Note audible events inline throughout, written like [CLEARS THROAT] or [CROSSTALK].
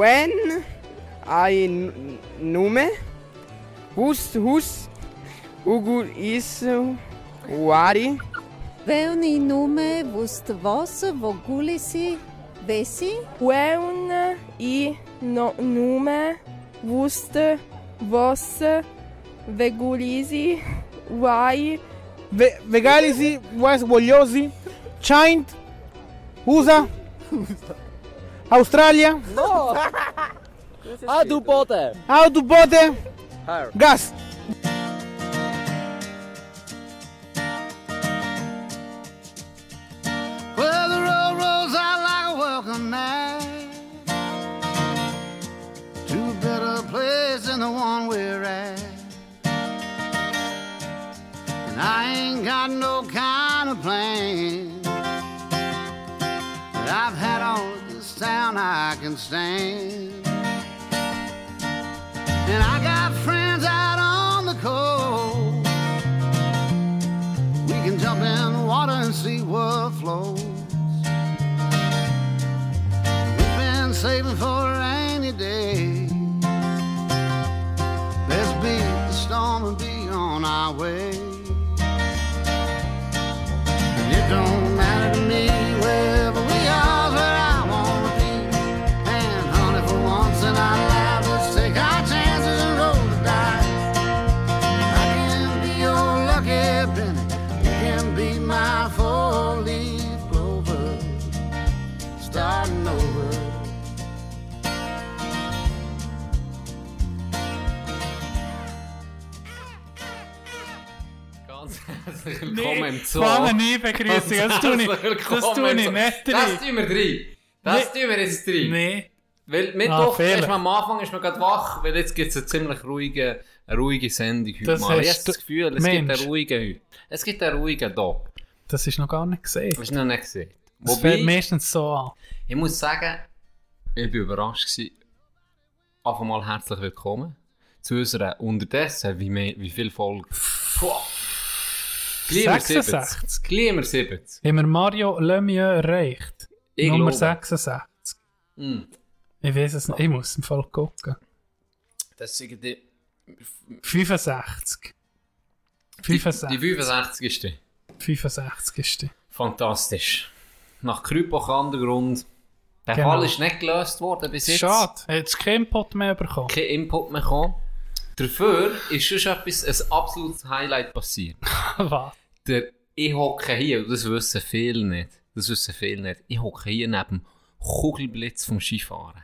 when I n- nume hus hus ugu is wari Welni nume vust vos vogulisi vesi? When i no nume vust vos vegulisi vai Ve- Vegalisi, was Woliosi, Chint, USA, Australia, No! A tu potem! Autobote, Her. Gas. Well, the road rolls out like a welcome mat to a better place than the one we're at. And I ain't got no kind of plan, but I've had all of this town I can stand. And I got friends out on the coast. We can jump in the water and see what flows. We've been saving for a rainy day. Let's beat the storm and be on our way. And it don't matter to me wherever we are, it's where I wanna be. And honey, for once in our lives, let's take our chances and roll the dice. I can be your lucky penny. You can be my four-leaf clover. Starting over. Ganz [LAUGHS] herzlich willkommen im Zoo. Fangen nie begrüßen, [LAUGHS] das tue ich. Das tue ich nicht Das rein. tun wir rein. Das tun wir jetzt rein. Nein. Weil mit Ah, doch, Fehler. erst mal am Anfang ist man gerade wach, weil jetzt gibt es eine ziemlich ruhige, eine ruhige Sendung heute Das mal. Ich hast habe das du- Gefühl, es gibt Mensch. einen ruhigen heute. Es gibt einen ruhigen Tag. Das ist noch gar nicht gesehen. Das ist noch nicht gesehen. Das fällt Wobei, meistens so an. ich muss sagen, ich bin überrascht gewesen. Einfach mal herzlich willkommen zu unserer unterdessen, wie, me- wie viel Folge? Puh. Glimmer 70. 66. Glimmer 70. Haben wir Mario Lemieux erreicht? Ich Nummer glaube. 66. Mm. Ich weiß es nicht, ich muss im Fall gucken. Das ist irgendwie 65. die, 65. die 65. 65 ist die. Fantastisch. Nach Krüppach Undergrund. Der Genau. Fall ist nicht gelöst worden bis jetzt. Schade, er hat jetzt keinen Pot mehr bekommen. Kein Input mehr gekommen. Dafür ist schon etwas, ein absolutes Highlight passiert. [LAUGHS] Was? Der, ich hocke hier, und das wissen viele nicht. Das wissen viele nicht. Ich hocke hier neben dem Kugelblitz vom [LAUGHS] Skifahren.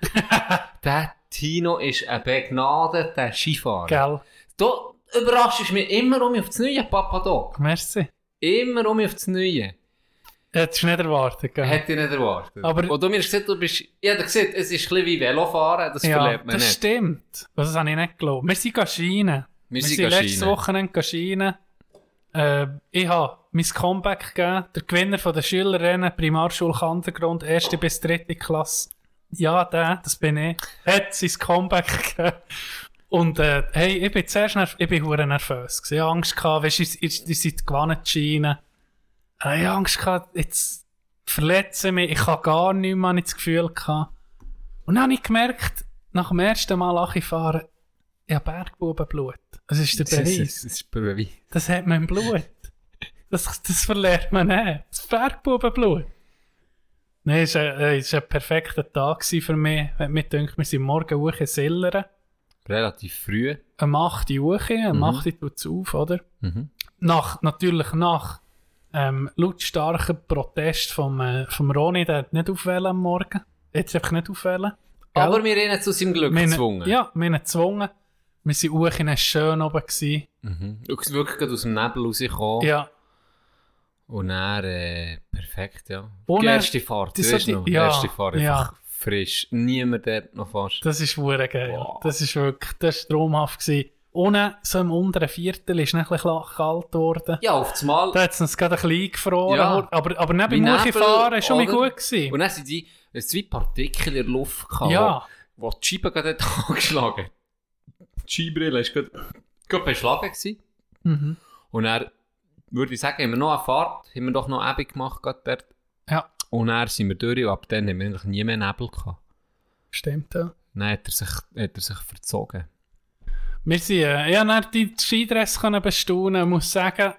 der Tino ist ein begnadeter Skifahrer. Gell? Du überraschst mich immer um aufs Neue, Papa Doc. Merci. Immer um aufs Neue. Hättest du nicht erwartet, gell? Hätte ich nicht erwartet. Aber- und du mir hast gesagt, du bist. Ich habe gesagt, es ist ein bisschen wie Velofahren, das ja, verlernt man das nicht. stimmt. Das habe ich nicht geglaubt. Wir sind Gaschinen. Wir Wir sind sind letztes Gaschinen. Wochenende Gaschinen. Äh, ich habe mein Comeback gegeben. Der Gewinner von der Schülerrennen, Primarschule Kandergrund, erste bis dritte Klasse. Ja, der, das bin ich. Hat sein Comeback [LAUGHS] gegeben. Und äh, hey, ich bin zuerst nerv ich bin hure nervös. gewesen. Ich hatte Angst, gehabt, weißt, ihr, ihr, ihr seid gewonnen, die Schiene. Äh, Ich hatte Angst, gehabt, jetzt verletzen mich, ich habe gar nichts mehr, habe ich das Gefühl gehabt. Und dann habe ich gemerkt, nach dem ersten Mal Achi fahren, ich habe Bergbubenblut. Das ist der Beweis. Das ist Beweis. Das hat man im Blut. Das, das verlernt man nicht. Das Bergbubenblut. Nein, es war ein, äh, es war ein perfekter Tag gewesen für mich. Wenn mir denkt, wir sind morgen hoch in Silleren. Relativ früh. Am 8. Uhr, am 8. Uhr tut's auf, oder? Mhm. Nach, natürlich nach ähm, lautstarken Protest vom, äh, vom Roni, der hat nicht aufwählen am Morgen. Jetzt einfach nicht aufwählen. Aber wir haben ihn zu seinem Glück Wir- gezwungen. Ja, wir haben ihn gezwungen. Wir waren auch in einem schön oben. Gewesen. Mhm. Du bist wirklich gerade aus dem Nebel rausgekommen. Ja, Und er äh, perfekt, ja. Und die er- erste Fahrt, die- du so weißt die- noch. Die ja, erste Fahrt ja. einfach frisch. Niemand dort noch fast. das ist hure geil. Wow. Das ist wirklich, das ist traumhaft. Gewesen. Ohne so im unteren Viertel ist es ein bisschen kalt geworden. ja, auf das Mal. Da hat es uns gerade ein bisschen gefroren. Ja. Aber, aber nicht Wie beim Muchi Nebel, fahren war schon mal oder? gut. Gewesen. Und dann sind die es sind wie Partikel in der Luft gehabt, Ja. wo, wo die Scheibe [LAUGHS] gerade hat angeschlagen Die Scheibrille ist gerade, gerade beschlagen gewesen. Mhm. Und er würde ich sagen, haben wir noch eine Fahrt, haben wir doch noch Ebbe gemacht gerade dort. Ja. Und dann sind wir durch und ab dann haben wir eigentlich nie mehr Nebel gehabt. Stimmt, ja. Dann hat er sich, hat er sich verzogen. Wir sind, äh, ich konnte die Skidress können bestaunen. Ich [LAUGHS] muss sagen,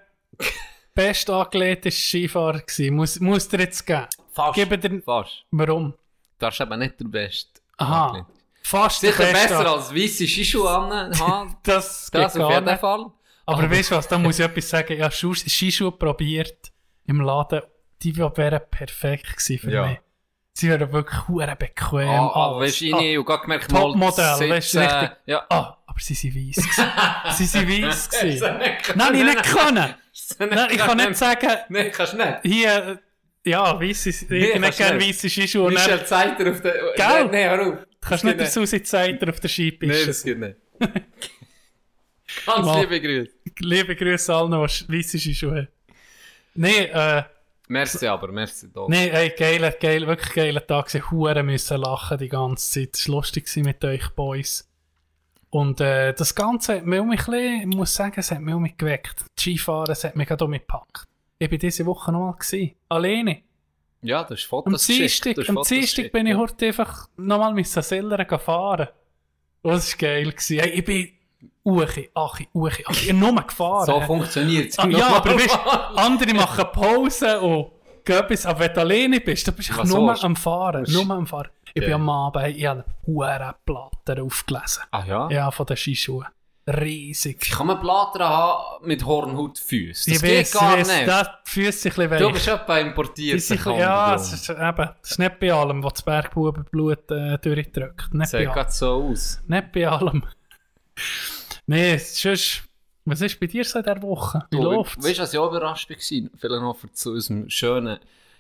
best angelegte Skifahrer gewesen. Muss, muss dir jetzt geben. Fast. Gebe dir, Fast. warum? Du warst eben nicht der Beste. Aha. Wirklich. Fast der Sicher Beste. besser als weisse Skischuhe [LAUGHS] an. Ha, Das, das geht auf gar jeden nicht. Fall. Aber weißt du was, da muss ich etwas sagen. Ich habe Schu- Skischuhe probiert im Laden. Die wären perfekt gewesen für Ja. mich. Sie wären wirklich hure bequem. Ah, aber weißt alles. du, ich habe gerade gemerkt, mal Topmodell, weißt sitzen, du, richtig. Ja. [LAUGHS] Ah, ah, aber sie sind weiss. gewesen. sie sind weiss. gewesen. Nein, Nein, ich nicht können. Nein, ich kann nicht sagen. sagen, Nein, kannst du nicht. hier, äh, ja, weisse, ich Nee, hätte nicht kannst gerne nicht. weisse Skischuhe. Und dann Michel zeigt er auf der... Gell? Nein, hör auf. kannst das nicht geht den Susi Zeiter auf der Nein, Skipiste. das geht nicht. [LAUGHS] Ganz Mal. liebe Grüße. Liebe Grüße allen, die weisse Skischuhe haben. Nein, äh, Merci aber, merci. Doch. Nee, ey, geiler, geil, wirklich geiler Tag. gewesen. Hure müssen lachen die ganze Zeit. Es war lustig gewesen mit euch, Boys. Und äh, das Ganze hat mich um mich ein bisschen, ich muss sagen, es hat mich um mich geweckt. Das Skifahren, es hat mich gerade um mich gepackt. Ich war diese Woche nochmal. gewesen. Alleine. Ja, das ist Am Fotos geschickt, das Dienstag, ist am Fotos Dienstag geschickt, bin ich ja. heute einfach nochmal mit Sillern gefahren. Und Oh, das war geil. Gewesen. Ey, ich bin Uchi, Achi, Uchi, Achi. Ich bin nur gefahren. So funktioniert es. Ah, ja, aber weißt, [LAUGHS] andere machen Pause und gehen bis, aber wenn du alleine bist, dann bist du Was nur willst du? am Fahren, Willst- nur am Fahren. Ich bin Ja. am Abend, ich habe eine Platte aufgelesen. Ah ja? Ja, von den Skischuhen. Riesig. Wie kann man Platten haben mit Hornhautfüßen? Das ich geht weiss, gar ich weiss, nicht. das fühlt sich du ein bisschen bist weich. etwa Die importiert. sind ein bisschen- Ja, es ist eben, es ist nicht bei allem, was das Bergbubenblut äh, durchdrückt. Nicht bei Sieht allem. gerade so aus. Nicht bei allem. nee, sonst, was ist bei dir so in dieser Woche? Wie Du, läuft's? Weißt du, was ich auch überrascht war? Vielleicht noch für zu unserem schönen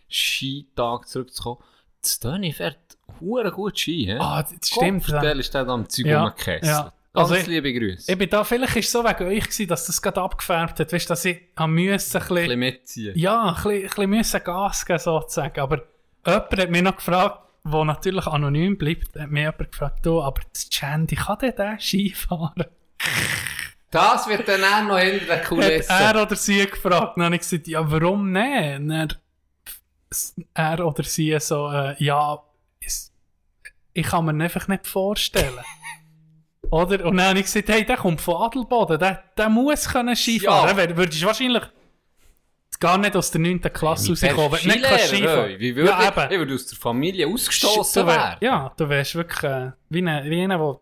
Skitag zurückzukommen. Das Tony fährt hure gut Ski. hä? Ah, das stimmt. Kopfteil dann- ist der da am Zeug Ja, ja, ja. Ganz Also ich- liebe Grüße. Ich bin da, vielleicht war es so wegen euch, gewesen, dass das gerade abgefärbt hat. Weißt du, dass ich am müssen, ein Ein bisschen bisschen, mitziehen. ja, ein bisschen, ein bisschen müssen Gas geben sozusagen. Aber jemand hat mich noch gefragt, der natürlich anonym bleibt, hat mich jemand gefragt, du, aber das Chandy kann denn der Skifahren? Das wird dann auch noch hinter der Hat Kulisse. er oder sie gefragt. Dann habe ich gesagt, ja, warum nicht? Und er, er oder sie so, äh, ja, es- ich kann mir einfach [LAUGHS] nicht vorstellen. oder? oh, Und dann habe ich gesagt, hey, der kommt von Adelboden, der, der muss können Skifahren. Ja. Ja. Würdest wahrscheinlich gar nicht aus der 9. Klasse rauskommen, wenn du nicht kannst Skifahren. Wie würde ja, ich, ich würde aus der Familie ausgestoßen Du wär- werden. Ja, du wärst wirklich äh, wie einer, wie einer, der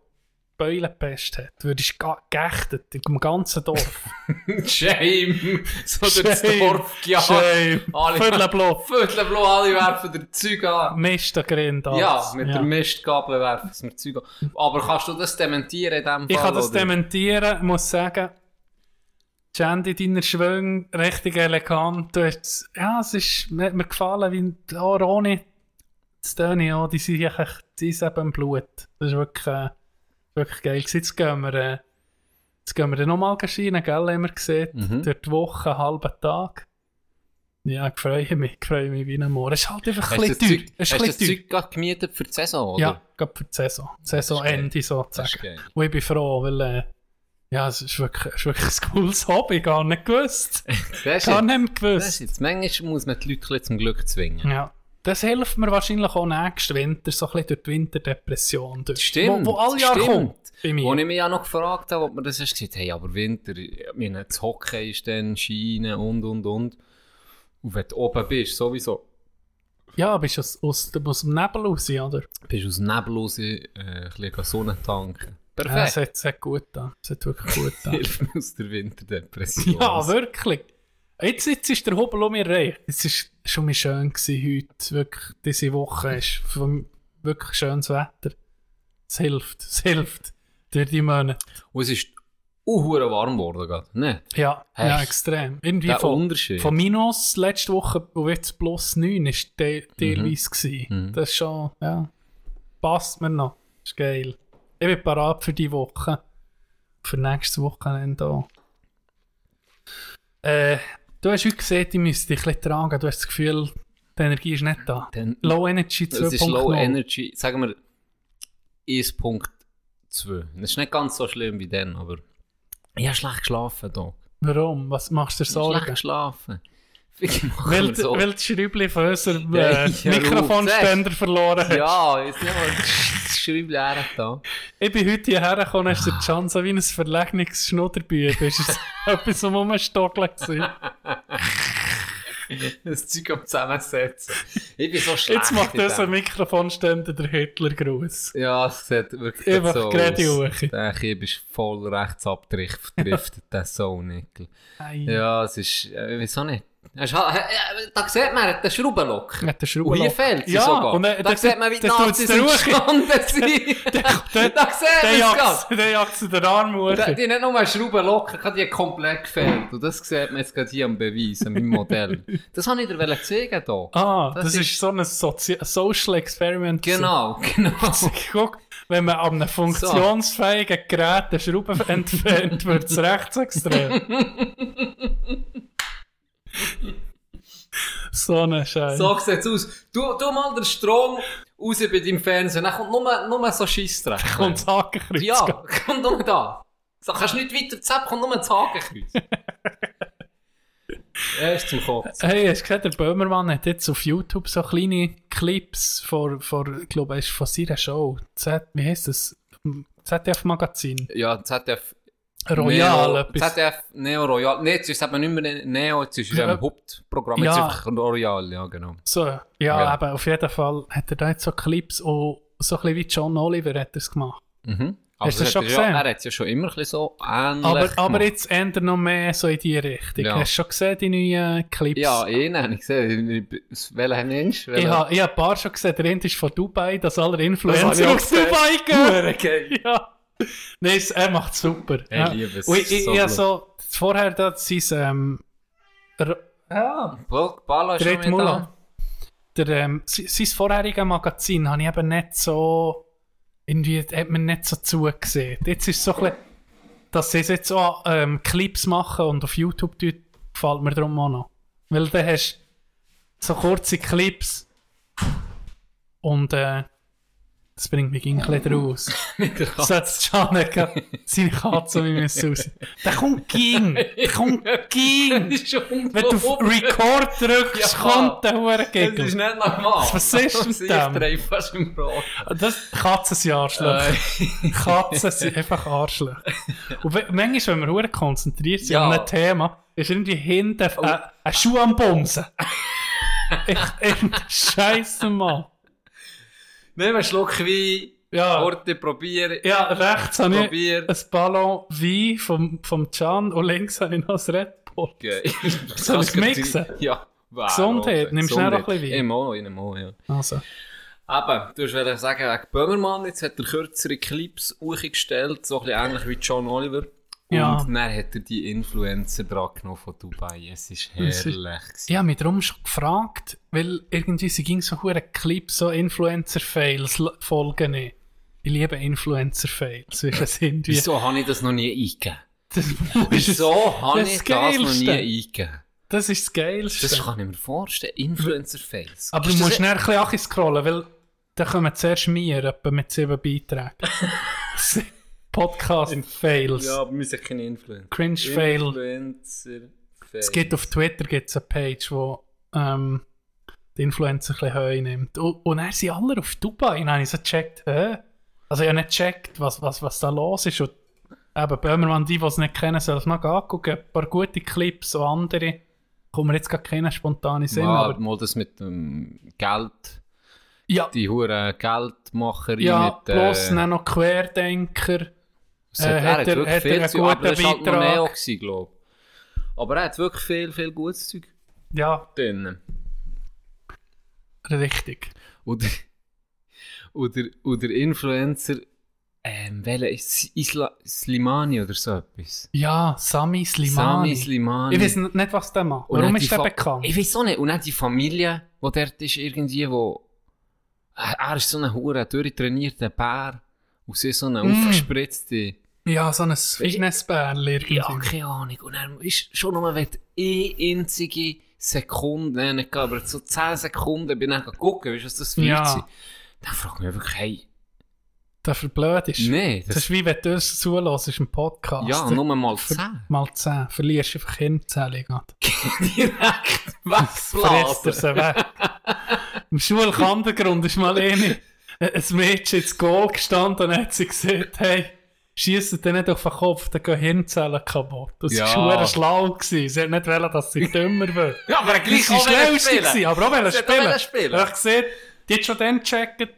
Beulenpest hat. Du würdest ga- geächtet im ganzen Dorf. Shame. So durchs Shame. Dorf gejagt. Shame. Alle- Viertelbluff. Viertelblau, alle werfen der Zeug an. Mistagrind. Ja, mit der Mistgabel werfen sie mir Zeug an. Aber kannst du das dementieren in dem Fall? Ich kann das oder? dementieren, muss sagen, Jandy, deiner Schwung, richtig elegant. Du hast, ja, es ist mir, mir gefallen, wie auch Roni, das Töne, ja, die sind echt, die sind eben im Blut. Das ist wirklich, äh, wirklich geil. gewesen. Jetzt gehen wir, äh, jetzt gehen wir dann nochmal schienen, gell, haben wir gesehen, Mhm. durch die Woche, einen halben Tag. Ja, ich freue mich, ich freue mich wie ein Moor. Es ist halt einfach ein Hast du das bisschen teuer. Zeug, Es hast ist ein du das bisschen teuer. Zeug gerade gemietet für die Saison, oder? Ja, gerade für die Saison. Saisonende Das ist sozusagen. geil. Und ich bin froh, weil äh, ja, es ist wirklich, es ist wirklich ein cooles Hobby, gar nicht gewusst. Das ist Gar jetzt- nicht mehr das ist gewusst. jetzt. Manchmal muss man die Leute ein bisschen zum Glück zwingen. Ja. Das hilft mir wahrscheinlich auch nächsten Winter, so ein bisschen durch die Winterdepression. Durch, Stimmt, Wo, wo alle Jahre stimmt. kommt. Bei mir. Wo ich mich auch noch gefragt habe, ob man das hast gesagt, hey, aber Winter, ich meine, das Hockey ist dann, Schiene und, und, und. Und wenn du oben bist, sowieso, Ja, bist aus, aus, aus dem Nebel raus, oder? bist du aus dem Nebel raus, äh, ein bisschen Sonne tanken. Ja, es Perfekt. hat, es hat gut da. Es hat wirklich gut [LAUGHS] da. Hilf mir aus der Winterdepression. ja, Ah, wirklich. Jetzt, jetzt ist der Hubel um mich rein. Es war schon mal schön gewesen heute. Wirklich, diese Woche ist vom- wirklich schönes Wetter. Es hilft, es hilft. Durch die Monate. Und es ist unhure warm geworden gerade. Ne? Ja, Hey, ja, extrem. Irgendwie Der von, Unterschied. von minus letzte Woche auf jetzt plus 9 ist te teilweise gsi. Mhm. Das ist schon, ja, passt mir noch. Ist geil. Ich bin parat für die Woche. Für nächstes Wochenende auch. Äh, du hast heute gesehen, ich müsste dich ein bisschen tragen. Du hast das Gefühl, die Energie ist nicht da. Dann- Low Energy Es ist Low 2.0. Energy, sagen wir 1.2. Das ist nicht ganz so schlimm wie dann, aber ich habe schlecht geschlafen, Doc. Warum? Was machst du dir Ich habe schlecht Sorgen? geschlafen. [LAUGHS] Machen wir Weil, so. weil die Schräubchen von [LAUGHS] unserem Ja, äh, ja, Mikrofonständer verloren hat. Ja, jetzt nehmen wir das Schreiblehren da. Ich bin heute hierher gekommen, hast du die Chance, wie ein verlegenes Schnudderbüb. [LAUGHS] Ist [LAUGHS] es etwas um rumstocken gewesen. Ah, Das Zeug am Zusammensetzen. Ich bin so schlecht. Jetzt macht in unser dem. Mikrofonständer der Hitlergruß. Ja, es sieht wirklich Einfach so gerade die aus. Uche. Der Kieb ist voll rechts abgedriftet, der Sohnickel. Ja. Ja, es ist... Äh, wieso nicht? Er ist halt- äh, äh, Da sieht man, er hat einen Schraubenlock. Mit der Schraube. Und hier fehlt sie ja, sogar. Und da sieht man, wie nou, die das Nazis tut's der Uche. [LAUGHS] entstanden sind. [LAUGHS] der- Da sieht Der man es gerade. jagt der jagt sie den Arm hoch. Die, die nicht nur eine Schraube locker, die haben komplett gefehlt. Und das sieht man jetzt gerade hier am Beweis, an meinem [LAUGHS] Modell. Das habe ich dir wollen zeigen hier. Ah, das, Das ist, ist- so ein Sozi Social Experiment. Genau, [LAUGHS] genau. gewesen. Guck, wenn man an einem funktionsfähigen Gerät eine Schraube entfernt, wird es rechtsextrem. so eine Scheiße. So sieht es aus. Du, du mal den Strom raus bei deinem Fernsehen, dann kommt nur, nur so Scheissdreck. Und das Hakenkreuz. Ja, [LAUGHS] kommt nur da. So kannst du nicht weiter zappen, kommt nur das [LAUGHS] Hakenkreuz. Er ist zum Kopf. Hey, hast du gesehen, der Böhmermann hat jetzt auf YouTube so kleine Clips von, von ich glaube, er ist von seiner Show. Z, wie heisst das? ZDF Magazin. Ja, ZDF Neo, Royal, etwas. ZDF Neo Royal. Nein, jetzt ist es eben nicht mehr Neo, jetzt ist es Ja. ein Hauptprogramm. Jetzt ist Ja. es einfach Royal, ja, genau. So, ja, Ja. eben, auf jeden Fall hat er da jetzt so Clips und so ein bisschen wie John Oliver hat er es gemacht. Mhm. Hast du es das hat schon ja, gesehen? Er hat es ja schon immer ein bisschen so ähnlich Aber, aber gemacht. jetzt ändert noch mehr so in die Richtung. Ja. Hast du schon gesehen, die neuen eh, Clips? Ja, ihn habe ich gesehen. Welcher Mensch? ich welcher- habe ich hab ein paar schon gesehen. Der eine ist von Dubai, dass alle Das hab ich Influencer auch aus gesehen. Dubai gehen. Hure geil. [LAUGHS] ja. Nein, es- er macht super. Ich ja. liebe es, Und es ich, ist ich, so ich hab gut. so vorher da sein, ähm, R- ja, Bo- Balla ist Dreht schon mal wieder an. Der, ähm, si- sein vorheriges Magazin habe ich eben nicht so. Irgendwie hat man nicht so zugesehen. Jetzt ist es so ein bisschen, dass sie es jetzt auch ähm, Clips machen und auf YouTube tut, gefällt mir darum auch noch. Weil dann hast du so kurze Clips und äh, das bringt mich ein bisschen raus. da. Setzt Janeka seine Katze wie müssen raus. Der kommt ging! Der kommt [LAUGHS] ging! ist schon Wenn du auf Record drückst, Oh, Ja. kommt der Das ist Hurengegel. nicht normal. Was [LAUGHS] ist denn Sie dem? drehen fast im Brot. Das Katzen sind Arschlöcher. Katzen sind einfach Arschlöcher. Und we- manchmal, wenn wir hure konzentriert sind Ja. Oh. an einem Thema, ist irgendwie hinten ein, ein Schuh am Bumsen. ich, ich, Scheiße, Mann. Nehmen wir einen Schluck Wein, Ja, Orte probieren, [LAUGHS] ja rechts habe ich probieren. ein Ballon Wein vom, vom Can und links habe ich noch ein Red Bull. [LAUGHS] Soll ich's mixen? [LAUGHS] Ja. Wow, Gesundheit, Alter, nimmst du schnell noch ein Gesundheit. bisschen Wein? Ich mal, ich mal, ja. Also, Aber du hast wollen sagen, wegen Böhmermann, jetzt hat er kürzere Clips hochgestellt, so ein bisschen ähnlich wie John Oliver. Ja. Und dann hat er die Influencer dran genommen von Dubai. Es ist Es ist- herrlich. gewesen. ich habe mich darum schon gefragt, weil irgendwie sie ging so hure Clips, so Influencer-Fails l- folgen nicht. Ich liebe Influencer-Fails. Wie das irgendwie. Wieso habe ich das noch nie eingegeben? [LAUGHS] Das, Wieso habe das ich das noch nie Geilste. eingegeben? Das ist das Geilste. Das kann ich mir vorstellen. Influencer-Face. Aber du Ist das musst e- schnell ein bisschen scrollen, weil da kommen zuerst mir etwa mit sieben [LAUGHS] Beiträgen. Podcast-Fails. Ja, aber wir sind keine Influencer. Cringe-Fail. Influencer-Face. Es gibt auf Twitter gibt's eine Page, wo ähm, die Influencer ein bisschen Höhe nimmt. Und, und dann sind alle auf Dubai. Und dann habe ich so gecheckt, hä? Also ich habe nicht gecheckt, was, was, was da los ist. Und eben, Böhmermann, die, die es nicht kennen, soll es mal angucken. Ein paar gute Clips und andere. Kommen jetzt gar keine spontane Sinn, Mal, aber... mal das mit dem Geld. Ja, Die hure Geldmacherin Ja, mit... äh, plus dann noch Querdenker. Es hat, Äh, er hat hat er- wirklich hat er viel einen zu tun, aber guten das war halt noch Beitrag? Neo, gewesen, glaub Aber er hat wirklich viel, viel gutes Zeug Ja, drin. richtig. Oder, oder, oder Influencer, ähm, welcher ist Isla, Slimani oder so etwas? Ja, Sami Slimani. Sami Slimani. Ich weiß n- nicht, was der macht. Und Warum dann ist die der Fa- bekannt? Ich weiß auch nicht. Und auch die Familie, die dort ist, irgendwie, wo... Er er ist so ein hure durchtrainierter Bär. Und sie ist so eine Mm. aufgespritzte... Ja, so ein Fitnessbärli irgendwie. Ja, keine Ahnung. Und dann ist schon nur, wenn du eine einzige Sekunde, nein, nicht, aber so 10 Sekunden bin ich dann gegangen, gucken, weißt du, was das für Ja. Leute sind. Dann frage ich mich wirklich, hey, der für blöd ist. Nein, das, das- ist wie wenn du uns zulässt im Podcast. Ja, nur mal Ver- 10. [LAUGHS] Mal 10. Verlierst einfach Hirnzellen gerade. Direkt Fräst er wegblasen. sie weg. [LAUGHS] Im Schulkantengrund ist mal eine, ein Mädchen ins Goal gestanden und hat sie gesagt, hey, schiessen den nicht auf den Kopf, dann gehen Hirnzellen kaputt. Das Ja. war schon schlau. Gewesen. Sie hat nicht wollen, dass sie dümmer wird. Ja, aber Sie gleich war auch die schnellste, spielen. gewesen, aber auch wollen Sie hat auch wollen spielen. spielen. Ich habe gesehen, die hat schon dann gecheckt,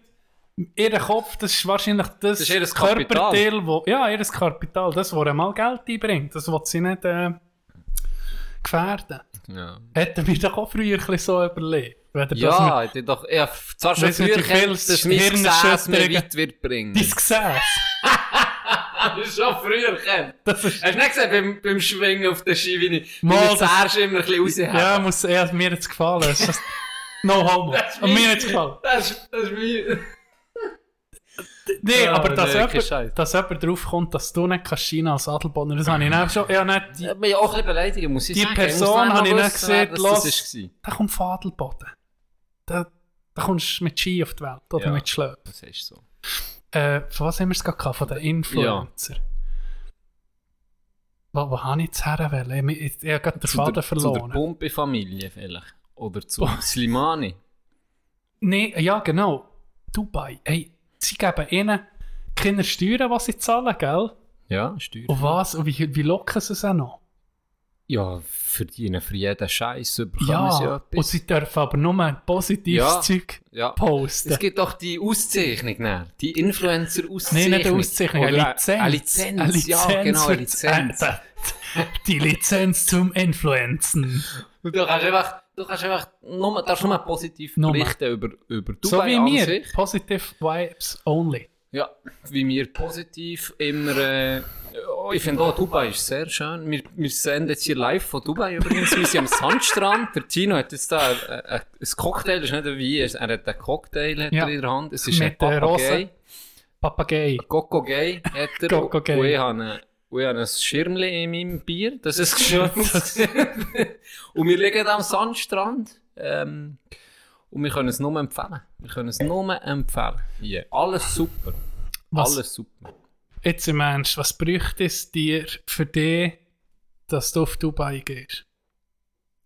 ihr Kopf, das ist wahrscheinlich das, Das ist ihr Kapital. Körperteil, wo, ja, ihr Kapital, das, wo einmal Geld einbringt. Das will sie nicht äh, gefährden. Ja, Hätten wir doch auch früher ein bisschen so überlegt. Weder dass wir ja ich hab doch, ich hab zwar schon Weiss nicht, früher wie viel kennt, dass mein Hirnerschütterungen- Gesäß mir weit wird bringen. dein Gesäß. habe ich schon früher kennt. [LAUGHS] Das ist, Hast du nicht gesehen, beim, beim Schwingen auf der Schiene, wie Mal, ich das Arsch immer ein bisschen raushebe? ja, muss, ja, mir jetzt gefallen. Es ist- No [LAUGHS] homo. Das ist Und mir mein- jetzt gefallen. Das ist, das ist mein... Nee, Ja, aber dass, nee, kein Scheiß. jemand, dass jemand draufkommt, dass du nicht kannst China als Adelbonner, das habe ich nicht schon. Ja, nicht, die, Ich bin ja auch ein bisschen beleidigt, muss ich Die sagen. Person habe ich nicht gesehen, los. los. Das war. da kommt von Adelboden. Da, da kommst du mit Ski auf die Welt oder Ja. mit Schlöp. Das ist so. Äh, von was haben wir es gerade gehabt? Von den Influencer. Wo, wo habe ich jetzt her? wollen? Ich, ich, ich habe gerade den Zu Faden der, zu der verloren. Pumpe-Familie vielleicht. Oder zu Slimani. Nee, ja, genau. Dubai. Hey, sie geben ihnen keine Steuern, was sie zahlen, gell? Ja, Steuern. Und was? Und wie, wie locken sie es auch noch? Ja, verdienen für jeden Scheiß überkommen sie Ja, und etwas. sie dürfen aber nur ein positives Ja. Zeug Ja. posten. Es gibt doch die Auszeichnung, ne? die Influencer-Auszeichnung. Nein, nicht eine Auszeichnung, eine Oder Lizenz. Eine Lizenz, ja, genau, für- eine Lizenz. äh, [LAUGHS] da- die Lizenz zum Influenzen. Du kannst einfach, du kannst einfach nur, darfst nur positiv Nur. berichten über, über Dubai so wie an wir. sich. Positive Vibes only. Ja, wie wir positiv immer... Äh, oh, ich finde auch, Dubai ist sehr schön. Wir, wir senden jetzt hier live von Dubai übrigens. Wir sind am Sandstrand. Der Tino hat jetzt da ein, ein, ein Cocktail, das ist nicht ein Wein, er hat einen Cocktail hat Ja. er in der Hand. Es ist Mit, äh, ein Rosen. Papagei. Papagei. Coco Gay hat er. Coco Gay. Und ich habe ein- und ich habe ein Schirmli in meinem Bier, das [LAUGHS] ist schön. und wir liegen da am Sandstrand. Ähm, und wir können es nur empfehlen. Wir können es nur empfehlen. Hier. Alles super. Was, Alles super. Jetzt im Ernst, was bräuchte es dir für dich, dass du auf Dubai gehst?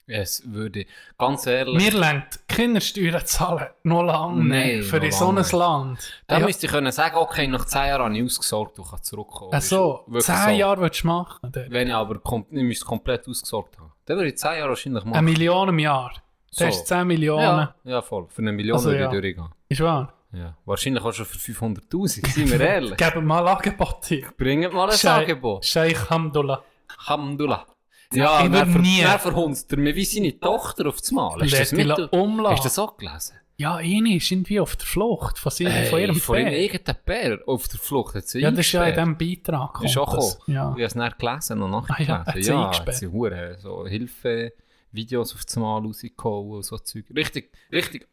Es würde, ganz ehrlich, Mir längt Kindersteuern zahlen. Noch lange Nein, nicht. Für noch in so ein lange nicht. Land. da Ja, müsste ich können sagen, okay, nach 10 Jahren habe ich ausgesorgt und kann zurückkommen. Ach Äh, so, Wirklich zehn Jahre würdest du machen. dort. Wenn ich aber kom ich müsste komplett ausgesorgt habe. Dann würde ich 10 Jahre wahrscheinlich Eine machen. Million im Jahr. So. Das ist 10 Millionen. ja, ja, voll. Für eine Million Also würde ich ja. durchgehen. Ist wahr? Ja, wahrscheinlich auch schon für 500.000, seien wir ehrlich. Geben mal Angebot hier. Bringt mal ein Schei- Angebot. Scheich Oh, Hamdullah. Alhamdulillah. Ja, ich wer würde ver- nie- wer verhunzt er mir wie seine Tochter auf das Mal? Hast du das, Lädt die mit, la- umlassen. hast du das auch gelesen? Ja, eine ist irgendwie auf der Flucht von, seinem, von ihrem von ihrem Bär. eigenen Bär auf der Flucht. Hat sie Ja, das ist ja in eingesperrt. diesem Beitrag. Ist kommt auch das. gekommen. dus, Ja. Ich habe es nicht gelesen und Ah ja, nachgelesen. hat sie ja, eingesperrt. hat sie Huren, so Hilfe-Videos auf das Mal rausgehauen und so Zeug. Richtig, richtig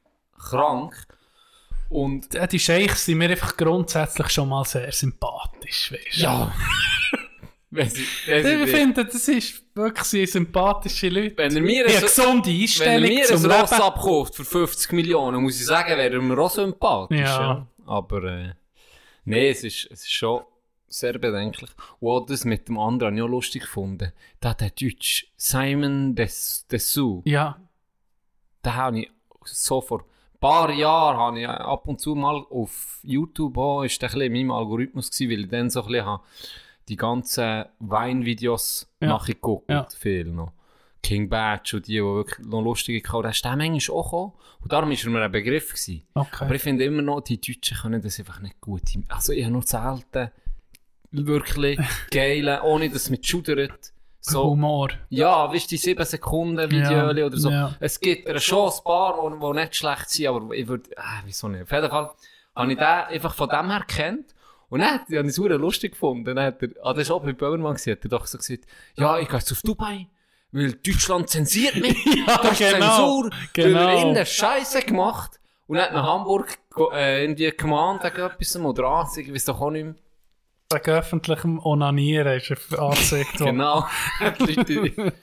krank. Und Die- Die Scheichs sind mir einfach grundsätzlich schon mal sehr sympathisch. Weißt? [LAUGHS] du. ja, wenn sie, wenn sie Ich finde, das ist wirklich sehr sympathische Leute. Wenn er mir eine so- gesunde Wenn er Einstellung mir zum ein Ross Leben. abkauft für 50 Millionen, muss ich sagen, wäre er mir auch sympathisch. Ja. Ja. Aber äh, nee, es ist, es ist schon sehr bedenklich. Und auch das mit dem anderen habe ich auch lustig gefunden. Da der Deutsch Simon Des- Dessous, Ja, den habe ich so vor ein paar Jahren habe ich ab und zu mal auf YouTube auch, ist der ein bisschen in meinem Algorithmus gewesen, weil ich dann so ein bisschen habe die ganzen Weinvideos Ja. nachgeguckt Ja. viel noch. King Batch und die, die wirklich noch lustige kamen, da ist der manchmal auch gekommen. Und darum war er mir ein Begriff. Gewesen. okay. Aber ich finde immer noch, die Deutschen können das einfach nicht gut. Also ich habe nur selten wirklich geile, ohne dass es mich schudert. So, Humor. ja, weißt du, die 7 Sekunden Videos Ja, oder so. ja. Es gibt eine Chance, ein paar, die nicht schlecht sind, aber ich würde, ah, wieso nicht. Auf jeden Fall habe ich den einfach von dem her gekannt. Und dann habe ich es super lustig gefunden. Dann hat er, ah, das war auch bei Böhmermann, gewesen, hat er doch so gesagt, ja, ich gehe jetzt auf Dubai, weil Deutschland zensiert mich. [LAUGHS] Ja, das ist genau, Zensur. Genau. Weil genau. er innen Scheiße gemacht und dann hat nach Hamburg ge- äh, irgendwie gemahnt wegen etwas oder Anzeige, ich weiß doch auch nicht mehr. Wegen öffentlichem Onanieren ist [LAUGHS] er angezeigt worden. Genau. [LAUGHS] Die Leute,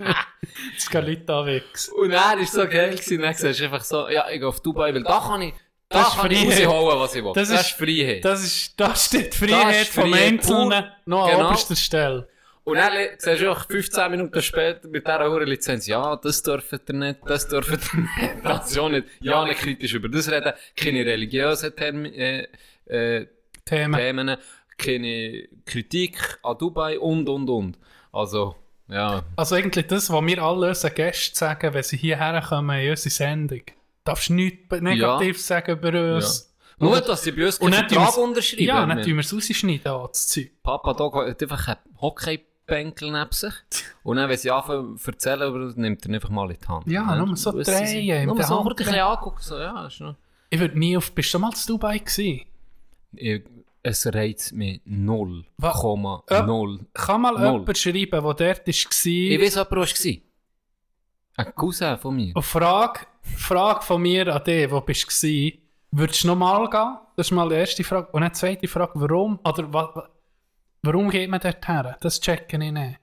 Jetzt gehen Leute anwegs. Und er war so geil, gewesen. dann sagst du einfach so, ja, ich gehe auf Dubai, weil da kann ich Das ist kann ich Freiheit. rausholen, was ich will. Das Das, ist- ist Freiheit. Das, ist, da steht Freiheit ist vom Freiheit Einzelnen noch an Genau. oberster Stelle. Und dann li- siehst du auch 15 Minuten später mit dieser hohen Lizenz, ja, das dürft ihr nicht, das dürft ihr nicht, [LAUGHS] das ja nicht. Ja, nicht kritisch über das reden, keine religiösen Term äh, äh, Themen. Themen, keine Kritik an Dubai und, und, und. Also, ja. Also eigentlich das, was wir alle unseren Gästen sagen, wenn sie hierher kommen in unsere Sendung. Darfst du nichts be- negativ sagen über uns. Nur, dass sie bei uns Und keinen dann tun Vertrag wir's- unterschreiben. Ja, dann Wir- tun wir es rausschneiden an das Zeug. Papa da hat einfach einen Hockeybänkel neben sich. Und dann, wenn sie anfangen zu erzählen, über das, nimmt er ihn einfach mal in die Hand. Ja, Dann nur so wissen sie- drehen, in Nur der so Hand kurz ein bisschen angucken. So, ja, ist noch... Ich würde nie auf... Bist du mal zu Dubai gewesen? Ich, es reizt mich Wa- 0,0. Äh, null. Kann mal Null. jemand schreiben, der dort war? Ich weiß, jemand, was war. Ein Cousin von mir. Und Frage, Frage von mir an dich, wo bist du gsi? Würdest du nochmal gehen? Das ist mal die erste Frage. Und eine zweite Frage, warum? Oder wa, wa, warum geht man dort her? Das checke ich nicht.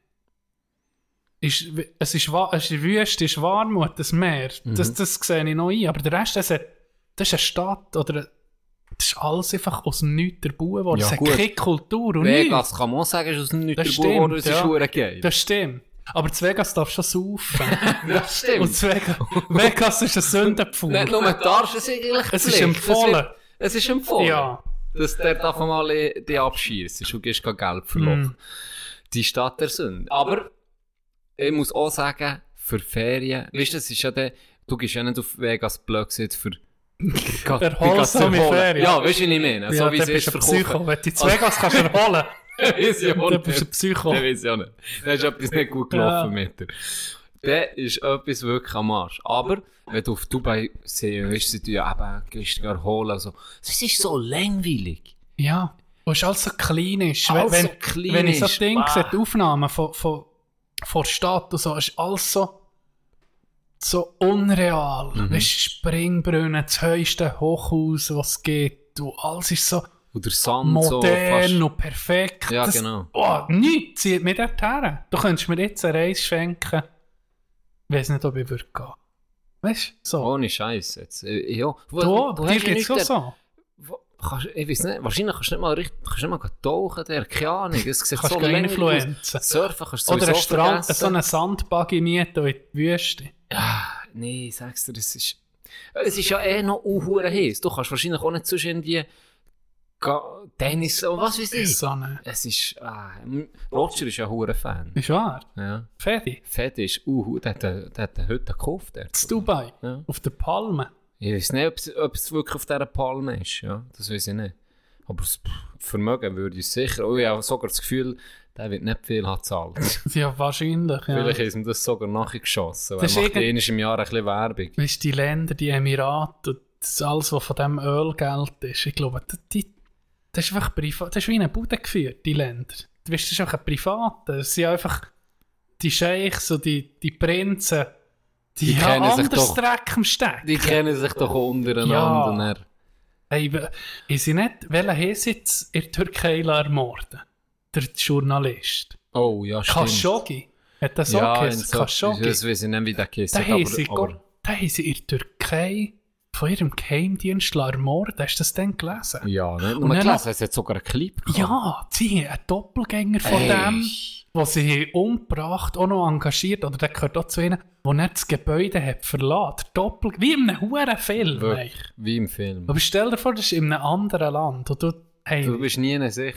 Ist, es, ist, wa- es ist Wüste, es ist warm und das Meer. Mhm. Das, das sehe ich noch ein. Aber der Rest, das, hat, das ist eine Stadt oder ein- das ist alles einfach aus dem Nichts der Bauer geworden. Ja, es hat gut. keine Kultur und nichts. Vegas kann man auch sagen, ist aus dem Das Nichts stimmt, geboren, es ist ja. verdammt geil. Das stimmt. Aber zu Vegas darfst du [LAUGHS] schon saufen. Das und zu Vegas, Vegas ist ein Sündenpfuhl. Nicht nur darfst du es eigentlich Es ist Pflicht. empfohlen. Es, wird, es ist empfohlen. Ja. Dass der darf mal die abschießen. Du gehst kein Geld verloren. Mm. Die Stadt der Sünde. Aber ich muss auch sagen, für Ferien, weißt du, es ist ja der, du gehst ja nicht auf Vegas blöd gesagt für Erholsame Ferien. Ja, weißt du, was ich meine? so wie dann es ist Also, bist du ein Psycho. verkauft. Wenn du [LAUGHS] in Vegas kannst du erholen, Weiss ich auch dann bist du ein nicht. Psycho. Dann weiss ich auch nicht. Dann ist etwas nicht gut gelaufen Ja. mit dir. Dann ist etwas wirklich am Arsch. Aber, wenn du auf Dubai siehst, weißt du, sie tun ja eben gestern erholen. Also, es ist so langweilig. Ja. Und es ist alles so klinisch. Alles wenn, so klinisch. wenn ich so Ding Bah. sehe, die Aufnahmen von, von, von der Stadt und so, ist alles so, so unreal. Mhm. Weißt du, Springbrunnen, das höchste Hochhaus, was es gibt. Und alles ist so Oder Sand so modern fast. und perfekt. Ja, Das- genau. Oh, nichts zieht mich dort her. Du könntest mir jetzt eine Reise schenken. Ich weiß nicht, ob ich würde gehen. Weißt du? So. Ohne Scheiß jetzt. Äh, Ja. Wo- wo Du, dir hast Oh, du geht's auch nichts so. Wo- Kannst, ich weiß nicht, wahrscheinlich kannst du nicht mal richtig, kannst nicht mal gehen tauchen, der, keine Ahnung, es sieht Kannst so keine langweilig aus. Influenzen. Surfen kannst du Oder ein sowieso Strand, vergessen. so einen Sandbuggy mieten in die Wüste. Nee, sagst du, das ist. Es ist ja eh noch unhure heiß. Du kannst wahrscheinlich auch nicht zwischen irgendwie Ga- Tennis oder was weiß ich. So eine. Es ist. Ah, m- Roger ist ja ein hure Fan. Ist wahr. Ja. Fertig. Fett ist uhu, der hat den- der hat den heute gekauft. Der. In Dubai. Ja. Auf der Palme. [LAUGHS] Ich weiß nicht, ob es- ob es wirklich auf dieser Palme ist. Ja, das weiß ich nicht. Aber das pff, Vermögen würde ich sicher. Oh, ich habe sogar das Gefühl, der wird nicht viel haben zahlen. Ja, wahrscheinlich. Ja. [LAUGHS] Vielleicht ist ihm das sogar nachgeschossen. weil Das Er ist macht irgend- einmal im Jahr ein bisschen Werbung. Weißt du, die Länder, die Emirate, das alles, was von diesem Ölgeld ist. Ich glaube, die- die, das ist einfach privat. Das ist wie eine Bude geführt, die Länder. Du weißt, das ist einfach ein Privater. Es sind einfach die Scheichs und die, die Prinzen, die, Die haben kennen sich anders doch. Dreck am Steck. Die kennen sich doch Ja. untereinander. Ja. Hey, we- ich sie nicht, welchen Hesitz in der Türkei ermorden? Der Journalist. Oh, ja, stimmt. Khashoggi. Hat das auch ja, in geheißen? so, Khashoggi. das weiß ich nicht, wie der geheißen Da hat, haben sie aber, gar- da haben sie in der Türkei von ihrem Geheimdienst ermorden. Hast du das denn gelesen? aber ja, nicht nur Und dann gelesen, es hat sogar einen Clip gehabt. Ja, sie haben einen Doppelgänger von Ey. dem, den sie haben umgebracht auch noch engagiert, oder der gehört auch zu ihnen, der nicht das Gebäude hat verlassen. Der Doppel wie in einem hohen Film. Wirklich, eigentlich. wie im Film. Aber stell dir vor, das ist in einem anderen Land. Und du, hey, Du bist nie sicher.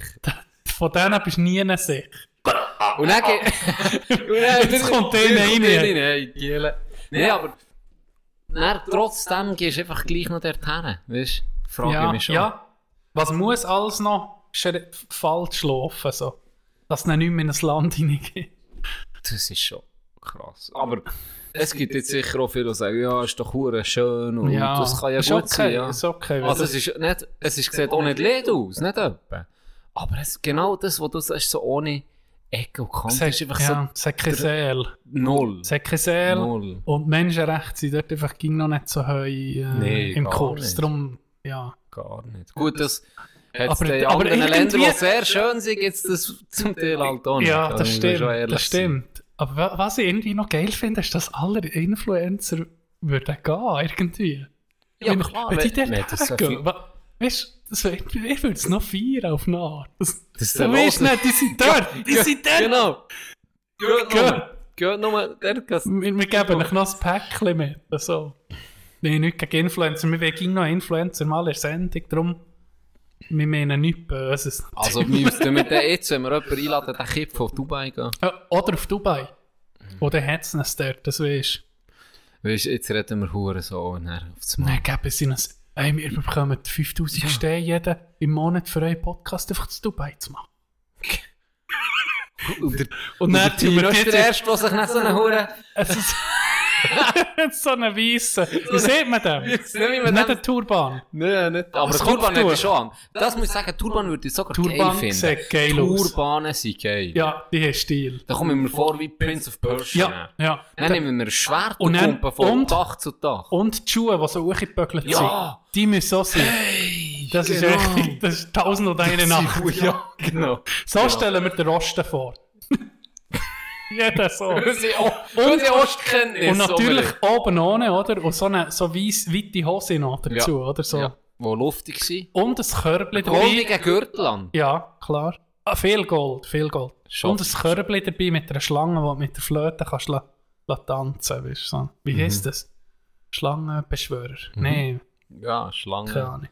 Von denen bist du nie sicher. Und Oh. dann geht... [LAUGHS] Und dann- Jetzt kommt einer Jetzt kommt rein. einer rein, Giele. Nee, aber... Dann, trotzdem gehst du einfach gleich noch dorthin, weißt du? Frage ich ja, mich schon. ja. Was muss alles noch schr- falsch laufen, so, dass du nicht mehr in ein Land hineingeht? Das ist schon krass. Aber... Es gibt jetzt sicher auch viele, die sagen, ja, ist doch hure schön und das kann ja ist gut okay, sein. Ja. Ist okay, Also es ist nicht, es ist, sieht auch nicht leid aus, nicht etwa. Aber es ist genau das, was du sagst, so ohne Ecke und Kante, es ist einfach ja, es hat keine Seele. so null. Es hat keine Seele. Null. Und Menschenrechte sind dort einfach ging noch nicht so heu äh, Nee, im gar Kurs. nicht. Darum, ja. Gar nicht. Gut, das hat Aber- es in aber anderen Ländern, irgendwie- die sehr schön sind, gibt es das zum Teil halt auch nicht. Ja, Da das muss man stimmt. schon ehrlich Das sein. stimmt. Aber wa- was ich irgendwie noch geil finde, ist, dass alle Influencer würden gehen, irgendwie. Ja, wenn, aber klar, wenn die wenn- dort wenn das so hergehen, viel- wa- weisst du, so, ich, ich würde es noch feiern auf eine Art. Das, Das ist du der weißt Los- nicht, die sind dort, die sind dort. Genau. Geht Geh. nur. Geht nur. Dort geht's. Wir, wir geben euch noch ein Päckchen mit. So. Nein, nicht gegen Influencer. Wir wollen noch Influencer mal in der Sendung. Darum, wir meinen nichts Böses. [LAUGHS] Also, wir müssten mit den jetzt, wenn wir jemanden einladen, den Kipp von Dubai gehen. Äh, Oder auf Dubai. Oder hat es nicht dort, das weisst Weißt du, jetzt reden wir Huren so und dann auf das du. Mal. Dann geben sie uns... Ey, wir bekommen 5000 ja. Stehen jeden im Monat für euren Podcast einfach zu Dubai zu machen. Und der Und dann tun wir Tino ist die der Erste, der sich nicht so einen Huren. [LAUGHS] Es ist [LAUGHS] so eine Weisse. Wie sieht man den? Jetzt nehme ich mir Nicht den ein Turban. Nein, nicht. Aber das Turban Kopftuch. hätte ich schon an. Das muss ich sagen, Turban würde ich sogar Turban geil finden. sieht geil aus. Turbanen sind geil. Ja, die haben Stil. Da komme ich mir vor wie Prince of Persia. Ja, ja. Dann nehmen wir ein Schwert Und und dann- pumpen von und- Dach zu Dach. Und die Schuhe, die so hochgeböckelt Ja. sind, die müssen so sein. das ist echt, das ist 1000 und eine Nacht. Ja, [LAUGHS] genau. So stellen wir den Rosten vor. [LAUGHS] Jeder so. Und Unsere O- unsere Ostkenntnis. natürlich Oberli. oben ohne, oder? Und so eine so weiss, weite Hose noch dazu, oder so. Ja. Wo luftig war. Und ein Körbchen dabei. Goldigen Gürtel an. Ja, klar. Ah, viel Gold, viel Gold. Schon. Und ein Körbchen dabei mit einer Schlange, die du mit der Flöte kannst la, la tanzen, weißt du. So. Mhm. Wie heisst das? Schlangenbeschwörer? Nein, Ja, keine Schlange. Ahnung.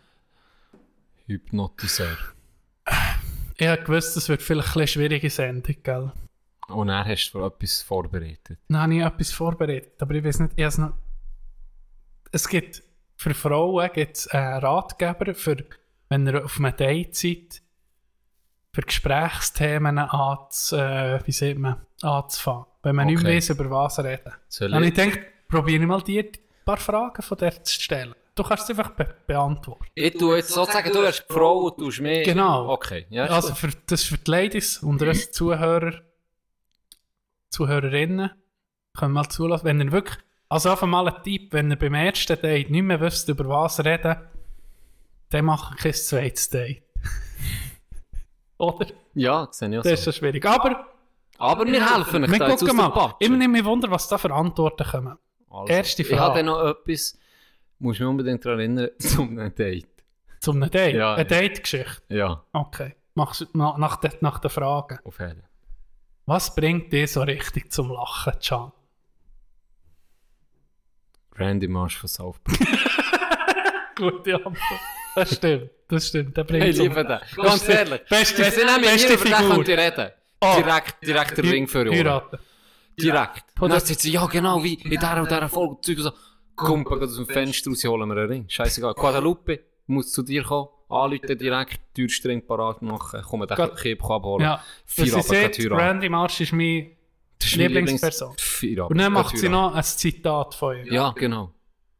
Hypnotiseur. Ich habe gewusst, es wird vielleicht ein bisschen schwierige Sendung, gell? Und er hast du für etwas vorbereitet. Dann habe ich etwas vorbereitet, aber ich weiß nicht, ich habe es noch... Es gibt für Frauen gibt's einen Ratgeber, für, wenn ihr auf einem Date seid, für Gesprächsthemen anz, äh, wie sagt man, anzufangen. Wenn man nicht Okay. mehr weiss, über was reden. Soll Dann habe ich- ich gedacht, probiere ich mal dir ein paar Fragen von dir zu stellen. Du kannst es einfach be beantworten. Ich tue jetzt sozusagen, du wärst Frau und tust mehr. Genau. Okay, ja. ist Also gut. für, das ist für die Ladies und uns Zuhörer, Zuhörerinnen, können mal zulassen. Wenn ihr wirklich, also einfach mal ein Tipp, wenn ihr beim ersten Date nicht mehr wisst, über was reden, dann macht kein zweites Date. [LAUGHS] Oder? Ja, sehe ich auch Das ist so. so schwierig. Aber Aber wir helfen euch wir Also, da jetzt aus gucken der mal. Ich Patsche. nehme mich wunder, was da für Antworten kommen. Also, Erste Ich Frage. habe dann noch etwas, musst mich unbedingt daran erinnern, [LAUGHS] zum einem Date. Zum einem Date. Ja, Eine ja. Date-Geschichte. Ja, Okay. Machst du nach, nach, der- nach den Fragen. auf jeden Fall. Was bringt dich so richtig zum Lachen, Can? Randy Marsh von South Park. Gute Antwort. Das stimmt, das stimmt. um Der bringt Ich zum- liebe den. Ganz ehrlich. Beste, Wir sind nämlich beste hier über den Figur. könnt ihr reden. Ah. Direkt, direkt den Ring für euch. Heiraten. Direkt. Oder- Und dann sagt sie, ja genau, wie in dieser und dieser Folge. Zeug und so. Komm, geh aus dem Fenster raus, holen wir einen Ring. Scheißegal. Guadalupe muss zu dir kommen. Anrufen direkt, teuersten Ring parat machen. Komm, den Gott. Kipp abholen. Ja. Vier Dass sie Abend, sagt, geht Tür an. Randy Marsh ist mein Das ist meine Lieblingsperson. Lieblings- Vier Abend, Und dann geht macht Tür sie an. noch ein Zitat von ihm. Ja, genau.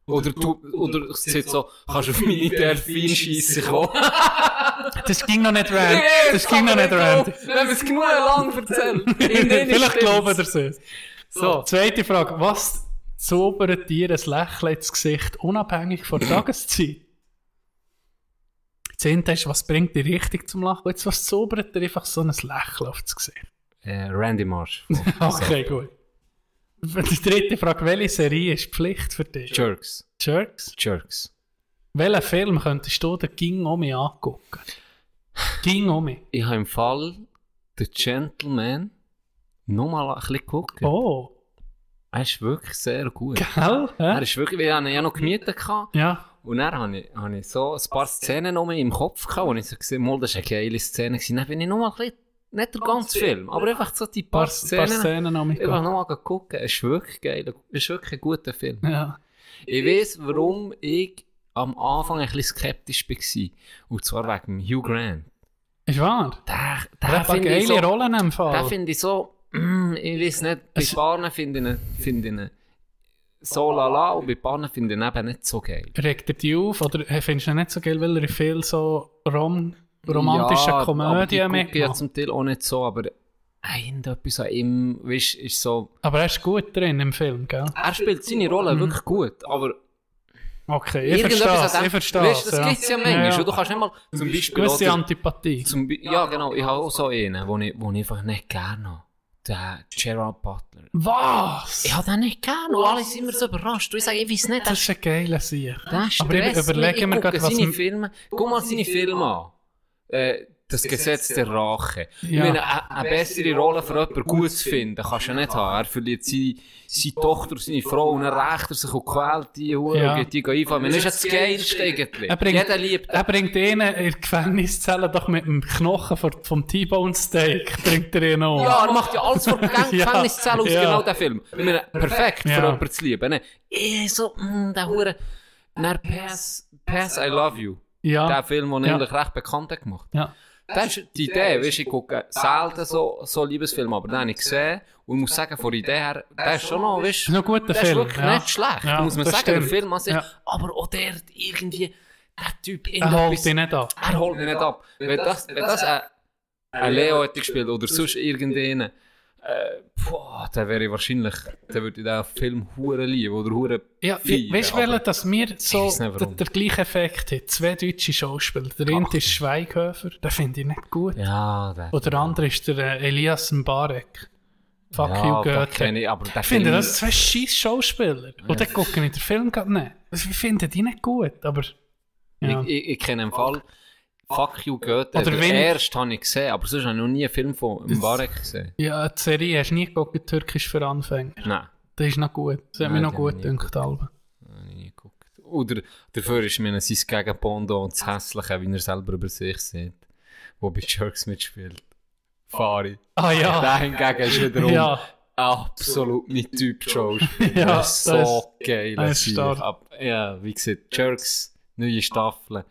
Oder du, oder es sieht so, kannst du auf meine Delfin schiessen kommen. Das ging noch [LAUGHS] nicht Randy. Das ging noch nicht Randy. Wir haben es genug [LAUGHS] lang erzählt. In denen Vielleicht stimmt's. glauben ihr es. So. Zweite Frage. Was zaubert dir ein Lächeln ins Gesicht, unabhängig [CLEARS THROAT] von der Tageszeit? Zehnte ist, was bringt dir richtig zum Lachen? Jetzt, was zaubert dir einfach so ein Lächeln aufs Gesicht? Äh, Randy Marsh. [LAUGHS] Okay, gut. Die dritte Frage, welche Serie ist Pflicht für dich? Jerks. Jerks. Jerks. Welchen Film könntest du den Ging Omi angucken? Ging Omi. Ich habe im Fall The Gentleman nochmal ein bisschen geguckt. Oh, Er ist wirklich sehr gut. gell? Er Hä? ist wirklich, wir haben ihn ja noch gemietet gehabt. Ja, Und dann habe ich, habe ich so ein paar Szenen noch mehr im Kopf gehabt, und ich so gesehen, mal, das ist eine geile Szene gewesen. Dann bin ich nochmal ein bisschen, nicht der ganze Film, aber einfach so die paar, paar paar Szenen. Szenen Omi. Einfach nochmal gucken. Es ist wirklich geil. Es ist wirklich ein guter Film. Ja. Ich weiß, warum ich am Anfang ein bisschen skeptisch war. Und zwar wegen Hugh Grant. Ist wahr? Der, Er der hat ein paar finde ich geile so, Rollen im der Fall. finde ich so, mm, ich weiß nicht, bei Es- Bahnen finde ich, ihn- finde ich ihn so lala und bei Bahnen finde ich ihn eben nicht so geil. Regt er dich auf? Oder hey, findest du ihn nicht so geil, weil er in viel so rom romantische ja, Komödien aber die gucke ich ja mitmacht? zum Teil auch nicht so, aber irgendetwas an ihm, weißt, ist so, Aber er ist gut drin im Film, gell? er spielt seine Rolle wirklich gut, aber Okay, Mhm. ich verstehe es. Ich verstehe Weißt, es. das ja. gibt es ja Ja, manchmal. ja. Und du kannst nicht mal zum Beispiel. Gewisse Oder, Antipathie. zum, Be- ja, genau. Ich habe auch so einen, den ich, den ich einfach nicht gerne habe. der Gerard Butler. Oh, Was? Ich habe den nicht gern und alle sind immer so überrascht. Du ich sage, ich weiß nicht, Das das ist ein geiler Sieg. Das stresst Aber ich mich. überlege Ich mir gucke gerade, was seine m- Filme. Guck mal seine Filme an. Äh, das Gesetz der Rache. Ich Ja. meine, eine, eine bessere Rolle für jemanden gut zu finden, kannst du ja nicht haben. Er verliert seine, seine Tochter, seine Frau und dann rächt er sich und quält die Hure Ja. und geht die einfallen. Man ist ja das Geilste eigentlich. Er bringt- Jeder liebt Er bringt ihn in die Gefängniszelle doch mit dem Knochen von- vom T-Bone Steak. Bringt er ihn um. Ja, er macht ja alles vor der Gang- [LAUGHS] Ja. Gefängniszelle aus, Ja. genau der Film. Ich meine, perfekt für Ja. jemanden zu lieben. ne? Ich so, mh, der Hure. Dann Pass, Pass, I Love You. Ja. Der Film, den Ja. eigentlich recht bekannt hat gemacht. Ja. Das ist die Idee, weißt du, ich gucke selten so, so Liebesfilme, aber den habe ich gesehen und ich muss sagen, von der Idee her, der ist schon noch, weißt Das ist noch ein guter der ist Film, wirklich ja. nicht schlecht, Ja, muss man das sagen, stimmt. der Film "Oh, an sich, Ja. aber auch der hat irgendwie, der Typ, Er holt ihn nicht an. er holt mich nicht ab. Wenn das, wenn das ein, ein Leo hätte gespielt oder sonst irgendeinen, äh, boah, dann wäre ich wahrscheinlich, dann würde ich den Film hure lieben oder hure Ja, feiern, weißt du, aber- welcher, dass wir so weiß nicht, warum. den, den gleichen Effekt haben? Zwei deutsche Schauspieler. Der eine ist Schweighöfer, den finde ich nicht gut. Ja, der. Und der andere ist der äh, Elias Mbarek. Fuck ja, you, den Goethe. kenne ich, aber der Ich finde, Film- das sind zwei scheiß Schauspieler. Und dann gucken wir den Film gerade nicht. Also, Ich finde die nicht gut, aber. Ja. Ich, ich, ich kenne im Fall Fuck You Goethe. Oder den wenn- ersten habe ich gesehen, aber sonst habe ich noch nie einen Film von Mbarek gesehen. ja, die Serie hast du nie geguckt, Türkisch für Anfänger. Nein, Das ist noch gut. Das hat Nein, mich noch den gut habe ich gedacht, Alba. habe ich nie Oh, geguckt. Oder dafür ist mir sein Gegenpondo und das Hässliche, wie er selber über sich sieht, wo bei Jerks mitspielt. Fari. Ah Ja. ja, Der hingegen ist wiederum ja. absolut mein Typ Schauspieler. Ja, Der ist das so geil. das ist stark. Ja, wie gesagt, Jerks, neue Staffel.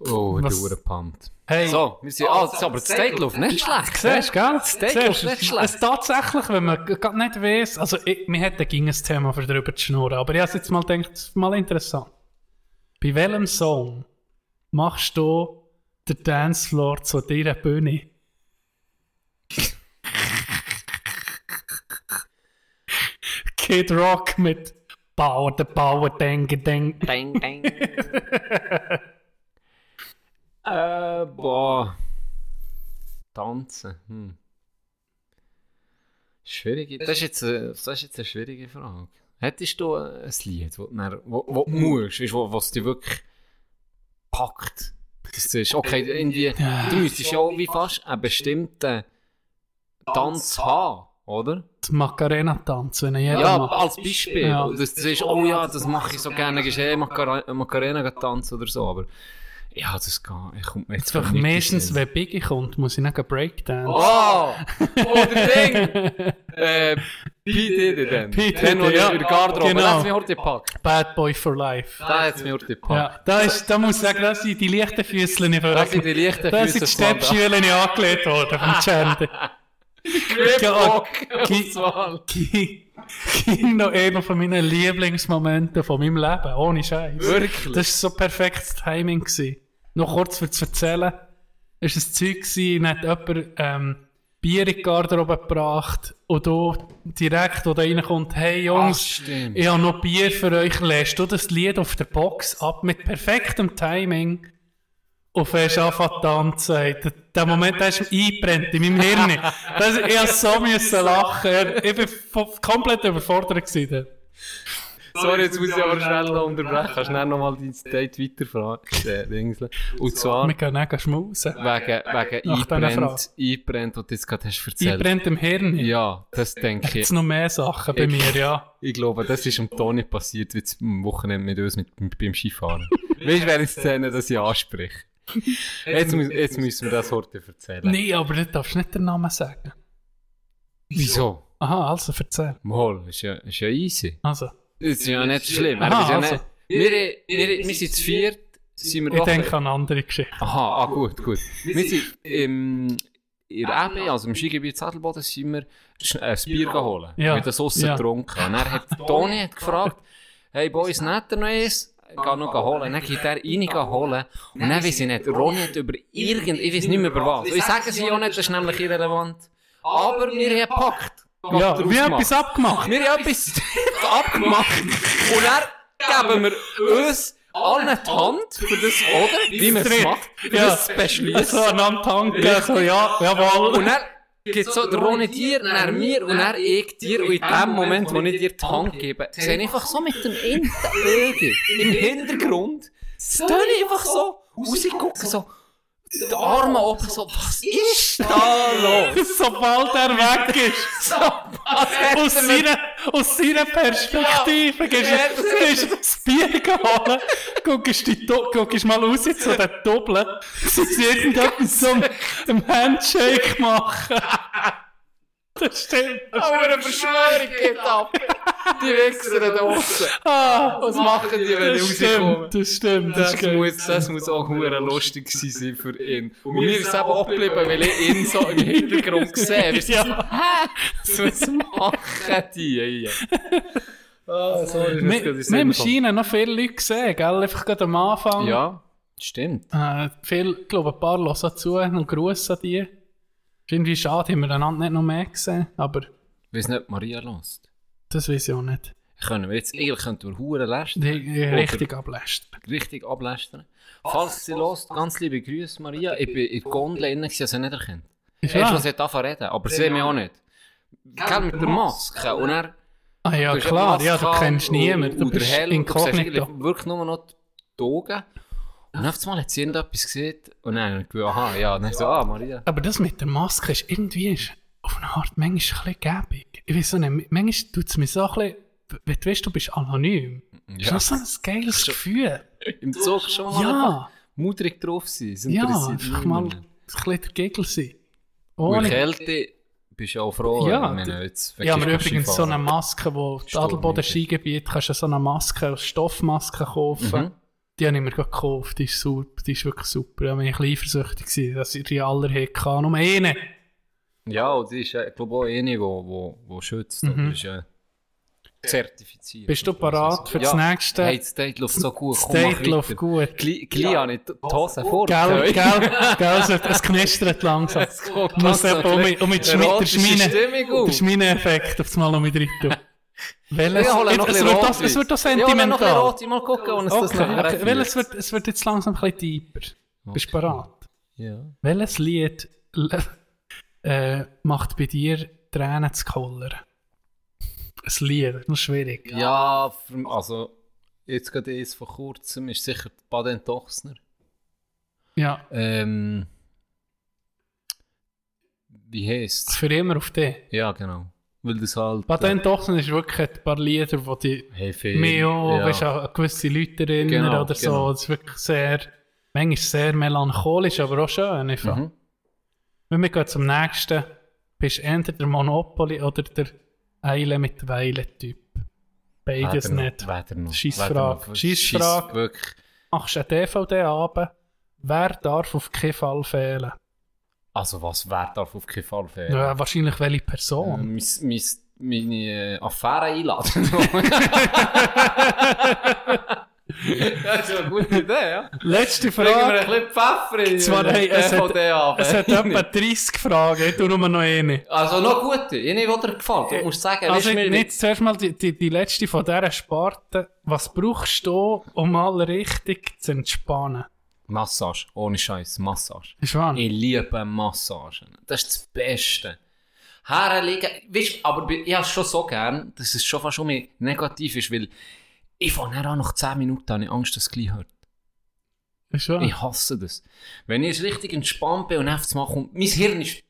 Oh, Was- der Pant. Hey, So, wir sind. Ah, so, aber das Steakloaf, nicht schlecht. ne? siehst du, gell? Steak ist nicht schlecht. Es tatsächlich, wenn man gerade nicht weiss, also ich, wir hätten gegen ein Thema für drüber zu schnurren, aber ich habe jetzt mal gedacht, das ist mal interessant. Bei welchem Song machst du den Dancefloor zu deiner Bühne? [LAUGHS] Kid Rock mit Bauer, der Bauer, Denke, Denke. Bang, bang. [LAUGHS] äh, boah. Tanzen. Hm. Schwierige. Das ist, jetzt eine, das ist jetzt eine schwierige Frage. Hättest du äh, ein Lied, wo du dann- wo, wo du musst, weißt, wo, was dich wirklich packt? Das ist okay, irgendwie, du müsstest ja auch wie fast einen bestimmten Tanz haben, oder? Die Macarena-Tanz, wenn jeder Ja, macht. als Beispiel. Ja. Und Das, das ist, oh ja, das mache ich so gerne, gehst eh Macara- Macarena gehen tanzen oder so, aber ja, das geht, ich komme mir jetzt Einfach nicht meistens, in wenn Biggie kommt, muss ich nicht Breakdance. Oh! Oder [LAUGHS] Ding! äh, P. Diddy dann. P. Den, wo Diddy, ich ja. in der Garderobe, Genau. genau. hat's mich heute gepackt. Bad Boy for Life. Da hat's mich heute gepackt. Ja, da, ist, da muss ich sagen, da sind die leichten Füßchen nicht Da sind die leichten Da Füsse sind vom die Land. Steppschüler nicht angelegt worden Ah. vom Gender. [LAUGHS] Grip-Walk! Ki- Auswahl. Ki- Kino, einer von meinen Lieblingsmomenten von meinem Leben, ohne Scheiß. Wirklich? Das war so perfektes Timing. Gewesen. Noch kurz für zu erzählen. Es war ein Zeug, gewesen, dann hat jemand ähm, Bier in die Garderobe gebracht und du direkt, wo da reinkommt, hey Ach, Jungs, stimmt. ich habe noch Bier für euch, lässt du das Lied auf der Box ab mit perfektem Timing und fährst an zu tanzen. ey. Der- Der Moment der ist mir eingebrennt in meinem Hirn. Das, ich musste so müssen lachen. Ich war f- komplett überfordert. Gewesen. dort. Sorry, jetzt muss ich aber schnell noch unterbrechen. Kannst du dann nochmal dein Date weiterfragen? äh, Dingsle? Und zwar... Wir gehen dann schmusen. Wegen, wegen Nach dieser einbrennt, Frage. einbrennt, was du jetzt gerade hast erzählt. Eingebrennt im Hirn. Ja, das denke [LAUGHS] Jetzt ich. noch mehr Sachen bei Ich- mir, ja. Ich glaube, das ist am Toni passiert, wie es am Wochenende mit uns mit, mit, beim Skifahren. weißt du, welche Szene das ich anspreche? Jetzt, mu- jetzt müssen wir das heute erzählen. Nein, aber du darfst nicht den Namen sagen. Wieso? Aha, also erzähl. Mal, ist ja, ist ja easy. Also, Das ist ja nicht schlimm. Aha, Er ist ja also. nicht, wir, wir, wir sind zu viert, sind wir ich doch... denke an andere Geschichten. Aha, ah, gut, gut. Wir sind im, in der EB, also im Skigebiet Sattelboden, sind wir schn- äh, ein Bier geholt. Ja. Ja. Mit das Aussen Ja. getrunken. Und er hat, Toni hat gefragt, hey Boys, nett ihr noch eins? Ich gehe noch holen. Dann geht er rein gehen holen. Und dann weiss ich nicht, Ronny hat über irgend, ich weiss nicht mehr über was. Ich sage es ja auch nicht, das ist nämlich irrelevant. Aber wir haben gepackt. Ja, Gott, wir haben rausgemacht. etwas abgemacht. Wir haben [LAUGHS] etwas abgemacht. Und dann geben wir uns allen die dus Hand für das, oder? Wie man es Dritt. macht, für Ja. das zu beschliessen. So, an einem Tank, so, ja, jawohl. Und dann Gibt so, der Ronny dir, nach mir und nach ich dir. Und in dem Moment, wo ich dir die Hand gebe, sehe ich einfach so mit dem Entenauge im Hintergrund, stehe ich einfach so rausgucke, so die Arme oben, so, was ist da los? Sobald er weg ist, So, aus was seiner, aus seiner Perspektive, gehst du gehst du das Bier holen, guckst, die, Do- guckst mal raus zu den Doppeln, sie sind irgendetwas so im Handshake machen. Das stimmt. Aber eine Verschwörung geht ab. Die Wichser da draußen. Ah, Was machen die, wenn das ich rauskomme? stimmt, das stimmt, das Das stimmt. muss, das muss auch hure lustig gewesen sein für ihn. Und mir ist eben auch geblieben, weil ich ihn so im Hintergrund sehe. Dus Weißt du, Ja. so, was machen [LAUGHS] die hier? Ah, sorry, Wir, wir haben China noch viele Leute gesehen, gell? Einfach gerade am Anfang. Ja, stimmt. Äh, viel, ich glaube, ein paar hören zu und Grüße an die. Ist irgendwie schade, haben wir einander nicht noch mehr gesehen, aber Weiss nicht, ob Maria lässt. das weiß ich auch nicht. Können wir jetzt, eigentlich könnten wir Huren lästern. Die, die richtig ablästern. Richtig ablästern. Falls sie lässt, ganz liebe Grüße, Maria. Ich bin in der Gondel innen, sie hat sie nicht erkannt. Erst Ja. als sie hat angefangen zu reden, aber sie hat mich auch nicht. Gell, mit der Maske. Und er... Ah ja, Du hast klar, eine ja, du Maske kennst und- niemanden. Du und der bist Helm, du siehst inkognito. eigentlich wirklich nur noch die Augen. Und auf einmal hat sie irgendetwas gesehen und dann ich gedacht, aha, ja, dann so, ah, Maria. Aber das mit der Maske ist irgendwie ist auf eine Art manchmal ein bisschen gäbig. Ich weiß auch nicht, manchmal tut es mir so ein bisschen, wenn du weißt, du bist anonym. Ja. Das ist noch so ein geiles Gefühl. Im Zug schon mal einfach Ja, mutig drauf sein. Es ja, interessiert einfach mal ein niemanden. bisschen der Gegel sein. Und in Ohne Kälte bist du auch froh, Ja, wenn man d- jetzt Ja, aber wirklich übrigens so Skifahren. eine Maske, wo das Sturm- Adelboden Skigebiet kannst du so eine Maske, eine Stoffmaske kaufen. Mhm. Die habe ich mir gerade gekauft, die ist super, die ist wirklich super. Da war ich ein bisschen eifersüchtig, gewesen, dass ich die alle hatte. Nur eine. Ja, und sie ist, äh, ich glaube auch eine, die wo, wo schützt. Mhm. Mhm. Ist, äh, zertifiziert. Bist du parat für das ja. nächste? Hey, die State läuft so gut. komm, mach State läuft weiter. gut. Gli- Gli habe ich die Hose vor. [LAUGHS] Gell, gell, gell, so- es knistert langsam. Muss eben um, mit- um mit Schmi- der Schmine, der Schmine-Effekt auf das Mal um mich rein tun. Welches, Ich hole noch es, ein wird bisschen das, es wird auch Ja, und dann noch ein sentimental. rote, mal gucken, und es das Okay, nachher okay. Weil es erfährt. wird, es wird jetzt langsam ein bisschen tiefer. Bist du Okay. bereit? Ja. Welches Lied l- äh, macht bei dir Tränen zu kollern? Ein Lied, das ist noch schwierig. Ja, für- also, jetzt gerade eins von kurzem ist sicher die Baden-Tochsner. Ja, Ähm, wie heisst für immer auf dich. Ja, genau. Weil das halt... Patent Ochsen ist wirklich ein paar Lieder, die die Hey, Fee. mich auch Äh, ja. weißt, an gewisse Leute erinnern Genau, oder so. genau. Das ist wirklich sehr, manchmal sehr melancholisch, aber auch schön. Einfach. Mhm. Wenn wir gehen zum nächsten, bist entweder der Monopoly oder der Eile mit Weile-Typ. Ah, Beides Weder noch, nicht. weder noch, Scheissfrage. weder noch. Scheissfrage. Scheiss, Wirklich. Machst du einen DVD-Abend? Wer darf auf keinen Fall fehlen? Also was, wer darf auf keinen Fall fehlen? Ja. wahrscheinlich welche Person. Mein, mein, meine äh, Affäre [LAUGHS] einladen. das ist eine gute Idee, ja. Letzte Bringen wir Frage. ein bisschen Pfeffer in Zwar, hey, den es hat- DVD ab. Es hat etwa 30 Fragen, ich tue nur noch eine. Also noch gute, ich nehme dir gefallen. Du musst sagen, Also, weisst du, nicht, mir nicht zuerst mal die, die, die letzte von dieser Sparte. Was brauchst du, um mal richtig zu entspannen? Massage, ohne Scheiß, Massage. Ist wahr? Ich liebe Massagen. Das ist das Beste. Herlegen, weißt du, aber bei- ich habe es schon so gern, dass es schon fast schon mehr negativ ist, weil ich fange dann an, nach 10 Minuten habe ich Angst, dass es gleich hört. Ist wahr? Ich hasse das. Wenn ich jetzt richtig entspannt bin und einfach mal kommt, mein Hirn ist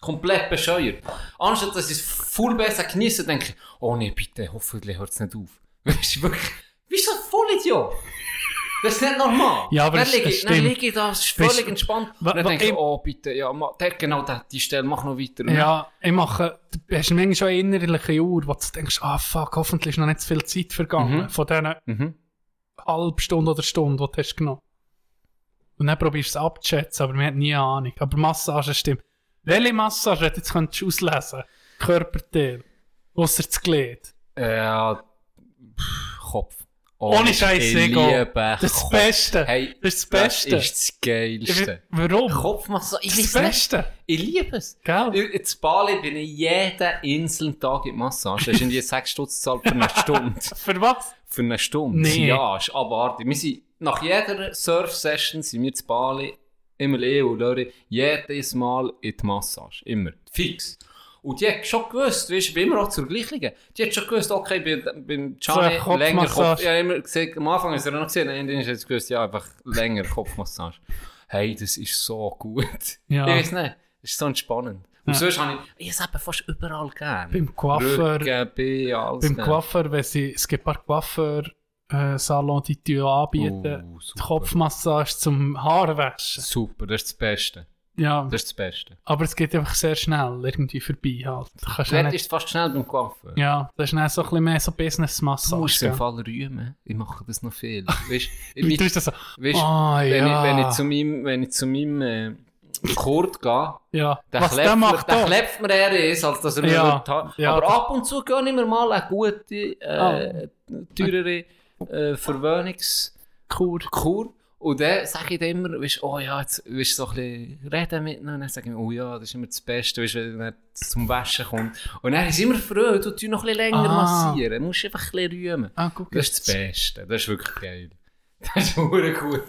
komplett bescheuert. Anstatt dass ich es voll besser genieße, denke ich, oh nee, bitte, hoffentlich hört es nicht auf. [LAUGHS] Weißt du, wirklich, wieso voll Idiot? Das ist nicht normal. Ja, aber dann das- liege das ich, dann stimmt. liege ich da, es ist Weißt- völlig entspannt. wa- Und dann wa- denke ich, ich- oh bitte, ja, ma, der, genau der, die Stelle, mach noch weiter. Und Ja, ich mache, du hast manchmal schon eine innerliche Uhr, wo du denkst, ah fuck, hoffentlich ist noch nicht zu viel Zeit vergangen Mhm. von diesen dann- Mhm. halbe Stunde oder Stunde, die du hast genommen Und dann probierst du es abzuschätzen, aber man hat nie eine Ahnung. Aber Massage stimmt. Welche Massage hätte jetzt könntest du auslesen? Körperteil. Ausser das Glied. Ja, pff, Kopf. Oh, Ohne Scheiß, ich Ego. liebe Das ist das Kopf. Beste. Hey, das ist das Das Beste. ist das Ich Geilste. we- Warum? Kopfmassage, das ich ist weiß das nicht. Beste. Ich liebe es. Gell? In in Bali bin ich jeden einzelnen Tag in die Massage. Das ist irgendwie 6 Stutz zahlt für eine Stunde. Für was? Für eine Stunde? Nee. Ja, ist abartig. Wir sind, nach jeder Surf-Session sind wir in Bali Immer ich und Lori. Jedes Mal in die Massage. Immer. Fix. Und die hat schon gewusst, weißt, ich bin immer auch zur gleichen. Die hat schon gewusst, okay, beim, beim So eine Gianni länger Kopf. Kopfmassage. Ja, immer gesagt, am Anfang ist er noch gesehen, dann ist jetzt gewusst, ja, einfach länger Kopfmassage. Hey, das ist so gut. Ja. Ich weiß nicht, das ist so entspannend. Und Ja. sonst habe ich, ich habe es eben fast überall gegeben. Beim Coiffeur. Rücken, Bein, alles. Beim gegeben. Coiffeur, wenn sie, es gibt ein paar Coiffeur-Salon, die die anbieten, Oh, die super. Kopfmassage zum Haarwaschen. Super, das ist das Beste. Ja, Das ist das Beste. aber es geht einfach sehr schnell irgendwie vorbei halt. Du kannst ja Dort nicht, ist es fast schnell beim Coiffeur. ja, das ist dann so ein bisschen mehr Du musst es so im Business-Massage. Fall rühmen. Ich mache das noch viel. Weißt, ich, Du mit, tust das so, weißt, ah wenn, ja, ich, wenn ich zu meinem, wenn ich zu meinem äh, Kurt gehe, ja. dann was klebt, der mir- macht dann da. klebt mir er eins, als dass er Ja, mir hat. ja, Aber das- ab und zu gönne ich mir mal eine gute, äh, teurere äh, Verwöhnungs- Kur. Kur. Und dann sage ich dann immer, weißt, oh ja, jetzt willst du so ein bisschen reden mit ihnen. Und dann sage ich, oh ja, das ist immer das Beste, weißt, wenn er zum Waschen kommt. Und dann ist immer froh, du tust noch ein bisschen länger Ah. massieren. Du musst einfach ein bisschen rühmen. Ah, guck Das ist das Beste. Das ist wirklich geil. [LAUGHS] Das ist hure gut.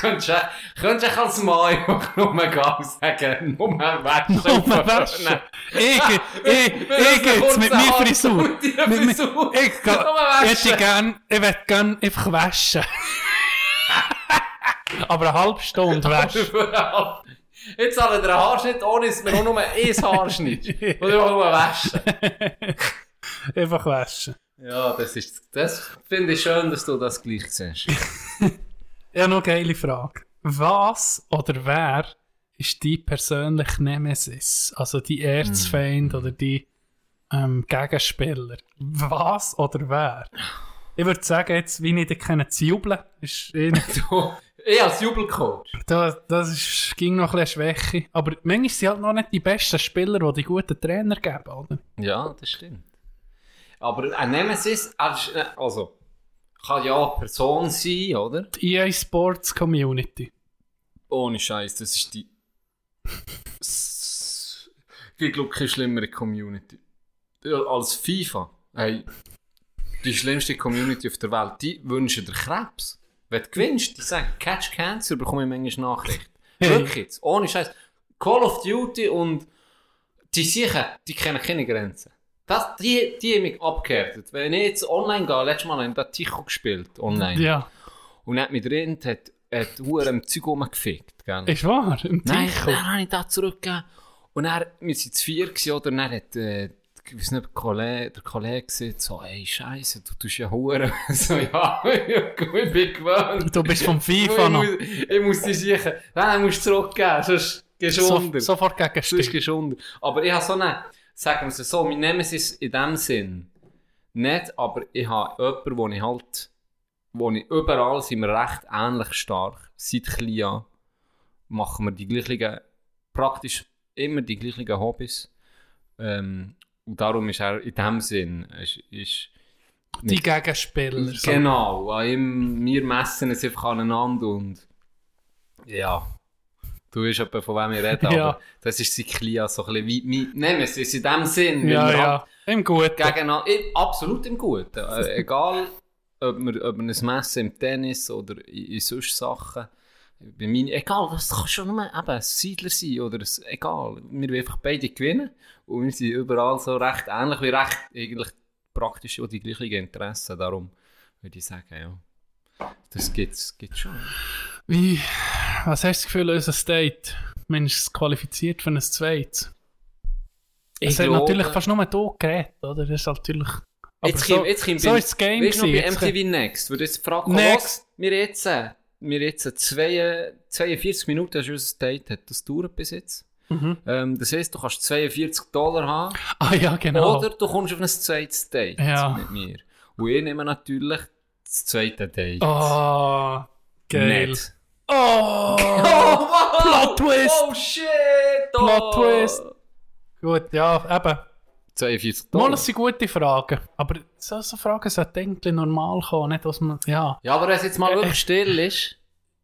Könntest du könntest du als Mann einfach nur gehen und sagen, [LAUGHS] nur waschen. Nur waschen. Ich, [LAUGHS] ich, ich geht's mit meiner Frisur. Mit meiner Mit mir- Frisur. [LAUGHS] Ich Nur waschen. hätte gern, ich würde gern einfach waschen. [LAUGHS] Aber eine halbe Stunde waschen. [LAUGHS] Überall. Jetzt hat er einen Haarschnitt, ohne dass man auch nur ein Haar schneidet. Oder auch nur waschen. einfach waschen. Ja, das ist, das finde ich schön, dass du das gleich siehst. Ja, noch eine geile Frage. Was oder wer ist die persönliche Nemesis? Also die Erzfeind oder die ähm, Gegenspieler? Was oder wer? Ich würde sagen, jetzt, wie ich dich kenne, zu jubeln, ist eh nicht- Du, ich als Jubelcoach. das, das ist, ging noch ein bisschen eine Schwäche. Aber manchmal sind halt noch nicht die besten Spieler, die die guten Trainer geben, oder? Ja, das stimmt. Aber ein Nemesis, er ist, äh, also, kann ja eine Person sein, oder? Die EA E Sports Community. Ohne Scheiß, das ist die. Es gibt, glaube ich, keine schlimmere Community. Ja, Als FIFA. Hey, die schlimmste Community auf der Welt. Die wünschen dir Krebs. Wenn du gewinnst, die sagen Catch Cancer, bekomme ich manchmal Nachrichten. [LAUGHS] Hey. Wirklich jetzt, ohne Scheiß. Call of Duty und die sicher, die kennen keine Grenzen. Das, die, die haben mich abgehärtet. Wenn ich jetzt online gehe, letztes Mal habe ich da Tico gespielt, online. Ja, Und hat mich drin, hat, hat Huren im Zeug rumgefickt, gell? ist wahr. Im Nein, Tico. dann habe ich da zurückgegeben. Und dann, wir waren zu vier, gewesen, oder? Dann hat, äh, ich weiß nicht, der Kollege, der Kollege gesagt, so, ey, Scheiße, dus du tust ja Huren. [LAUGHS] so, ja, ich bin gewöhnt. Du bist vom FIFA ich, noch. muss, ich muss dich sicher, nein, du musst zurückgeben, sonst gehst du So, unter. sofort sonst Gegenspieler. gehst du unter. Aber ich habe so eine, sagen wir es so, mein Nemesis in dem Sinn, nicht, aber ich habe jemanden, wo ich halt, wo ich überall sind wir recht ähnlich stark. Seit klein Jahren machen wir die gleichen, praktisch immer die gleichen Hobbys. Ähm, und darum ist er in dem Sinn, ist, ist Die Gegenspieler. so. Genau, an ihm, wir messen es einfach aneinander und ja, du weißt etwa, von wem ich rede, [LAUGHS] Ja. aber das ist sein Klia so ein bisschen weit, mein Nemesis in dem Sinn, weil Ja, wir ja. Im Guten. halt gegeneinander, eh, absolut im Guten, äh, egal ob wir, ob wir es messen im Tennis oder in, in sonst Sachen, bei meinen, egal, das kann schon nur eben ein Siedler sein oder ein, egal, wir wollen einfach beide gewinnen und wir sind überall so recht ähnlich, wie recht eigentlich praktisch auch die gleichen Interessen, darum würde ich sagen, ja. Das gibt's, gibt's schon. Wie, was hast du das Gefühl, unser State? Mensch, es qualifiziert für ein zweites. es hat natürlich fast nur du geredet, oder? Das ist natürlich. Aber jetzt so, kommt, jetzt kommt so bei- ist das Game Weißt du noch, gewesen, bei MTV Next, würde jetzt fragen, Next. Next. wir jetzt, äh, wir jetzt äh, zwei, äh, 42 Minuten hast du unser Date, hat das dauert bis jetzt. Mhm. Ähm, das heisst, du kannst 42 Dollar haben. Ah ja, genau. Oder du kommst auf ein zweites Date Ja. mit mir. Und ich nehme natürlich das zweite Date. Ah, geil. Nicht. [LAUGHS] Oh! Plot Twist! Oh shit! Oh. Plot Twist. Gut, ja, eben. 42 Mal, Dollar. das sind gute Fragen. Aber so, so Fragen sollten eigentlich normal kommen, nicht, dass man. Ja, Ja, aber wenn es jetzt Äh, mal wirklich still ist,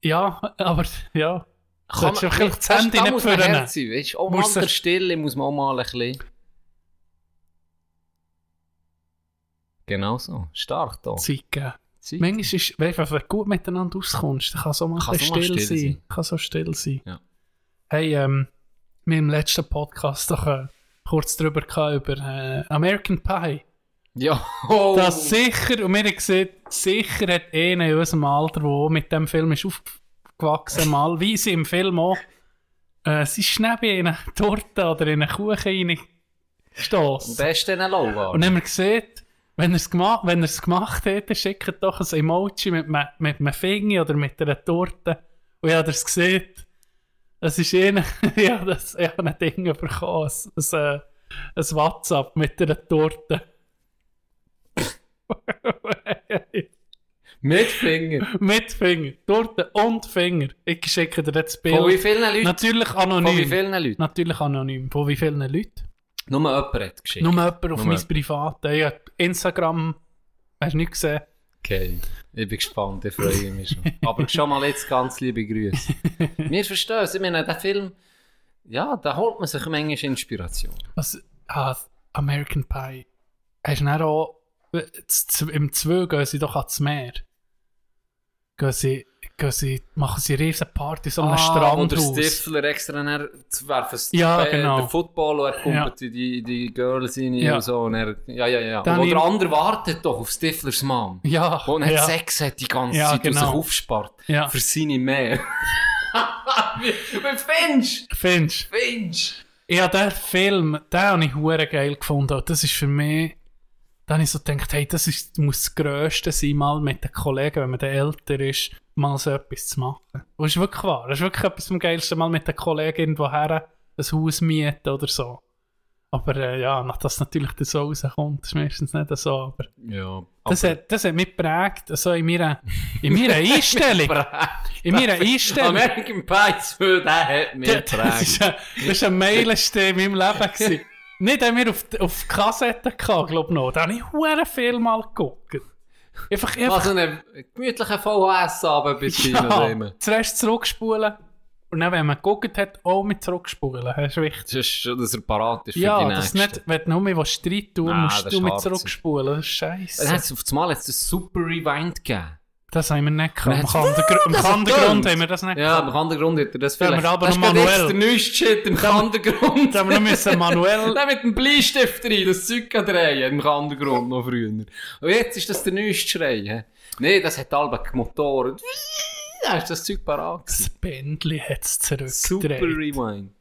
ja, aber ja. Solltest du vielleicht das Handy da nicht muss man führen. hart sein, weißt du? Auch mal Muss der sich- Stille muss man auch mal ein bisschen... Genau so. Stark da. Zeit geben. Zeit. äh. Manchmal ist, weißt du, wenn du gut miteinander auskommst, dann kann es auch mal, Kann ein es auch bisschen mal still, still sein. sein. Kann so still sein. Ja. Hey, ähm, wir haben im letzten Podcast doch äh, kurz drüber gehabt, über äh, American Pie. Ja. [LAUGHS] Oh. Das sicher, und wir haben gesehen, sicher hat einer in unserem Alter, der auch mit dem Film ist aufgewachsen, mal, wie sie im Film auch, äh, sie Schnäbe in eine Torte oder in einen Kuchen Am reingestossen. besten ein Lowbar. Und dann haben wir gesehen, wenn er es gemacht, wenn er's gemacht hätte, schickt doch ein Emoji mit, einem- mit einem Finger oder mit einer Torte. Und ich habe das gesehen. Es ist einer, [LAUGHS] ich habe das- ich habe ein Ding bekommen, ein, ein, äh, ein WhatsApp mit einer Torte. [LAUGHS] Mit [LAUGHS] Finger. Mit Finger, Torte und Finger. Ich schicke dir jetzt das Von wie Bild. vielen Leuten? Natürlich Von wie anonym. vielen Leuten? Natürlich anonym. Von wie vielen Leuten? Nur jemand hat geschickt. Nur jemand auf Nur mein jemand. Privat. Ich habe Instagram, hast du nicht gesehen? Okay. Ich bin gespannt, ich freue mich schon. [LAUGHS] Aber schon mal jetzt ganz liebe Grüße. Wir verstehen es. Ich meine, der Film, ja, da holt man sich manchmal Inspiration. Was, ah, American Pie. Hast du dann auch, äh, z- z- im 2 gehen sie doch ans Meer. Gehen sie, gehen sie, machen sie riesen Partys Ah, an einem Oder Strandhaus. Stifler extra nachher zu werfen. Das Ja, Bä- genau. Der Football, und er kommt Ja. in die, die Girls rein Ja. und so. Und er, ja, ja, ja. Dann Oder im- der andere wartet doch auf Stiflers Mom. Ja, Wo er ja. Sex hat die ganze Ja, Zeit und genau. sich aufspart. Ja. Für seine Mehr. [LAUGHS] Wie wie findest Findest du? Findest Ja, der Film, den habe ich hure geil gefunden. Und Das ist für mich, dann habe ich so gedacht, hey, das ist, muss das Größte sein, mal mit den Kollegen, wenn man dann älter ist, mal so etwas zu machen. Und das ist wirklich wahr. Das ist wirklich etwas vom Geilsten, mal mit den Kollegen irgendwo her ein Haus mieten oder so. Aber äh, ja, nach das natürlich dann so rauskommt, ist meistens nicht so. Aber du? Ja. das, hat, das hat mich geprägt, so in meiner, in meiner Einstellung. in meiner Einstellung. American Pie 2, der hat mich [LAUGHS] Das ist geprägt. ein- das war ein Meilenstein in meinem Leben. gewesen. Nicht, dass wir auf, auf Kassetten gehabt, glaube ich noch. Da habe ich huere viel mal geguckt. Einfach, einfach Also einen gemütlichen VHS-Abend bei China ja, nehmen. zuerst zurückspulen und dann, wenn man geguckt hat, auch mit zurückspulen. Das ist wichtig. Das ist schon, dass er parat ist für die ja, das Nächste. nicht, wenn du nur mehr Streit tun Nein, musst, das du ist mit hart. zurückspulen. Das ist Dann scheiße. hat's auf das Mal jetzt einen super Rewind gegeben. Das haben wir nicht Dann gehabt. Im hat's- Kandergr- Im Das hat Kandergrund getönt. haben wir das nicht Ja, im gehabt. Kandergrund hat er das Da haben vielleicht. wir aber das noch ist gerade manuell. jetzt der neueste Shit im Kandergrund. Da haben wir [LAUGHS] noch müssen manuell. Dann mit dem Bleistift rein, das Zeug kann drehen, im Kandergrund noch früher. Und jetzt ist das der neueste Schrei. hä? Nee, das hat Albert Motoren. Da ist das Zeug parat gewesen. Das Bändchen hat es Super zurückgedreht. Rewind.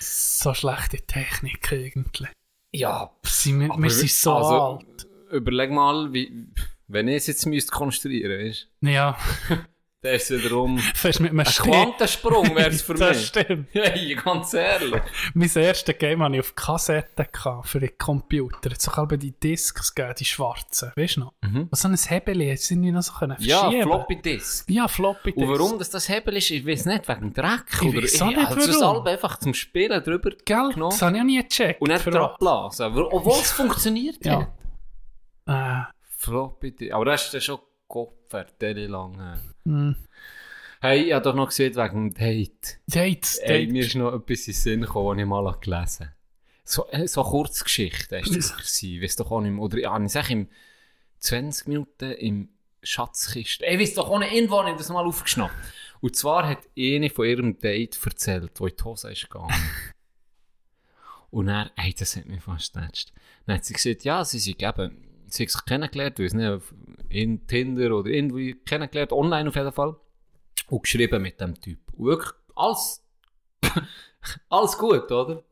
So schlechte Technik irgendwie. Ja, Sind wir, Aber wir sind so also- alt. überleg mal, wie, wenn ich es jetzt müsste konstruieren müsste, Ja, [LAUGHS] dann ist es [LAUGHS] wiederum ein fast mit einem Strich. Quantensprung wäre es für [LAUGHS] [LAUGHS] Das mich. stimmt. Hey, ganz ehrlich. Mein erstes Game hatte ich auf Kassetten gehabt, für den Computer. Es hat eben die Discs gegeben, die schwarzen. Weißt du noch? Mhm. Was so ein Hebeli, das sind wir noch so können Ja, verschieben. Floppy Disk. Ja, Floppy Und Discs. warum das, das Hebel ist, ich weiß nicht, wegen Dreck. Ich weiss auch nicht, also das warum. Album einfach zum Spielen drüber Gell? genommen Das habe ich auch nie gecheckt. und nicht Für- dran blasen. Obwohl es funktioniert Ja. hat. Äh, Floppy Disk. Aber das ist ja schon geopfert, der lange. mh. Hey, ich habe doch noch gesehen, wegen dem Date. Dates, Ey, mir Dates. ist noch etwas in den Sinn gekommen, das ich mal gelesen habe. So, äh, so Kurzgeschichte ist das gewesen. Ich weiss doch auch nicht mehr. Oder ja, ich sage im 20 Minuten im Schatzkiste. Ich weiss doch auch nicht, irgendwo habe ich das mal aufgeschnappt. Und zwar hat eine von ihrem Date erzählt, wo in die Hose ist gegangen. Und er, ey, das hat mich fast getätscht. Dann hat sie gesagt, ja, sie sind eben, sie haben sich kennengelernt, weiß nicht, auf- in Tinder oder irgendwie kennengelernt, online auf jeden Fall. Und geschrieben mit dem Typ. Und wirklich alles [LAUGHS] alles gut, oder?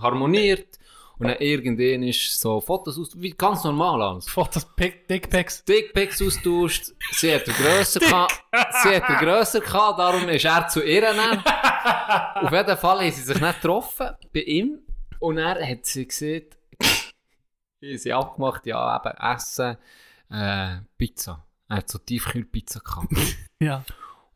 Harmoniert. Und dann irgendwann ist so Fotos aus, wie ganz normal alles. Fotos, Pic- Dickpics. Dickpics austauscht, sie hat den grösser gehabt, sie hat den grösser gehabt, darum ist er zu ihr dann. Auf jeden Fall haben sie sich nicht getroffen, bei ihm. Und er hat sie gesehen, [LAUGHS] haben sie abgemacht, ja eben, Essen, äh, Pizza. Er hat so Tiefkühlpizza gehabt. Ja.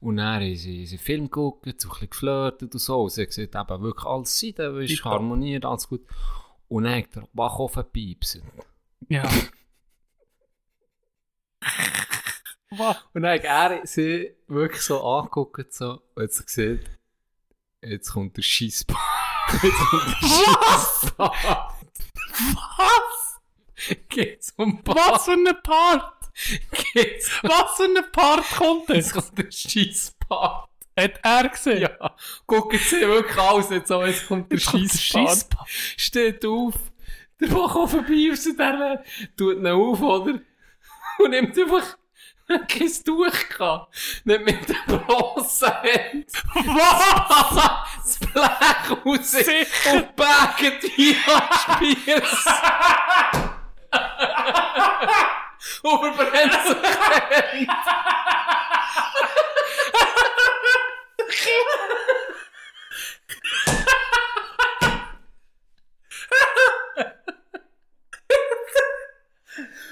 Und dann haben sie haben sie Film geguckt, so ein bisschen geflirtet und so. Und sie hat gesagt, eben wirklich alles sein, da ist Tipptopp. harmoniert, alles gut. Und dann hat er Backofen piepsen. [LAUGHS] Ja. Und dann hat er sie wirklich so angeguckt so, und hat sie gesagt, jetzt kommt der Schissbart. Jetzt kommt der Schissbart. Was? Geht's um Bart? Was für eine Part! Geht's? Was für ein Part kommt Jetzt das? kommt der Scheisspart. Hat er gesehen? Ja, gucken Sie wirklich alles jetzt an, jetzt kommt der Jetzt kommt der Scheisspart. Steht auf, der Bach vorbei aus der tut ihn auf, oder? Und nimmt einfach kein Tuch gehabt. Nimmt mit der bloßen Hand Was? [LAUGHS] das Blech raus Sicher. und bägt die [LAUGHS] Spieß. und verbrennt sich die Hand.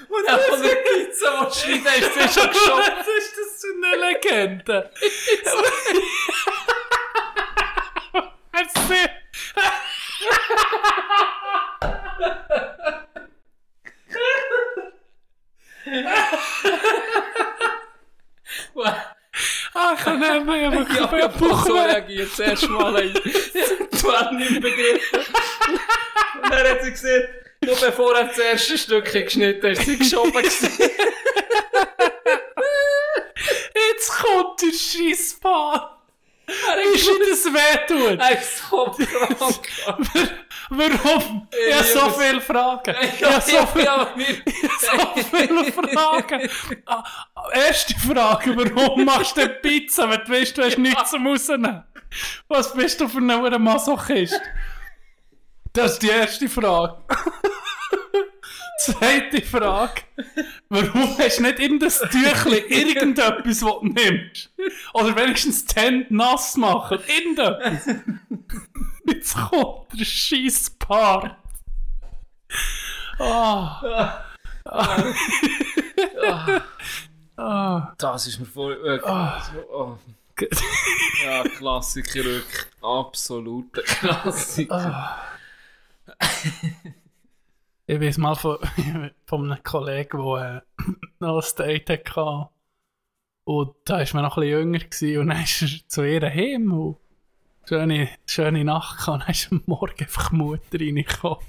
Und dann von der Pizza, die schreit, ist sie schon geschoben. Was ist das für eine Legende? Was ist das? Ah, ich kann nicht mehr, aber ich Ja, habe aber einen Buch so Bauchweh. reagiert das erste Mal ein. Du hast nicht begriffen. Und er hat sie gesehen, nur bevor er das erste Stückchen geschnitten hat, ist sie geschoben gewesen. Jetzt kommt der Scheissbahn. Ist ihm das wehtut? Er ist so [LAUGHS] krank. Warum? Ich habe so viele Fragen. Ich habe so viele aber wir- [LAUGHS] so viele Fragen. Ah, erste Frage, warum machst du denn Pizza, wenn du weißt, du hast nichts zum Rausnehmen? Was bist du für ein verdammter Masochist? Das ist die erste Frage. [LAUGHS] Zweite Frage. Warum hast du nicht irgendein Tüchli, irgendetwas, was du nimmst? Oder wenigstens die Hände nass machen, irgendetwas. Jetzt kommt der Scheisspart. Ah. Ah. Das ist mir voll... Äh, oh. Ja, Klassiker wirklich. Absoluter Klassiker. Ich weiß mal von, [LAUGHS] von einem Kollegen, der äh, [CLEARS THROAT] noch ein Date hatte. Und da war man noch ein bisschen jünger gewesen, und dann ist er zu ihr heim. und Schöne, schöne Nacht gehabt. und Dann ist am Morgen einfach die Mutter [LAUGHS] reingekommen.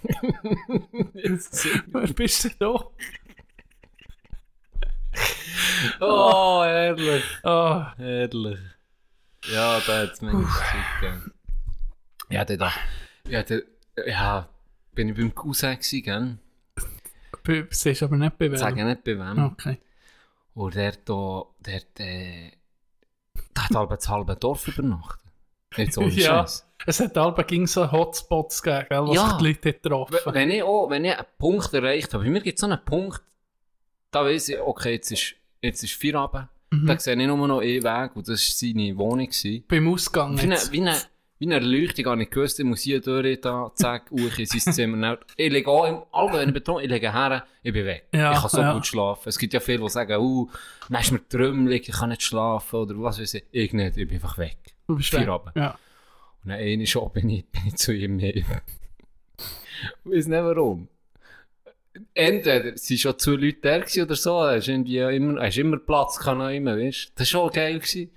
Wer bist du da? Oh, herrlich. Ah, Herrlich. Ja, da hat es mir nicht gegeben. Ja, der da. Ja, der. Ja, bin ich beim Cousin gewesen, gell? be- sie ist aber nicht Ich bewertet. sage nicht bei wem. Okay. Und der da, der, der, der hat halb das halbe Dorf übernachtet. Nicht so ein Ja. Scheiß. Es hat aber ging so Hotspots gegeben, gell, was Ja. die Leute dort getroffen Wenn ich auch, wenn ich einen Punkt erreicht habe, bei mir gibt es so einen Punkt, da weiß ich, okay, jetzt ist, jetzt ist Feierabend. Da sehe ich nur noch einen Weg und das war seine Wohnung. Gewesen. Mhm. Beim Ausgang Wie eine, jetzt. wie eine, wie eine Erleuchtung habe ich gewusst, ich muss hier durch, da, zack, uch in sein Zimmer. Dann, Ich lege an, im Alter, wenn ich betone, ich lege her, ich bin weg. Ja, ich kann so ja. gut schlafen. Es gibt ja viele, die sagen, uh, dann ist mir trümmelig, ich kann nicht schlafen oder was weiß ich. Ich nicht, ich bin einfach weg. Du bist weg. Feierabend. Ja. Und dann eine Show bin ich, bin ich zu ihm [LAUGHS] hin. Weiß nicht warum. Entweder es waren schon zwei Leute da gewesen oder so, hast irgendwie ja eh, immer, hast immer Platz kann auch immer, weißt du? Das war schon geil. Gewesen.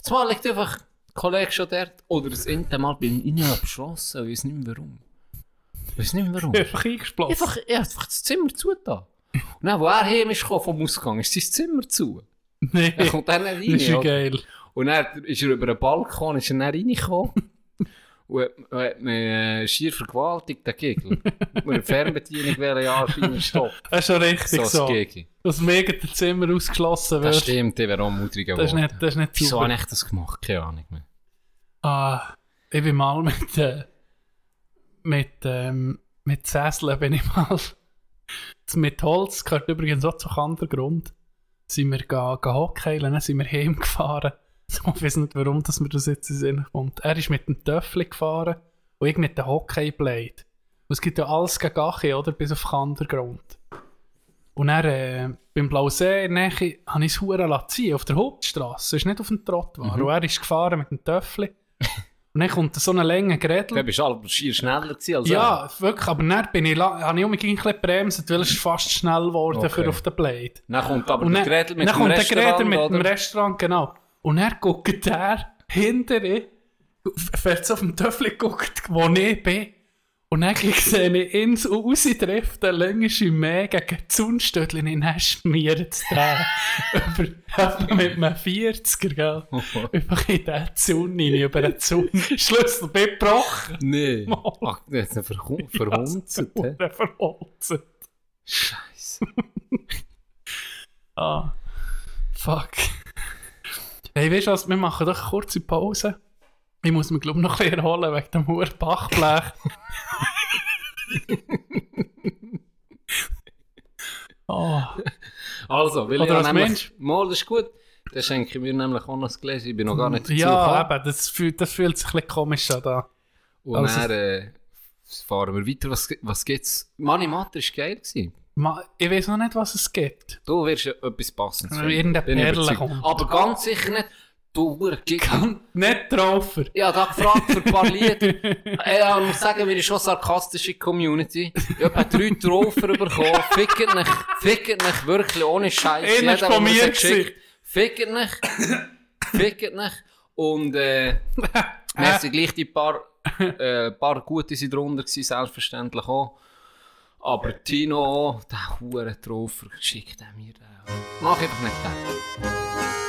Auf einmal liegt einfach ein Kollege schon dort oder das Ende Mal bin ich nicht abgeschlossen, ich weiß nicht mehr warum. Ich weiß nicht mehr warum. Einfach eingesplossen. Einfach, ich hab einfach das Zimmer Nou, zugetan. Und dann, wo er heim ist gekommen vom Ausgang, ist sein Zimmer zu. [LAUGHS] nee, Er das kommt dann rein. ist ja oder? geil. Und dann ist er über den Balkon ist er dann [LAUGHS] reingekommen und hat- und hat mich äh, schier vergewaltigt, der Gegel. Mit einer Fernbedienung wäre ja [LAUGHS] anscheinend stoppt. Das ist schon So richtig so. ein Gegel. Dass mir das Zimmer ausgeschlossen Das wird. stimmt, der wäre auch mutig Das ist geworden. nicht, das ist nicht Wieso super. habe ich das gemacht? Keine Ahnung mehr. Ah, ich bin mal mit, äh, mit, ähm, mit Sesseln bin ich mal [LAUGHS] mit Holz, gehört übrigens auch zum Kandergrund, sind wir ga, ga hockeilen, dann sind wir heimgefahren. [LAUGHS] Ich weiß nicht, warum dass mir das jetzt in den Sinn kommt. Er ist mit dem Töffel gefahren und ich mit dem Hockeyblade. Und es gibt ja alles gegen Ache, oder? Bis auf Kandergrund. Und dann, äh, beim Blausee, nachher, habe ich es Huren lassen ziehen, auf der Hauptstraße. Es ist nicht auf dem Trottoir. Und er ist gefahren mit dem Töffel. Und dann kommt so eine Länge Du Grädel. bist halt schier schneller gewesen als Ja, wirklich, aber dann bin ich, lang- habe ich unbedingt ein bisschen gebremst, weil es ist fast schnell geworden Okay. für auf den Blade. er. Dann kommt aber Und der dann, Gretel mit dem dann kommt der Restaurant, Gräder mit [LAUGHS] dem oder? Restaurant, genau. Und er guckt der hinter ihm, fährt so auf dem Töffel, guckt, wo ich bin. Und Und dann sehe ich ins und raus trifft der längste Meer gegen die Sonnenstödel und dann schmiert es den. [LAUGHS] Über- Etwa mit einem 40er, gell? Oh, Einfach in den Sonne, rein, über den Sonnenschlüssel gebrochen. Nee. Mal. Ach, das ist verhunzt. Verhunzt. Ja, [LAUGHS] hä? der verhunzt. Scheiße. [LAUGHS] Ah. Fuck. Hey, weißt du was? Wir machen doch eine kurze Pause. Ich muss mich, glaube ich, noch ein bisschen erholen wegen dem hohen Bachblech. [LAUGHS] oh. Also, weil Oder ich als nämlich... Mensch. Mal, das ist gut. Dann schenke ich mir nämlich auch noch ein Gläschen. Ich bin noch gar nicht dazu Ja, gekommen. eben, das fühlt, das fühlt sich ein bisschen komisch an. Da. Und Also- dann äh, fahren wir weiter. Was, was gibt's? Mani Matter war geil. Gewesen. Ma, ich weiß noch nicht, was es gibt. [LAUGHS] Du wirst ja etwas passendes Wenn finden. irgendeine Bin Perle überzeugt. kommt. Aber ganz sicher nicht. Du Urgig. Nicht drauf. Ich habe da gefragt für ein paar Lieder. Ey, ich muss sagen, wir sind schon eine sarkastische Community. Ich habe etwa drei Trofer bekommen. Fickt nicht, fickt nicht, wirklich ohne Scheiß. Einer ist von mir gewesen. Fickt nicht, fickt nicht. Und [LAUGHS] äh, wir sind gleich die paar, äh, paar gute sind drunter gewesen, selbstverständlich auch. Aber Tino, auch, der hure Trofer, schickt er mir den. Mach einfach nicht den.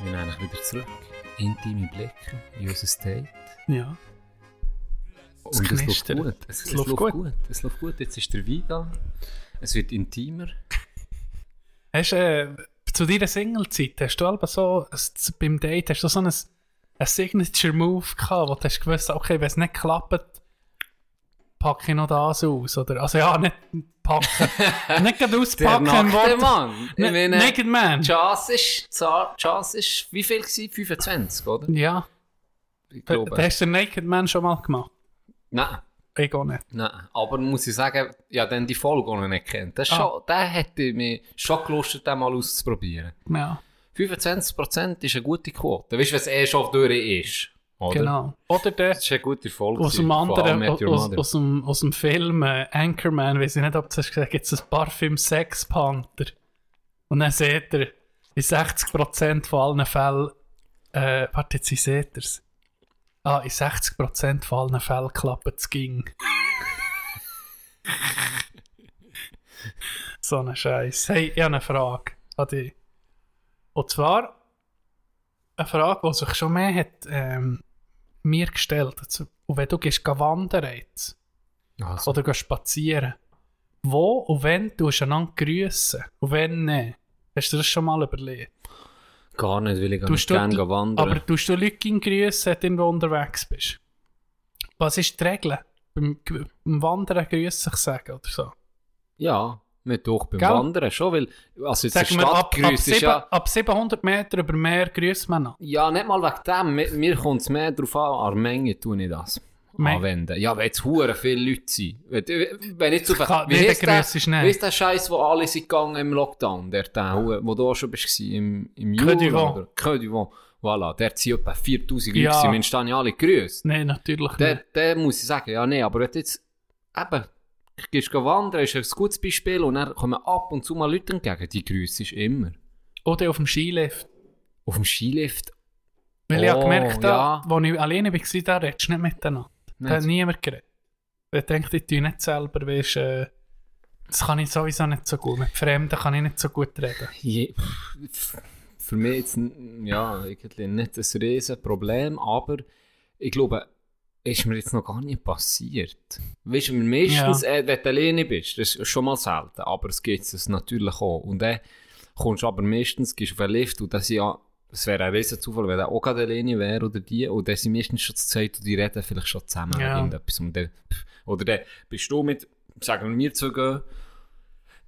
Wir nehmen dich wieder zurück. Intime Blicke in unser State. Ja. Es Und es läuft knistert. gut. Es, es, läuft gut. Es läuft gut. Jetzt ist der Wein da. Es wird intimer. Hast, äh, zu deiner Single-Zeit, hast du aber so, s- beim Date, hast du so einen ein Signature-Move gehabt, wo du hast gewusst, okay, wenn es nicht klappt, packe ich noch das aus, oder? Also ja, nicht [LAUGHS] packen. nicht gerade auspacken im nackte Wort. Ne- Mann. Ich Na- meine, Naked Man. Chance ist, Za- Chance ist, wie viel war 25, oder? Ja, Ich du du glaube. hast den Naked Man schon mal gemacht. Nein, Ich auch nicht. nein. Aber muss ich sagen, ja, dann die Folge auch noch nicht kennt. Das Ah. schon, der hätte mich schon gelustet, den mal auszuprobieren. Ja, 25% ist eine gute Quote. Weißt du, wenn es eh schon durch ist? Oder? genau. Oder der, Das ist eine gute Folge. aus dem gewesen, von anderen, How I Met aus, Your aus, Mother. aus, dem, aus dem Film äh, Anchorman, weiß ich nicht, ob du hast gesagt gibt es ein Parfüm Sex Panther. Und dann seht ihr, in 60% von allen Fällen, äh, warte, jetzt ich seht ihr es. Ah, in 60% von allen Fällen klappt es ging. [LAUGHS] so ein Scheiß. Hey, ich habe eine Frage an dich. Und zwar eine Frage, die sich schon mehr hat, ähm, mir gestellt hat. Und wenn du gehst geh wandern jetzt, Also, oder gehst spazieren, wo und wenn du einander grüßen und wenn nicht? Hast du das schon mal überlegt? gar nicht, weil ich gar Du nicht stö- gerne wandern. Aber tust du Leute grüßen, wenn du unterwegs bist? Was ist die Regel? Beim, beim Wandern grüß sich sagen oder so? Ja, nicht durch beim Gell? Wandern schon, weil also jetzt Sagen eine wir, Stadt ab, ab, grüßt ist sieben, ja, ab 700 Meter über Meer grüßt man an. ja nicht mal wegen dem, mir, mir kommt es mehr darauf an, an der Menge tue ich das. Me- Anwenden. Ja, Ah, wenn jetzt hure viele Leute sind. Wenn, wenn jetzt auf Kann- wie jeder heisst der, grüßt ist nicht. wie heisst der Scheiß, wo alle sind gegangen im Lockdown, der, der hu- wo du auch schon bist, im, im Creux Juli du Vent. oder? Creux du Vent. Voilà, der sind etwa 4000 Ja. Leute, gewesen. wir haben alle grüßt. Nein, natürlich Der, nicht. der muss ich sagen, ja, nee, aber wenn du jetzt eben, gehst du wandern, ist ein gutes Beispiel und dann kommen ab und zu mal Leute entgegen. Die Grüße ist immer. Oder auf dem Skilift. Auf dem Skilift. Weil ich Oh, habe gemerkt habe, ja. als ich alleine war, da redest du nicht miteinander. Da hat Nicht. niemand geredet. Ich denke, ich tue nicht selber, weißt, äh, das kann ich sowieso nicht so gut. Mit Fremden kann ich nicht so gut reden. Je, pff, für mich jetzt, n- ja, irgendwie nicht ein riesen Problem, aber ich glaube, ist mir jetzt noch gar nicht passiert. Weißt du, meistens, äh, wenn du alleine bist, das ist schon mal selten, aber es gibt es natürlich auch. Und dann kommst du aber meistens, gehst auf einen Lift und das ist ja, es wäre ein riesen Zufall, wenn der auch gerade alleine wäre oder die, und dann sind meistens schon zu zweit und die reden vielleicht schon zusammen Ja. irgendetwas. Und dann, pff, oder dann bist du mit, sagen wir, wir zwei gehen,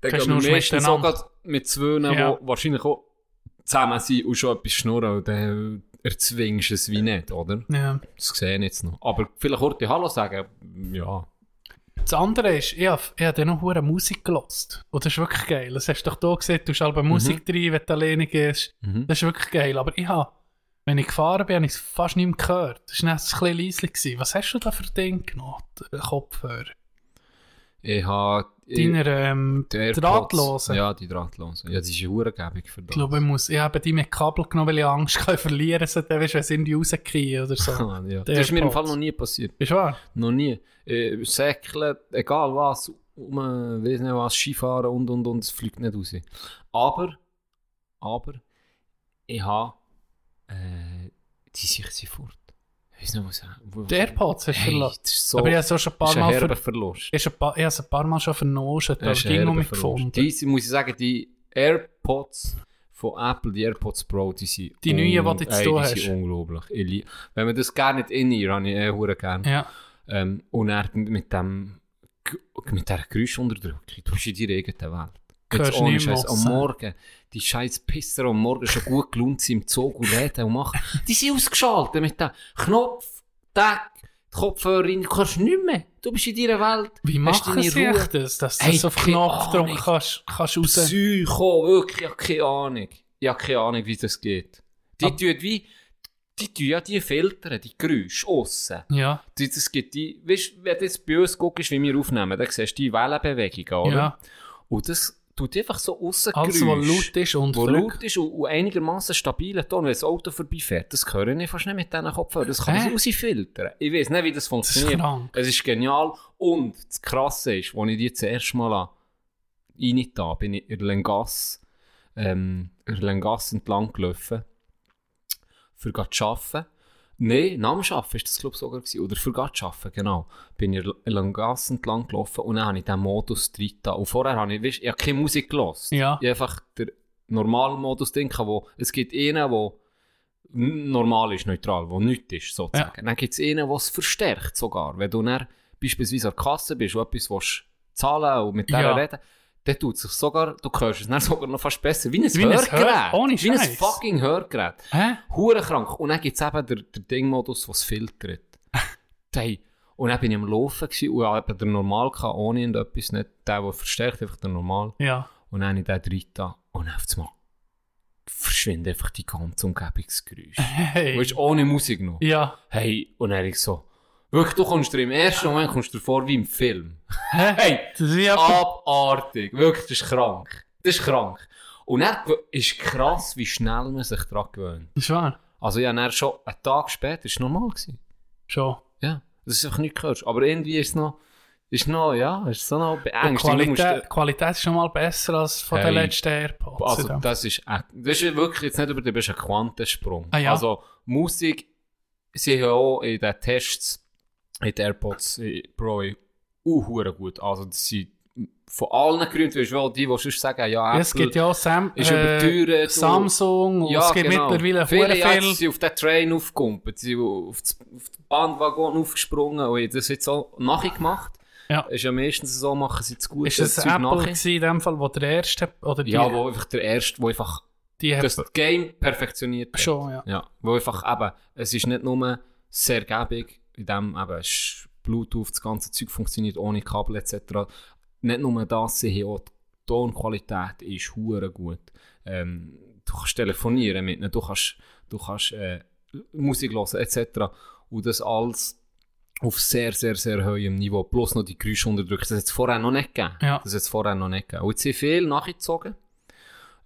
dann Gehst gehen nur wir meistens auch miteinander. gerade mit zwei, Ja. die wahrscheinlich auch zusammen sind und schon etwas schnurren und dann erzwingst du es wie nicht, oder? Ja. Das sehe ich jetzt noch. Aber vielleicht kurz Hallo sagen, ja. Das andere ist, ich habe, ich habe dann noch hure Musik gelost. Und das ist wirklich Mhm. geil. Das hast du doch hier gesehen, du hast halbe Musik drin, wenn du alleine gehst. Das ist wirklich geil. Aber ich habe Wenn ich gefahren bin, habe ich es fast nicht mehr gehört. Es war dann ein bisschen leise. gewesen. Was hast du da für Ding genommen? Die Kopfhörer? Ich habe... Deiner ähm, Drahtlosen? Ja, die Drahtlosen. Ja, das ist eine Uhrengebung für das. Ich glaube, ich, muss, ich habe die mit Kabel genommen, weil ich Angst hatte, ich verliere sie, dann, weißt du, wenn sie irgendwie rausgehen [LAUGHS] oder so. Ah, [LAUGHS] ja. Die Das ist mir im AirPods. Fall noch nie passiert. ist wahr? Noch nie. Äh, Säckeln, egal was, um, äh, weiss nicht was, Skifahren und und und, es fliegt nicht raus. Aber, aber, ich habe, äh, die sind sie fort. Ich weiß nicht, was ich Die AirPods hast du hey, verloren. das ist so, Aber ich habe sie auch schon das ein paar ist ein Mal herber ver Verlust. ich habe ein paar- ich habe sie ein paar Mal schon vernoschen, Das da habe ist ich ein herber irgendwo mit Verlust. gefunden. Die, Die, muss ich sagen, die AirPods von Apple, die AirPods Pro, die sind... Die neuen, un- die du jetzt ey, da Die hast. sind unglaublich. Ich lieb- Wenn man das gerne nicht in-ear, habe ich eh hure gerne. ja. Ähm, und er mit dem G- mit dieser Geräuschunterdrückung, du bist in deiner eigenen Welt. Hörst Jetzt ohne nicht mehr Scheiß. Am was. Morgen, die scheiß Pisser am Morgen schon gut gelaunt sind im Zug und reden und machen. Die sind ausgeschaltet mit dem Knopf, Tag, die Kopfhörer rein. Du kannst nicht mehr. Du bist in deiner Welt. Wie Hast machen deine sie Ruhe? echt das, dass du Ey, so auf keine Knopfdruck Ahnung. kannst, kannst raus... Psycho, wirklich, ich habe keine Ahnung. Ich habe keine Ahnung, wie das geht. Die Aber- tun wie, die tun ja die filtern, die Geräusche aussen. ja, Die- Das gibt die, weißt, wenn du jetzt bei uns guckst, wie wir aufnehmen, dann siehst du die Wellenbewegungen, oder? ja. Und das tut einfach so aussen Alles, was laut ist und wo drückt. laut ist und, und einigermaßen stabiler Ton, wenn das Auto vorbeifährt, das höre ich fast nicht mit diesen Kopfhörern. Das kann Hä? man rausfiltern. Ich weiß nicht, wie das Das ist funktioniert. krank. Es ist genial. Und das Krasse ist, als ich die zum ersten Mal rein da bin ich in der Lengasse ähm, in der Lengasse entlang gelaufen, für gerade zu arbeiten. Nein, nach dem Arbeiten war das glaube ich sogar. Gewesen. Oder für gerade zu arbeiten, genau. Bin ich in der Lengasse entlang gelaufen und dann habe ich diesen Modus drin. getan. Und vorher habe ich, weißt, ich habe keine Musik gehört. Ja. Ich habe einfach den normalen Modus drin, gehabt, wo es gibt einen, der n- normal ist, neutral, wo nichts ist, sozusagen. Dann gibt es einen, der es verstärkt sogar. Wenn du dann beispielsweise an der Kasse bist und etwas willst zahlen und mit der Ja. reden, dann tut es sich sogar, du hörst es dann [LAUGHS] sogar noch fast besser, wie ein Wie ein Hörgerät. Hör- ohne wie ein Scheiß. fucking Hörgerät. Hä? Hurenkrank. Und dann gibt es eben den, den Ding-Modus, der es [LAUGHS] filtert. hey. Und dann bin ich am Laufen gewesen, und habe eben den normal gehabt, ohne irgendetwas, nicht der, der verstärkt, einfach der normal. Ja. Und dann habe ich den dritten getan. und dann auf einmal verschwindet einfach die ganze Umgebungsgeräusche. Hey. Weißt du, ohne Musik noch. Ja. Hey, und dann ich so, wirklich, du kommst dir im ersten Moment kommst du dir vor wie im Film. Hey, Ah. Das ist ja... abartig. Wirklich, das ist krank. Das ist krank. Und dann gew- ist krass, wie schnell man sich daran gewöhnt. Das ist wahr. Also ja, dann schon einen Tag später ist es normal gewesen. Schon. Ja, das ist einfach nicht gehört. Aber irgendwie ist es noch, ist noch, ja, ist so noch Die beängstigend. Du musst Qualität, Qualität ist schon mal besser als von Hey. den letzten da- AirPods. also das ist, echt- das ist wirklich jetzt nicht über den ein Quantensprung. Ah, ja? Also Musik, sie haben auch in den Tests in den AirPods äh, Pro auch hure gut. Also das sind von allen Gründen, weil wel die, die sonst sagen, ja, Ja, es gibt ja auch Sam äh, ist überteuert und- genau. Samsung und es gibt mittlerweile viele hure ja, viel. sie sind auf den Train aufgekumpelt, sie sind auf das- auf den Bandwagon aufgesprungen und haben das jetzt auch nachgemacht. Ja. Ist ja meistens so, machen sie es gut. Ist es das Zeug Apple nachher. gewesen, in dem Fall, wo der erste oder die, Ja, wo einfach der Erste, wo einfach die hat das Game perfektioniert hat. schon, ja. Ja, wo einfach eben, es ist nicht nur sehr gäbig, in dem eben es ist Bluetooth, das ganze Zeug funktioniert ohne Kabel etc. Nicht nur das, sie haben auch die Tonqualität ist hure gut. Ähm, du kannst telefonieren mit ihnen, du kannst, du kannst äh, Musik hören etc. Und das alles auf sehr, sehr, sehr hohem Niveau. Plus noch die Geräuschunterdrückung. Das hat es vorher noch nicht gegeben. Ja. Das hat es vorher noch nicht gegeben. Und jetzt sind viel nachgezogen.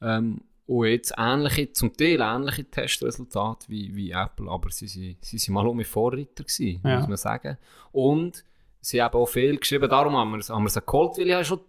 Ähm, und jetzt ähnliche, zum Teil ähnliche Testresultate wie, wie Apple, aber sie waren sie, sie mal um die Vorreiter, gewesen, Ja. muss man sagen. Und sie haben auch viel geschrieben, darum haben wir es, haben wir es geholt, weil ich habe schon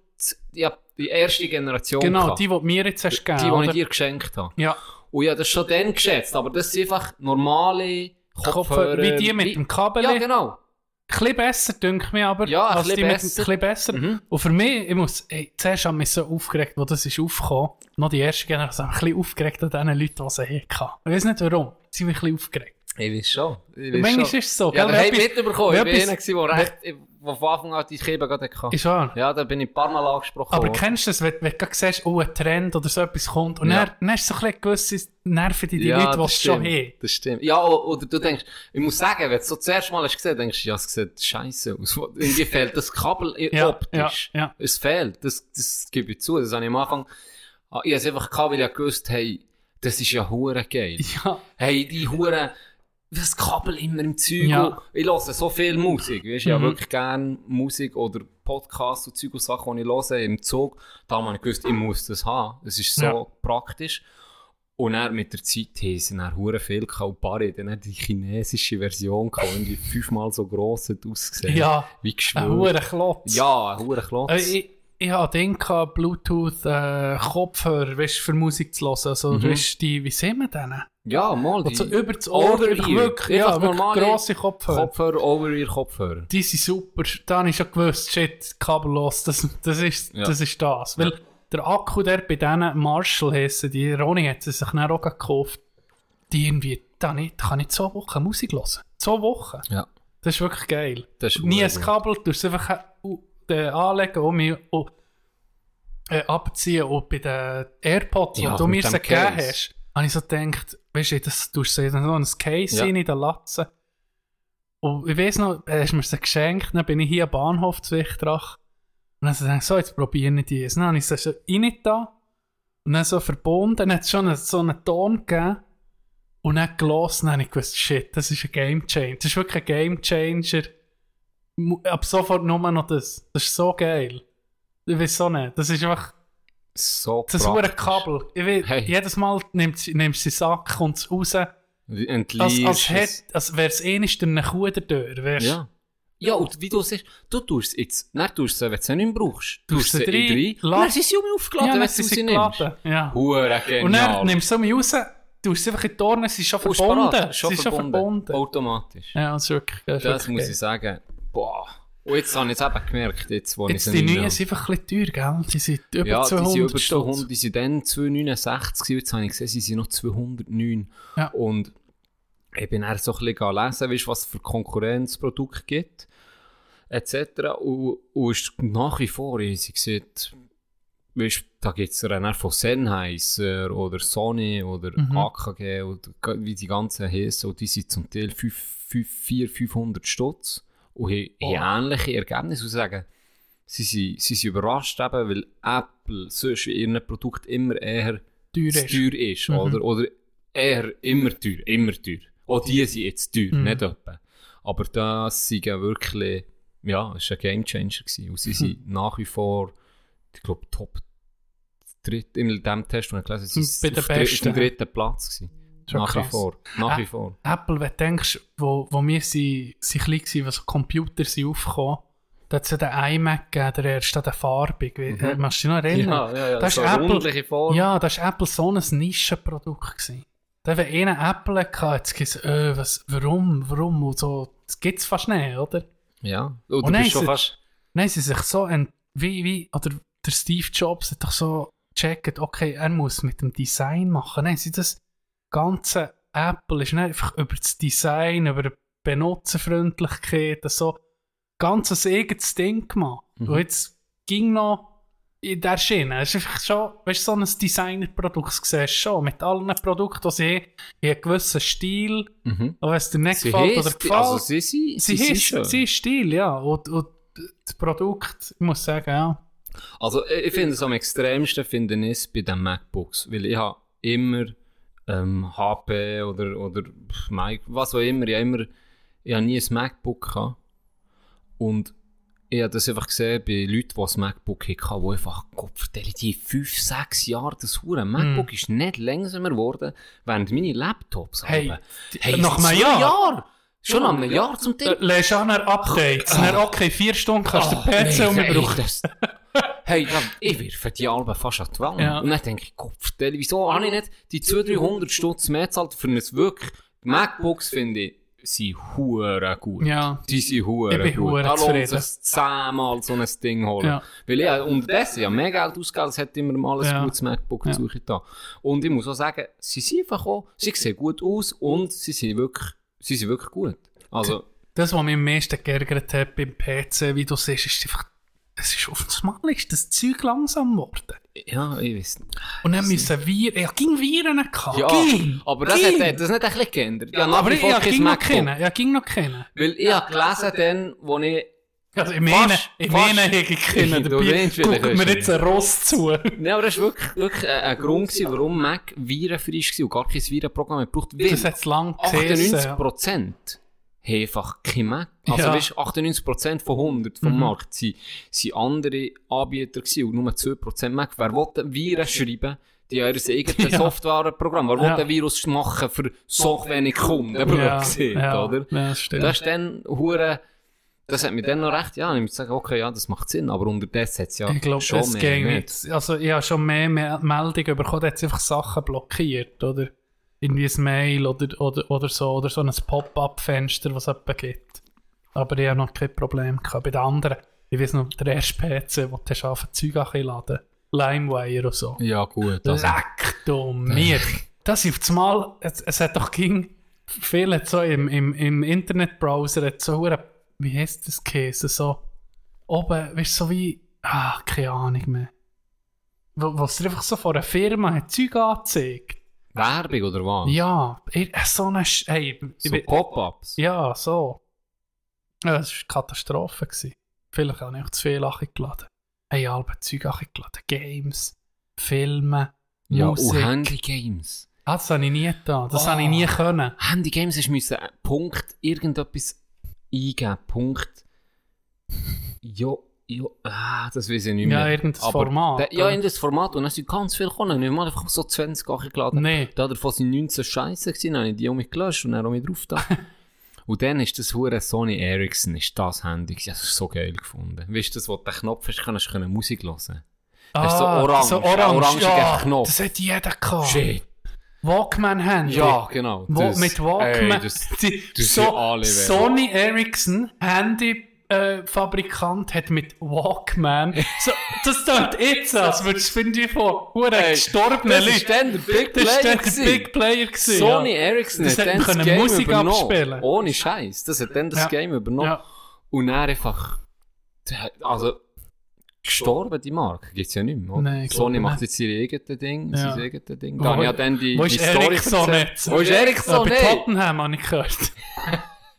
die, ich habe die erste Generation Genau, gehabt, die, die du mir jetzt hast die, gegeben die ich oder? dir geschenkt habe. Ja, Und ich habe das schon dann geschätzt, aber das sind einfach normale Kopfhörer. Kopfhörer, wie die mit dem Kabel. Ja, genau. Ein bisschen besser, denke ich mir aber. Ja, ein als bisschen die mit- besser. ein bisschen besser. Mhm. Und für mich, ich muss, ey, zuerst habe ich mich so aufgeregt, als das ist aufgekommen. Noch die erste Generation, ein bisschen aufgeregt an den Leuten, die sie hatten. Ich weiß nicht warum, sie sind ein bisschen aufgeregt. Ich weiß schon. Ich Und weiß manchmal schon. ist es so, ja, gell, da habe ich etwas- mitbekommen. Ich wenn bin etwas- einer, gewesen, der recht, der von Anfang an die Kiebe gerade hatte. Ist wahr. Ja, da bin ich ein paar Mal angesprochen Aber worden. kennst du das, wenn, wenn du gerade siehst, oh, ein Trend oder so etwas kommt und Ja. dann, dann hast du so ein bisschen gewisse Nerven, die die ja, Leute, die das es schon stimmt, haben. Das stimmt. Ja, o- oder du denkst, ich muss sagen, wenn du es so zuerst mal hast gesehen, denkst du, ja, es sieht scheiße aus. [LAUGHS] Irgendwie fehlt das Kabel i- Ja, optisch. ja, ja. Es fehlt. Das, das gebe ich zu. Das habe ich am Anfang, Ah, ich habe es einfach gehabt, weil ich gewusst hey, Das ist ja hure geil. Ja, Hey, die Hure, das Kabel immer im Zeug. Ja. und Ich höre so viel Musik. Weißt, du, Ich Mhm. habe wirklich gerne Musik oder Podcasts und Zeug und Sachen, die ich höre im Zug. Da habe ich gewusst, ich muss das haben. Es ist so Ja. praktisch. Und dann mit der Zeit haben sie dann hure viel gehabt. Und Barry hat dann hat die chinesische Version gehabt, und die fünfmal so gross hat ausgesehen. ja, Wie ein geschwört. hoher Klotz. Ja, ein hure Klotz. Äh, ich, ich hatte den gehabt, Bluetooth äh, Kopfhörer, weißt, für Musik zu hören. Also, Mhm. weißt, die, wie sehen wir denn? ja, mal Die, die so Also über das Ohr, Oder einfach ihr. wirklich, ja, Einfach wirklich normale grosse Kopfhörer. Kopfhörer over ihr Kopfhörer. Die sind super. Da habe ich schon gewusst, shit, kabellos, das, das, ist, Ja. das ist das. Weil der Akku, der bei diesen Marshall heissen, die Ronny hat sie sich dann auch gekauft, die irgendwie, da nicht, kann ich zwei Wochen Musik hören. Zwei Wochen. Ja. Das ist wirklich geil. Das ist Nie hure ein gut. Kabel, du musst einfach uh, äh, anlegen und mich uh, äh, abziehen. Und bei den AirPods, Ja, die du mir mit dem sie gegeben Case. hast, habe ich so gedacht, weißt du, das tust du so in so ein Case Ja. rein in den Latzen. Und ich weiß noch, er hast du mir sie geschenkt, dann bin ich hier am Bahnhof zu Wichtrach. Und dann habe ich gedacht, so, jetzt probiere ich die. Und dann habe ich sie so rein da und dann so verbunden, dann hat es schon einen- so einen Ton gegeben. Und dann gelassen, dann habe ich gewusst, shit, das ist ein Game Changer. Das ist wirklich ein Game Changer. Mu- Ab sofort nur noch das. Das ist so geil. Ich weiß auch nicht. Das ist einfach. So Das ist nur ein Kabel. Ich will, Hey. Jedes Mal nimmst du nimmst du den Sack, kommt es raus. Als, als, Entleerst es. hätt- als wäre es ähnlich durch eine Kuh der Tür. Wär's, Ja. Ja, und wie du siehst, du tust es jetzt, dann tust du sie, wenn du sie nicht mehr brauchst, tust du sie in sie rein, drei, lass- dann sind sie um aufgeladen, ja, wenn dann du sind sie sie rausnimmst. geladen. Ja. Hure Und dann genial. nimmst du sie raus, tust sie einfach in die Torne, sie ist schon Oh, ist parat, verbunden. schon Sie ist schon verbunden. verbunden. Automatisch. Ja, das ist wirklich. Das, das ist wirklich muss geil. ich sagen. Boah. Und jetzt habe ich es eben gemerkt, jetzt, wo Jetzt ich die nicht neuen mehr- sind einfach ein bisschen teuer, gell? Die sind über ja, 200 die sind über Stutz. 200, die sind dann 269 gewesen, jetzt habe ich gesehen, sie sind noch 209. Ja. Und ich bin dann so ein bisschen gelesen, weißt, was es für Konkurrenzprodukte gibt, etc. Und, und ist nach wie vor, ich sie gesagt, weißt, da gibt es dann auch von Sennheiser oder Sony oder Mhm. AKG oder g- wie die ganzen heissen, und die sind zum Teil 5, 5, 4, 500 Stutz und haben haben ähnliche Ergebnisse und sagen, sie sind, sie sind überrascht eben, weil Apple sonst in ihren Produkten immer eher Teuer zu ist. teuer ist, Mhm. oder? Oder eher immer teuer, immer teuer. Auch die sind jetzt teuer, Mhm. nicht etwa. Aber das sind ja wirklich, ja, es war ein Gamechanger gewesen. Und sie Mhm. sind nach wie vor, ich glaube, Top dritt, in dem Test, den ich gelesen habe, sie Bei sind den auf dr- auf Besten, dem ja. dritten Platz gewesen. Schon Nach wie krass. vor, nach Ah. wie vor. Apple, wenn du denkst, wo, wo wir sie, sie klein waren, wo so Computer sind aufgekommen, da hat es ja den iMac gegeben, der erste, der farbig. Mhm. Äh, machst du dich noch erinnern? ja, ja, Das so ist Apple. rundliche Ja, Form. das war Apple so ein Nischenprodukt. Gewesen. Da, wenn einer Apple hatte, hat es gesagt, äh, was, warum, warum und so. Das gibt es fast nicht, oder? Ja, und du Und dann bist schon ist er- fast... Nein, sie sich so ent wie, wie, oder der Steve Jobs hat doch so gecheckt, okay, er muss mit dem Design machen. Nein, sie das ganze Apple ist nicht einfach über das Design, über die Benutzerfreundlichkeit, so ganzes eigenes Ding gemacht. Mhm. Und jetzt ging noch in der Schiene. Es ist einfach schon, weißt du, so ein Designerprodukt, das siehst du schon, mit allen Produkten, die sie haben, haben einen gewissen Stil, Mhm. und wenn es dir nicht Sie gefällt heisst- oder gefällt, also sie, sie, Sie, sind ist, schön. sie ist Stil, ja. Und, und das Produkt, ich muss sagen, ja. Also ich ich finde es am extremsten finde ich es bei den MacBooks, weil ich habe immer ähm, HP oder, oder pff, Mike, was auch immer, ich habe immer, ich habe nie ein MacBook gehabt und ich habe das einfach gesehen bei Leuten, die ein MacBook hatten, die einfach, Gott vertelle, die 5, 6 Jahre, das hure Hm. MacBook ist nicht langsamer geworden, während meine Laptops Hey, haben. die- nach einem Jahr? Jahr! Schon nach einem Jahr zum Teil. Lässt auch nach Updates. Ah. Nach, okay, vier Stunden kannst du um Ah, den PC nee, nee, umbrauchen. das- Hey, ja, ich wirfe die Alben fast an die Wand. Ja. Und dann denke ich, Kopf, wieso habe ich nicht die 200-300 Stutz mehr gezahlt für ein wirklich... Die MacBooks, finde ich, sind hure gut. Ja. Die sind Ich hure bin gut. hure Da lohnt zufrieden. es zehnmal so ein Ding holen. Ja. Weil ich habe unterdessen ja mehr Geld ausgegeben, es hat immer mal ein Ja. gutes MacBook Ja. ja. da. Und ich muss auch sagen, sie sind einfach auch, sie sehen gut aus und sie sind wirklich, sie sind wirklich gut. Also... Das, was mich am meisten geärgert hat beim PC, wie du siehst, ist einfach, es ist auf einmal ist das Zeug langsam geworden. Ja, ich weiß Und dann müssen wir, ja, ging Viren gehabt. Ja, ging. aber das ging. hat das nicht ein bisschen geändert. Ja, nach aber wie ich, vor ja, kein ging noch MacBook. kennen. Ja, ging noch kennen. Weil ich habe gelesen, dann, wo ich Also, ich meine, Fast, ich fast. meine, ich [LAUGHS] kenne Du den Bier. meinst, vielleicht Gucken wir ist er jetzt ein Ross zu. [LAUGHS] Nein, aber das war wirklich, wirklich ein, ein Grund, gewesen, warum Mac virenfrisch war und gar kein Virenprogramm mehr braucht. Das hat es lang gesessen. ja. 98% haben einfach kein Mac. Also Ja. Mhm. weißt, 98% von 100 vom Markt sind, sind andere Anbieter gewesen und nur 2% Mac. Wer will denn Viren schreiben? Die haben ihr eigenes Ja. Softwareprogramm. Wer will Ja. ein Virus machen für so wenig Kunden? Ja, sieht, ja, oder? Ja, das stimmt. Das ist dann hure. Das hat mir dann noch recht, ja, ich muss sagen, okay, ja, das macht Sinn, aber unterdessen hat es ja ich glaube, schon das mehr ging nicht. nicht. Also, ich habe schon mehr Me- Meldungen bekommen, da hat einfach Sachen blockiert, oder? Irgendwie ein Mail oder, oder, oder so, oder so ein Pop-up-Fenster, was es etwa gibt. Aber ich habe noch kein Problem gehabt. Bei den anderen, ich weiß noch, der erste PC, wo du hast angefangen, Zeug anzuladen Limewire und so. Ja, gut. Also, Leck du mir! Das ist auf das Mal, es, es hat doch ging, viele so im, im, im Internetbrowser, hat so hure- wie heißt das Käse, so oben, weißt du, so wie, ah, keine Ahnung mehr. Wo, wo es dir einfach so von einer Firma hat Zeug angezeigt. Werbung oder was? Ja, ir- so eine, Sch hey, ich So bin- Pop-ups. ja, so. Ja, das war eine Katastrophe. Gewesen. Vielleicht habe ich auch zu viel angeladen. Hey, Alben, Zeug angeladen. Games, Filme, Ja, Musik. und Handy-Games. Ah, das habe ich nie getan. Das Ah. habe ich nie können. Handy-Games ist müssen äh, Punkt irgendetwas eingeben. Punkt. Jo, jo, ah, das weiß ich nicht mehr. Ja, irgendein Format, Der, ja, oder? irgendein Format. Und dann sind ganz viele gekommen. Ich habe mal einfach so 20 angeladen. Nee. [LAUGHS] Da davon sind 19 scheiße gewesen, dann habe ich die auch mit gelöscht und dann auch mit drauf [LAUGHS] da. Und dann ist das hure Sony Ericsson, ist das Handy. gewesen. Das ist so geil gefunden. Weißt du, das, wo du den Knopf hast, kannst du können Musik hören. Das ist so orange, Ah, so ein orangiger ja, Knopf. Das hat jeder gehabt. Shit. Walkman-Handy. Ja, genau. Wo, das- mit Walkman. Ey, das, [LAUGHS] die, das sind so, alle weg. Sony Ericsson, Handy-Fabrikant, hat mit Walkman. [LAUGHS] So, das klingt jetzt, als würde es finde ich von huren Ey, gestorbenen das ist Leuten. dann der Big Das ist Player dann der gewesen. Big Player gewesen. Sony ja. Ericsson Das hat hat dann das können Game Musik übernommen. abspielen. Ohne Scheiß. Das hat dann das Ja. Game übernommen. Ja. Und er einfach. der- Also, gestorben, die Marke. Gibt es ja nicht mehr. oder? Nein, ich glaube Sony macht nicht. jetzt ihre eigenen Ding, Ja. sein eigenes Ding. Dann ja dann die, Wo die ist Ericsson erzählt. jetzt? Wo ist Ja, Ericsson? bei Hey. Tottenham habe ich gehört. [LAUGHS]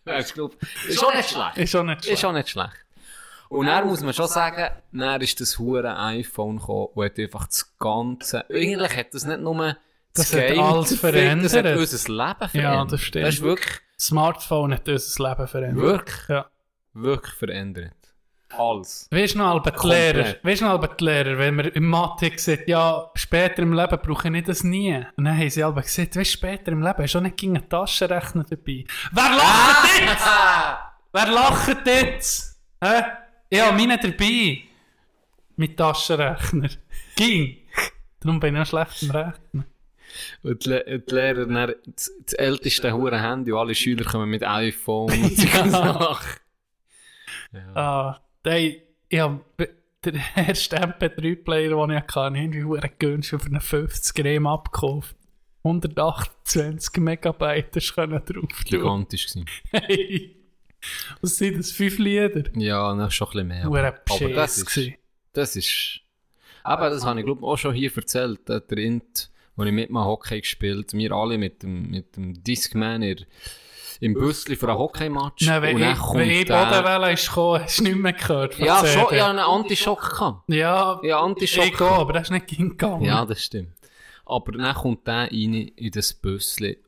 Ja, Ich glaub, ist auch nicht schlecht. Ist auch nicht Ist schlecht. auch nicht schlecht. Und dann muss man schon sagen, dann ist das hure iPhone gekommen und hat einfach das Ganze. Eigentlich hat das nicht nur Das hat zerfickt, alles Das hat verändert. unser Leben verändert. Ja, das stimmt. Das ist wirklich, Smartphone hat unser Leben verändert. wirklich, Ja. wirklich verändert. Alles. Weißt du noch, Albert Komplett. Lehrer, weißt du noch, Albert Lehrer, nou wenn man im Mathe gesagt ja, später im Leben brauche ich das nie. Und dann haben sie Albert gesagt, weißt du, später im Leben ist auch nicht gegen einen Taschenrechner dabei. Wer lacht jetzt? Wer lacht jetzt? Hä? Ich habe meinen dabei. Mit Taschenrechner. [LAUGHS] Ging. Darum bin ich auch schlecht im Rechnen. Und die, Le- die Lehrer, dann, das, das älteste hure Handy und alle Schüler kommen mit [LAUGHS] iPhone und solche Sachen. Ah, ey, ich habe [LAUGHS] den ersten MP3-Player, den ich hatte, habe ich irgendwie hure günstig über einen 50 Rem abgekauft. 128 Megabyte hast du können [LAUGHS] drauf tun. Gigantisch gewesen. Hey, was sind das? Fünf Lieder? Ja, noch schon ein bisschen mehr. Hure aber das beschiss ist, gewesen. das ist. Aber das habe ich glaube auch schon hier erzählt, äh, der Int, wo ich mit mal Hockey gespielt, wir alle mit dem, mit dem Discman in- im Büssli für einen Hockeymatch. Nein, wenn und dann ich, kommt wenn ich der- Bodenwelle ist gekommen, hast du nicht mehr gehört. von Ja, CD. schon, ich hatte einen Antischock. gehabt. ja, Ja, ich Antischock. auch, aber das ist nicht gegangen. Ja, das stimmt. Aber dann kommt der rein in das Büssli.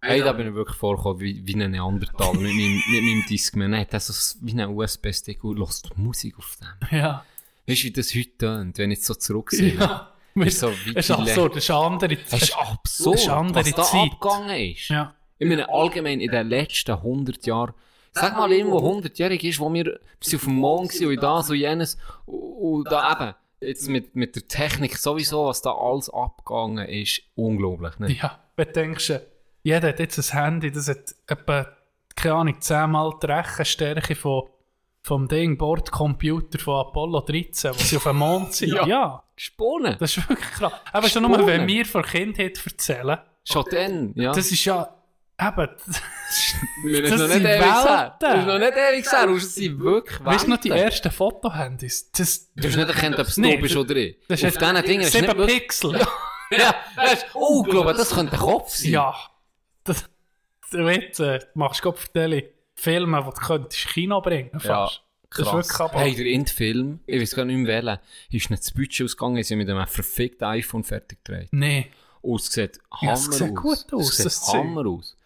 Hey, da bin ich wirklich vorgekommen wie, wie ein Neandertal mit meinem, mit [LAUGHS] meinem Discman. Nein, das ist wie ein USB-Stick und hörst Musik auf dem. ja. Weißt du, wie das heute tönt, wenn ich jetzt so zurücksehe? ja. Ist so wie das ist die Le- absurd, das ist eine andere Es ist Zeit. absurd, Das ist eine andere was da Zeit. abgegangen ist. Ja. Ich meine, allgemein in den letzten 100 Jahren, sag mal irgendwo 100-jährig ist, wo wir, wir sind auf dem Mond waren und das und jenes und, und da eben, jetzt mit, mit der Technik sowieso, was da alles abgegangen ist, unglaublich. Ne? Ja, wenn du denkst, äh, jeder hat jetzt ein Handy, das hat etwa, keine Ahnung, zehnmal die Rechenstärke von, vom Ding, Bordcomputer von Apollo 13, wo sie auf dem Mond sind. [LAUGHS] ja. Ja. Sponnen, das ist wirklich krass. Aber schon nur, Spannend. Ah. wenn wir von Kindheit erzählen, schon dann, ja. das ist ja, eben, [LAUGHS] Wir haben es das noch sind nicht ewig gesehen. Das ist Welten. noch nicht ewig gesehen, und es sind wirklich weißt du noch, Welten. die ersten Fotohandys, das, Du hast nicht erkannt, ob es Nee, du bist oder ich. das Auf diesen Dingen ist nicht sieben wirklich... Pixel. [LAUGHS] Ja, das ist unglaublich, das könnte ein Kopf sein. Ja. Das, du weißt, äh, machst du gerade Filme, die du könntest ins Kino bringen Ja, fast. Das ist wirklich krass. aber- Hey, der Endfilm, ich weiß gar nicht mehr wählen, ist nicht das Budget ausgegangen, sie haben mit einem verfickten iPhone fertig gedreht. Nein. Und es sieht Ja, Hammer es sieht aus. gut aus, Es sieht das Zeug. Hammer aus.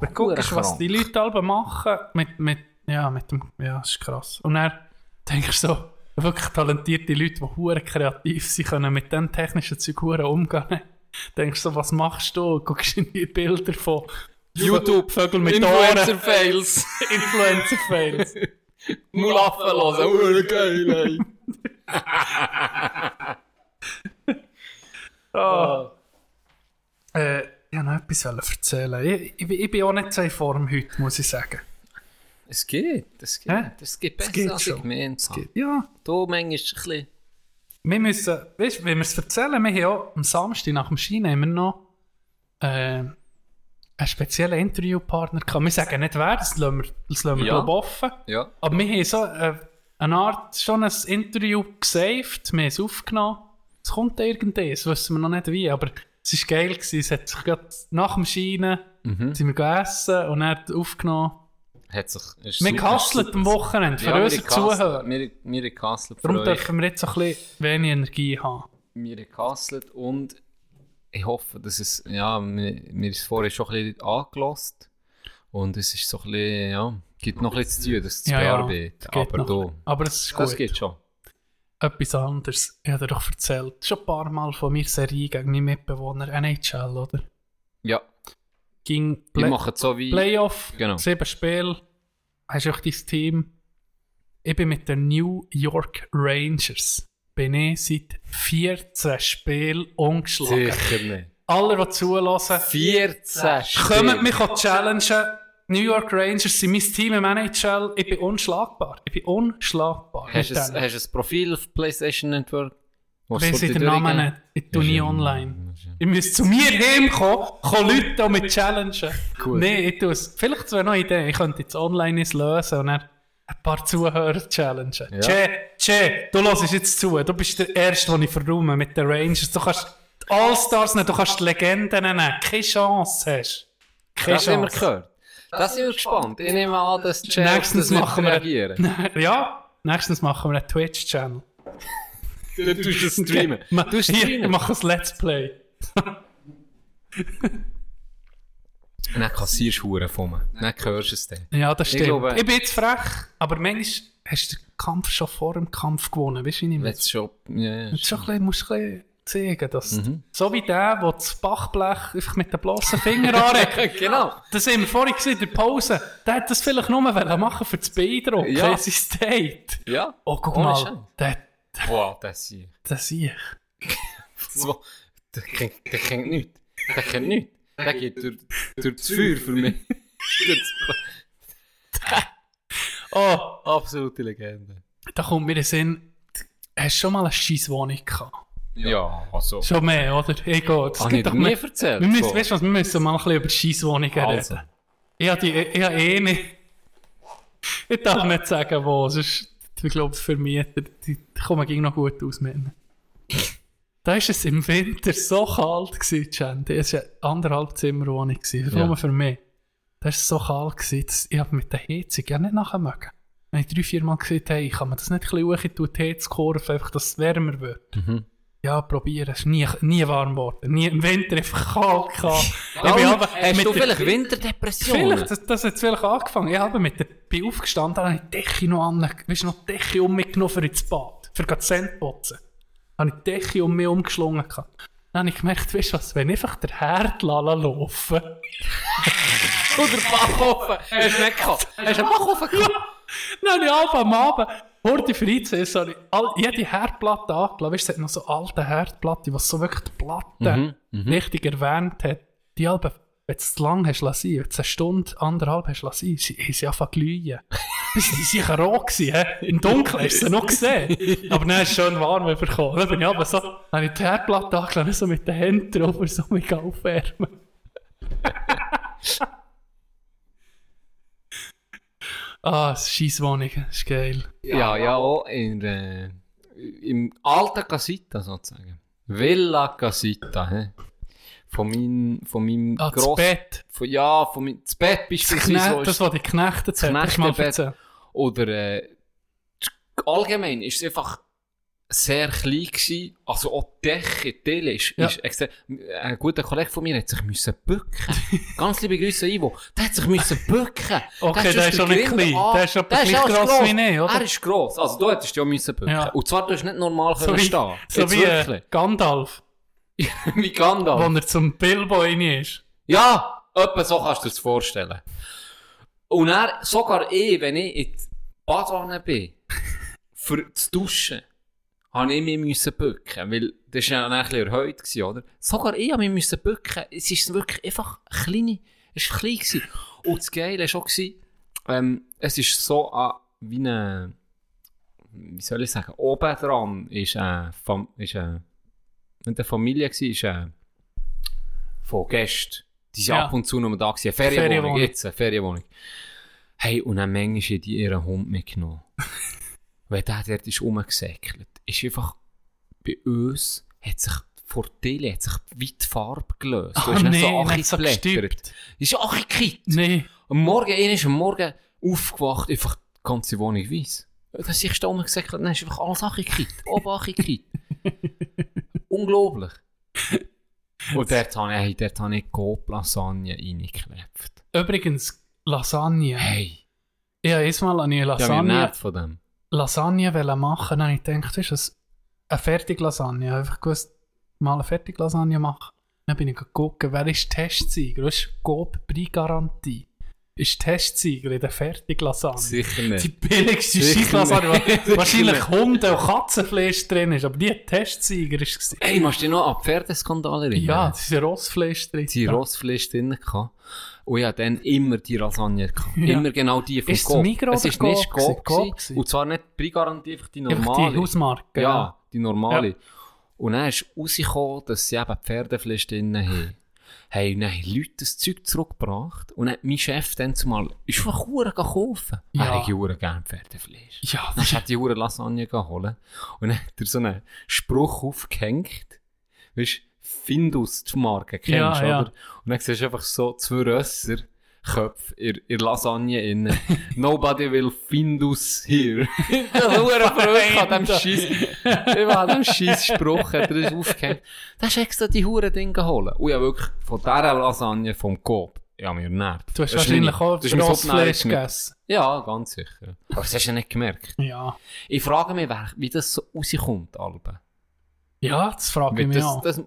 Wenn du guckst, was krank. die Leute alle machen, mit, mit, ja, mit dem, ja, das ist krass. Und dann denkst du so, wirklich talentierte Leute, die hure kreativ sind, können mit dem technischen Zeug hure umgehen. [LAUGHS] Denkst du so, was machst du? Guckst in die Bilder von YouTube, Vögel mit Ohren, [LAUGHS] Fails. [LAUGHS] Influencer-Fails. Mulaffen hören, oh, geil, ey. Ah. Oh. Äh, ich wollte noch etwas erzählen. Ich, ich, bin- ich bin auch nicht so in Form heute, muss ich sagen. Es geht, es Hä? geht. Es geht besser, geht als schon. ich gemeint habe. Ja. Du, manchmal ist es ein bisschen... wir müssen, weißt du, wenn wir es erzählen, wir haben ja am Samstag nach dem Ski immer noch äh, einen speziellen Interviewpartner gehabt. Wir sagen nicht wer, das lassen wir, das lassen wir Ja. glaub ich, offen. Ja. Aber wir haben so äh, eine Art, schon ein Interview gesaved, wir haben es aufgenommen. Es kommt irgendwann, das wissen wir noch nicht wie, aber es war geil, gewesen. es hat sich gerade nach dem Schienen Mhm. sind wir gegessen und dann aufgenommen. Hat sich... ist Wir super- gehasselt am Wochenende für wir unsere haben gehasselt. Zuhörer. Wir, wir haben gehasselt für Darum euch. dürfen wir jetzt so ein bisschen wenig Energie haben. wir haben gehasselt und ich hoffe, dass es, ja, mir, mir ist vorher schon ein bisschen angelost und es ist so ein bisschen, ja, gibt noch ein bisschen zu tun, das zu Ja, ja, bearbeiten, geht aber noch. du, Aber es ist gut. das geht schon. Etwas anderes. Ich habe dir doch erzählt, schon ein paar Mal von mir Serie gegen meinen Mitbewohner NHL, oder? Ja, Ging wir Play machen es so wie, Playoff, Genau. sieben Spiele, hast du auch dein Team. Ich bin mit den New York Rangers. Bin ich seit 14 Spielen ungeschlagen. sicher nicht. Alle, die zulassen, 14 Spiele. Kommt mich auch challengen. New York Rangers sind mein Team im NHL. Ich bin unschlagbar. Ich bin unschlagbar. Hast du Mit ein- denen. hast du ein Profil auf PlayStation Network? Was Weiss ich sollte den durchgehen? Namen nicht. Ich tue nie Ist ja- online. ist ja- Ich müsste zu mir heimkommen, kommen Leute da mit challengen. Nein, ich tue es. Vielleicht wäre noch eine Idee. Ich könnte jetzt online es lösen und dann ein paar Zuhörer challengen. Che, Che, du hörst jetzt zu. Du bist der Erste, den ich verräume mit den Rangers. Du kannst die All-Stars nehmen, du kannst die Legenden nehmen. Keine Chance hast. Keine Das haben wir gehört. Das sind wir gespannt. Ich nehme an, [LAUGHS] dass die Chefs Nächstens das nicht machen [LAUGHS] wir [LAUGHS] reagieren. Ja, nächstens machen wir einen Twitch-Channel. Du tust es streamen. Ma- Du Hier, Dus streamen. mach ein Let's Play. Und dann kassierst du Huren von mir. Dann hörst du es dann. Ja, das Ich stimmt. Ich, glaube- bin jetzt frech, aber manchmal hast du den Kampf schon vor dem Kampf gewonnen. Weißt du, wie ich meine? Let's Shop. Ja, ja. Du schon ein bisschen, musst ein bisschen zeigen, dass. Mhm. So wie der, der das Bachblech einfach mit den bloßen [LAUGHS] Fingern anregt. genau. Das haben wir vorhin gesehen, der Pause. Der hat das vielleicht nur wollen machen für das Beeindrucken. Ja. Ja. Sein Date. Ja. Oh, guck Ohne Scheiß. mal. Der, Boah, das ist. das sehe ich. So, der kennt, der kennt nichts. Der kennt nichts. Der geht durch, durch das Feuer für mich. Durch das- Oh, Absolute Legende. da kommt mir in den Sinn. Hast du schon mal eine Scheisswohnung gehabt? Ja, also. Schon mehr, oder? Egal. Das Habe ich gibt dir doch nie mehr. erzählt? Wir müssen, So. weißt du was, wir müssen mal ein bisschen über Scheisswohnungen Also. reden. Ich habe die, ich habe eh [LAUGHS] nicht. Ich darf nicht sagen, wo. Sonst, ich glaube, für Mieter, die die kommen gegen noch gut aus mit ihnen. Da war es im Winter so kalt, gewesen, Chandy. Es war eine anderthalb Zimmerwohnung, gewesen, Ja. nur für mich. Da war es so kalt, gewesen, dass ich hab mit der Heizung ja nicht nachher mögen. Dann habe ich drei, vier Mal gesagt, hey, kann man das nicht ein bisschen tun, die Heizkurve, einfach, dass es wärmer wird. Ja, probieren. Es ist nie, nie warm geworden. Nie im Winter einfach kalt. gehabt. ich bin aber Hast mit du der- vielleicht Winterdepressionen? Vielleicht, das, das hat vielleicht angefangen. Ich habe mit der, bin aufgestanden, dann habe ich die Decke noch an, weißt du, noch die Decke um mich genommen für ins Bad, für gerade Zähne zu putzen. Dann habe ich die Decke um mich umgeschlungen. gehabt. Dann habe ich gemerkt, weißt du was, wenn ich einfach der Herd lala laufen Oder Backofen? Hast du nicht gehabt? Hast du einen Backofen gehabt? Dann habe ich einfach am Abend, Horti Freizeit, sorry, all, jede Herdplatte angelassen. Weißt du, es hat noch so alte Herdplatte, was so wirklich die Platte richtig erwärmt hat. Die Alben, wenn du es zu lang hast lassen, wenn du es eine Stunde, anderthalb hast lassen, sie, haben sie angefangen zu glühen. [LAUGHS] Die sind sicher roh gewesen, hä? Im Dunkeln hast du sie noch gesehen. Aber dann ist es schön warm bekommen. Dann bin ich aber so, dann habe ich die Herdplatte angelassen, so mit den Händen drauf, so mega aufwärmen. Ah, es ist Scheisswohnung, das ist geil. Ja, ja, auch in, äh, im alten Casita sozusagen. Villa Casita, hä? Von meinem, von meinem Ah, das Gross- Bett. Von, ja, von meinem, das Bett Das, beispielsweise. Kne wo das, ist- was die Knechte das zählt, das mal Knechtenbett. erzählen. oder, äh, allgemein ist es einfach sehr klein gewesen. Also auch die Dächer, die Tele ist, Ja. ist extrem. Ein guter Kollege von mir hat sich müssen [LAUGHS] bücken. Ganz liebe Grüße an Ivo. Der hat sich müssen bücken. Okay, hat der sonst ist schon den nicht Grind klein. an. Der ist etwa gleich auch gross gross. wie ich, oder? Er ist gross. Also du hättest ja müssen bücken. Ja. Und zwar, du hast nicht normal So können stehen. wie, so Jetzt wie äh, wirklich. [LAUGHS] Oh. Gandalf, Wie Gandalf. wo er zum Bilbo rein ist. Ja, etwa so kannst du dir das vorstellen. Und er, sogar ich, wenn ich in die Badwanne bin, für zu duschen, habe ich mich müssen bücken, weil das war ja dann ein bisschen erhöht, gewesen, oder? Sogar ich habe mich müssen bücken. Es ist wirklich einfach kleine, es war klein. Gewesen. Und das Geile war auch, gewesen, ähm, es ist so an, ah, wie eine, wie soll ich sagen, oben dran ist eine, eh, Fam ist eine, nicht eine Familie, gewesen, ist eine, von Gästen. Die sind Ja. ab und zu noch da gewesen. Eine Ferienwohnung, Ferienwohnung. jetzt, eine Ferienwohnung. Hey, und dann manchmal haben die ihren Hund mitgenommen. Weil der dort ist rumgesäckelt. Ist einfach, bei uns hat sich vor Tele hat sich weit die Farbe gelöst. Du Ah, hast dann nee, so dann Achi hat's so geblättert. gestübt. Ist ja Achi gekippt. Nein. Am Morgen, einer ist am Morgen aufgewacht, einfach die ganze Wohnung weiss. Dann ist ich da oben gesagt, dann ist einfach alles angekippt. Oben angekippt. Unglaublich. Und dort habe ich, hey, dort habe ich Coop-Lasagne reingeklebt. Übrigens, Lasagne. Hey, Ich habe einmal eine ich habe mir Lasagne, nicht von dem. Lasagne wollen machen dann habe ich gedacht, ist das eine fertige Lasagne. Ich habe einfach gewusst, mal eine fertige Lasagne machen. Dann bin ich geguckt, wer ist Testsieger? Das ist Coop Pri-Garantie. Ist Testsieger in der fertigen Lasagne. Sicher Die nicht. billigste Sicher Scheisslasagne, nicht. wo wahrscheinlich Sicher Hunde- und Katzenfleisch drin ist. Aber die hat Testsieger ist. gewesen. Hey, machst du dich noch an die Pferdeskandale erinnern? Ja, das ist ein Rossfleisch drin. Die Rossfleisch drin gehabt. Und ja, dann immer die Lasagne gehabt. Ja. Immer genau die von Ist es Coop. Migros Es oder ist nicht Coop gewesen? Coop. Coop gewesen. gewesen. Und zwar nicht die Brigarantie, einfach die Einfach normale. die Hausmarke. Ja, die normale. Und dann ist rausgekommen, dass sie eben Pferdefleisch drin haben. Hey, und dann haben Leute das Zeug zurückgebracht und dann hat mein Chef dann zumal, ist einfach Huren kaufen. Ja. Er hätte Huren gerne Pferdefleisch. Ja, [LAUGHS] Dann hat die Huren Lasagne geholt und dann hat er so einen Spruch aufgehängt. Weißt du, Findus die Marke, kennst Ja, oder? ja. Und dann siehst du einfach so zwei Rösser. Köpfe in, in Lasagne in. [LAUGHS] Nobody will Findus here. Hure Freude an dem Scheiss. Ich war an dem Scheiss Spruch, hat er das aufgehängt. Das ist extra die Hure Ding geholt. Und ja, wirklich, von dieser Lasagne vom Coop. Ja, mir nervt. Du hast Das ist wahrscheinlich meine- auch das ist mein Rossfleisch Hauptnahrungsmittel. gegessen. Ja, ganz sicher. Aber das hast du ja nicht gemerkt. Ja. Ich frage mich, wer- wie das so rauskommt, Alben. Ja, das frage Wird ich mich das, auch. das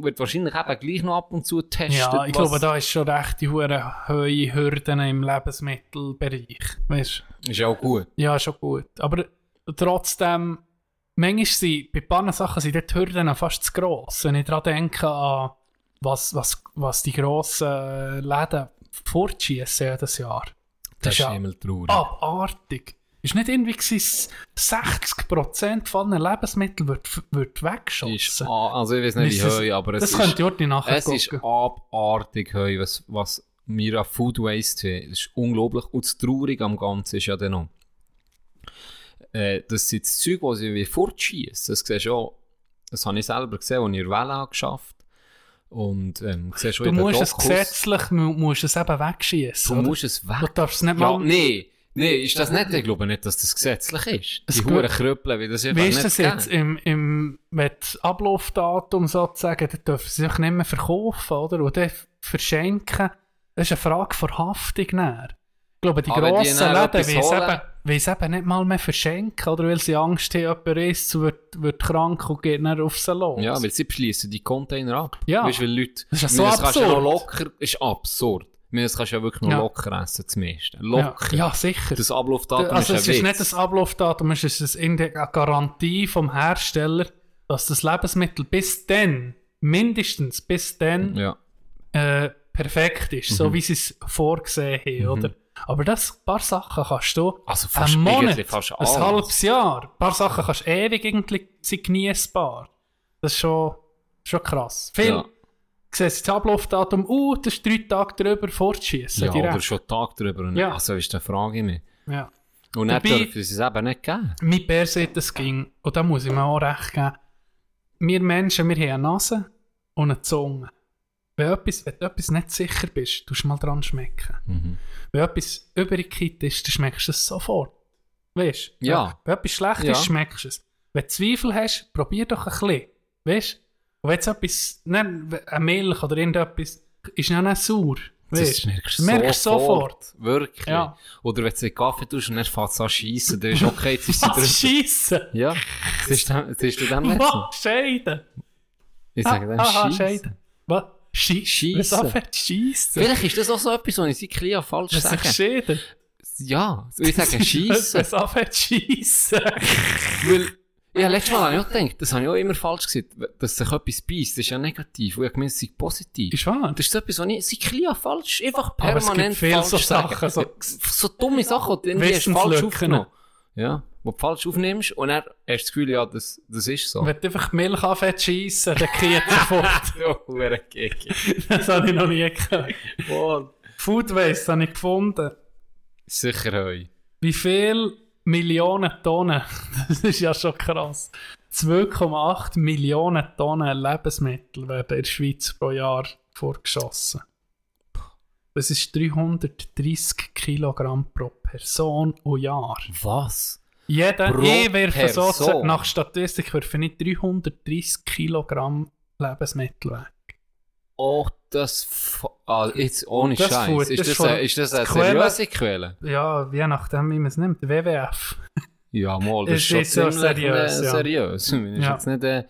wird wahrscheinlich eben gleich noch ab und zu getestet. Ja, ich glaube, was- da ist schon recht die hohe hohe Hürden im Lebensmittelbereich. Weißt Ist ja auch gut. Ja, schon gut. Aber trotzdem, manchmal sind bei paar Sachen sind dort die Hürden fast zu gross. Wenn ich daran denke, an was, was, was die grossen Läden fortschießen jedes Jahr. Das, ist ist ja- Ah, immer traurig. Abartig. Ist nicht irgendwie gewesen, 60% von allen Lebensmitteln wird, wird ist, weggeschossen. a- also ich weiß nicht wie Das ist- Heu, aber es das ist, könnt ihr heute nachher es ist abartig Heu, was, was wir an Food Waste haben. Das ist unglaublich. Und das Traurige am Ganzen ist ja dann noch, äh, das sind das Zeug, das sie wie fortschießen. Das siehst du auch, das habe ich selber gesehen, als ich in der Welle habe geschafft Und ähm, siehst auch Du in den musst es Dokus, gesetzlich, mu- musst es eben Du wegschießen. oder? musst es Du weg. darfst es nicht Ja, mal... nee, nee, ist das nicht, ich glaube nicht, dass das gesetzlich ist. Es Die gibt- Huren krüppeln, wie das einfach Wie nicht ist das gegeben. jetzt im, im mit Ablaufdatum sozusagen? Dann dürfen sie sich nicht mehr verkaufen, oder? Und dann verschenken. Das ist eine Frage von Haftung näher. Ich glaube, die Aber wenn die grossen dann Läden etwas wollen es holen- eben, wollen es eben nicht mal mehr verschenken, oder? Weil sie Angst haben, jemand ist, wird, wird krank und geht dann auf sie los. Ja, weil sie beschließen die Container ab. Ja. Weißt du, weil Leute. Das ist ja Ich so meine, kannst du ja noch absurd. locker. Ist absurd. Ich meine, Das kannst du ja wirklich noch Ja. locker essen, zum meisten. ja, Locker. ja, sicher. Das Ablaufdatum also ist es ja ist Witz. nicht das Ablaufdatum, es ist ein- eine Garantie vom Hersteller, dass das Lebensmittel bis dann, mindestens bis dann, Ja. äh, perfekt ist, Mhm. so wie sie es vorgesehen haben, oder? Aber das, ein paar Sachen kannst du Also fast einen Monat, irgendwie fast alles. ein halbes Jahr, ein paar Sachen kannst du ewig irgendwie sind genießbar. Das ist schon, schon krass. Viel, Ja. ja. siehst das Ablaufdatum, uh, das ist drei Tage drüber, fortschießen Ja, oder direkt. schon einen Tag drüber. Und Ja. Also ist eine Frage mehr. Ja. Und dann Dabei- dürfen sie es eben nicht geben. Mein Bär sagt, es ging, und da muss ich mir auch recht geben, wir Menschen, wir haben eine Nase und eine Zunge. Wenn, etwas, wenn du etwas nicht sicher bist, tust du mal dran schmecken. Mhm. Wenn etwas übrig ist, dann schmeckst du es sofort. Weißt du? Ja. Wenn etwas schlecht Ja. ist, schmeckst du es. Wenn du Zweifel hast, probier doch ein bisschen. Weißt du? Und wenn es etwas, nein, eine Milch oder irgendetwas, ist dann auch sauer. Weißt Das du? merkst du du merkst sofort. sofort. Wirklich. Ja. Oder wenn du den Kaffee tust und dann fängt es an zu schiessen, dann ist okay, jetzt ist sie Was? drüber. Ah, Scheisse! Ja, das ist, dann- das ist dann nicht so. Was? Scheiden! Ich sage dann Ah, Aha, Scheissen. Scheiden. Was? Scheissen. Scheissen. Was anfängt zu scheissen? Vielleicht ist das auch so etwas, was ich seit Klienten falsch Was sage. sich scheiden? Ja, also ich [LAUGHS] [LAUGHS] sage Scheissen. Was anfängt zu scheissen? Weil, ja, letztes Mal habe ich auch gedacht, das habe ich auch immer falsch gesagt, dass sich etwas beißt, das ist ja negativ. Und ich habe gemeint, es sei positiv. Ist wahr. das ist so etwas, was ich seit Klienten falsch, einfach Aber es gibt permanent viel falsch so sage. Sachen, so- so dumme Sachen, die du irgendwie falsch Wissenslücken. aufgenommen Ja, wo du falsch aufnimmst und dann hast du das Gefühl, ja, das, das ist so. Wenn [LAUGHS] du einfach die Milch anfängt zu scheissen, dann kriegt [LAUGHS] es sofort. Ja, wer Keke. Das habe ich noch nie gehört. Food Waste habe ich gefunden. Sicher heu. Wie viel Millionen Tonnen, [LAUGHS] das ist ja schon krass, 2,8 Millionen Tonnen Lebensmittel werden in der Schweiz pro Jahr vorgeschossen. Das ist 330 Kilogramm pro Person und Jahr. Was? Jeder, Pro ich werfe so, Person. nach Statistik werfe ich 330 Kilogramm Lebensmittel weg. Oh, das. F ah, jetzt ohne Das Scheiß. Food, Ist, das das Food. eine- ist das eine Quelle- seriöse Quelle? Ja, je nachdem, wie man es nimmt. WWF. Ja, mal, das Es ist schon ist ja ziemlich seriös. seriös, Äh, ja. seriös. [LAUGHS] Ja. Ist Ja. jetzt nicht, äh,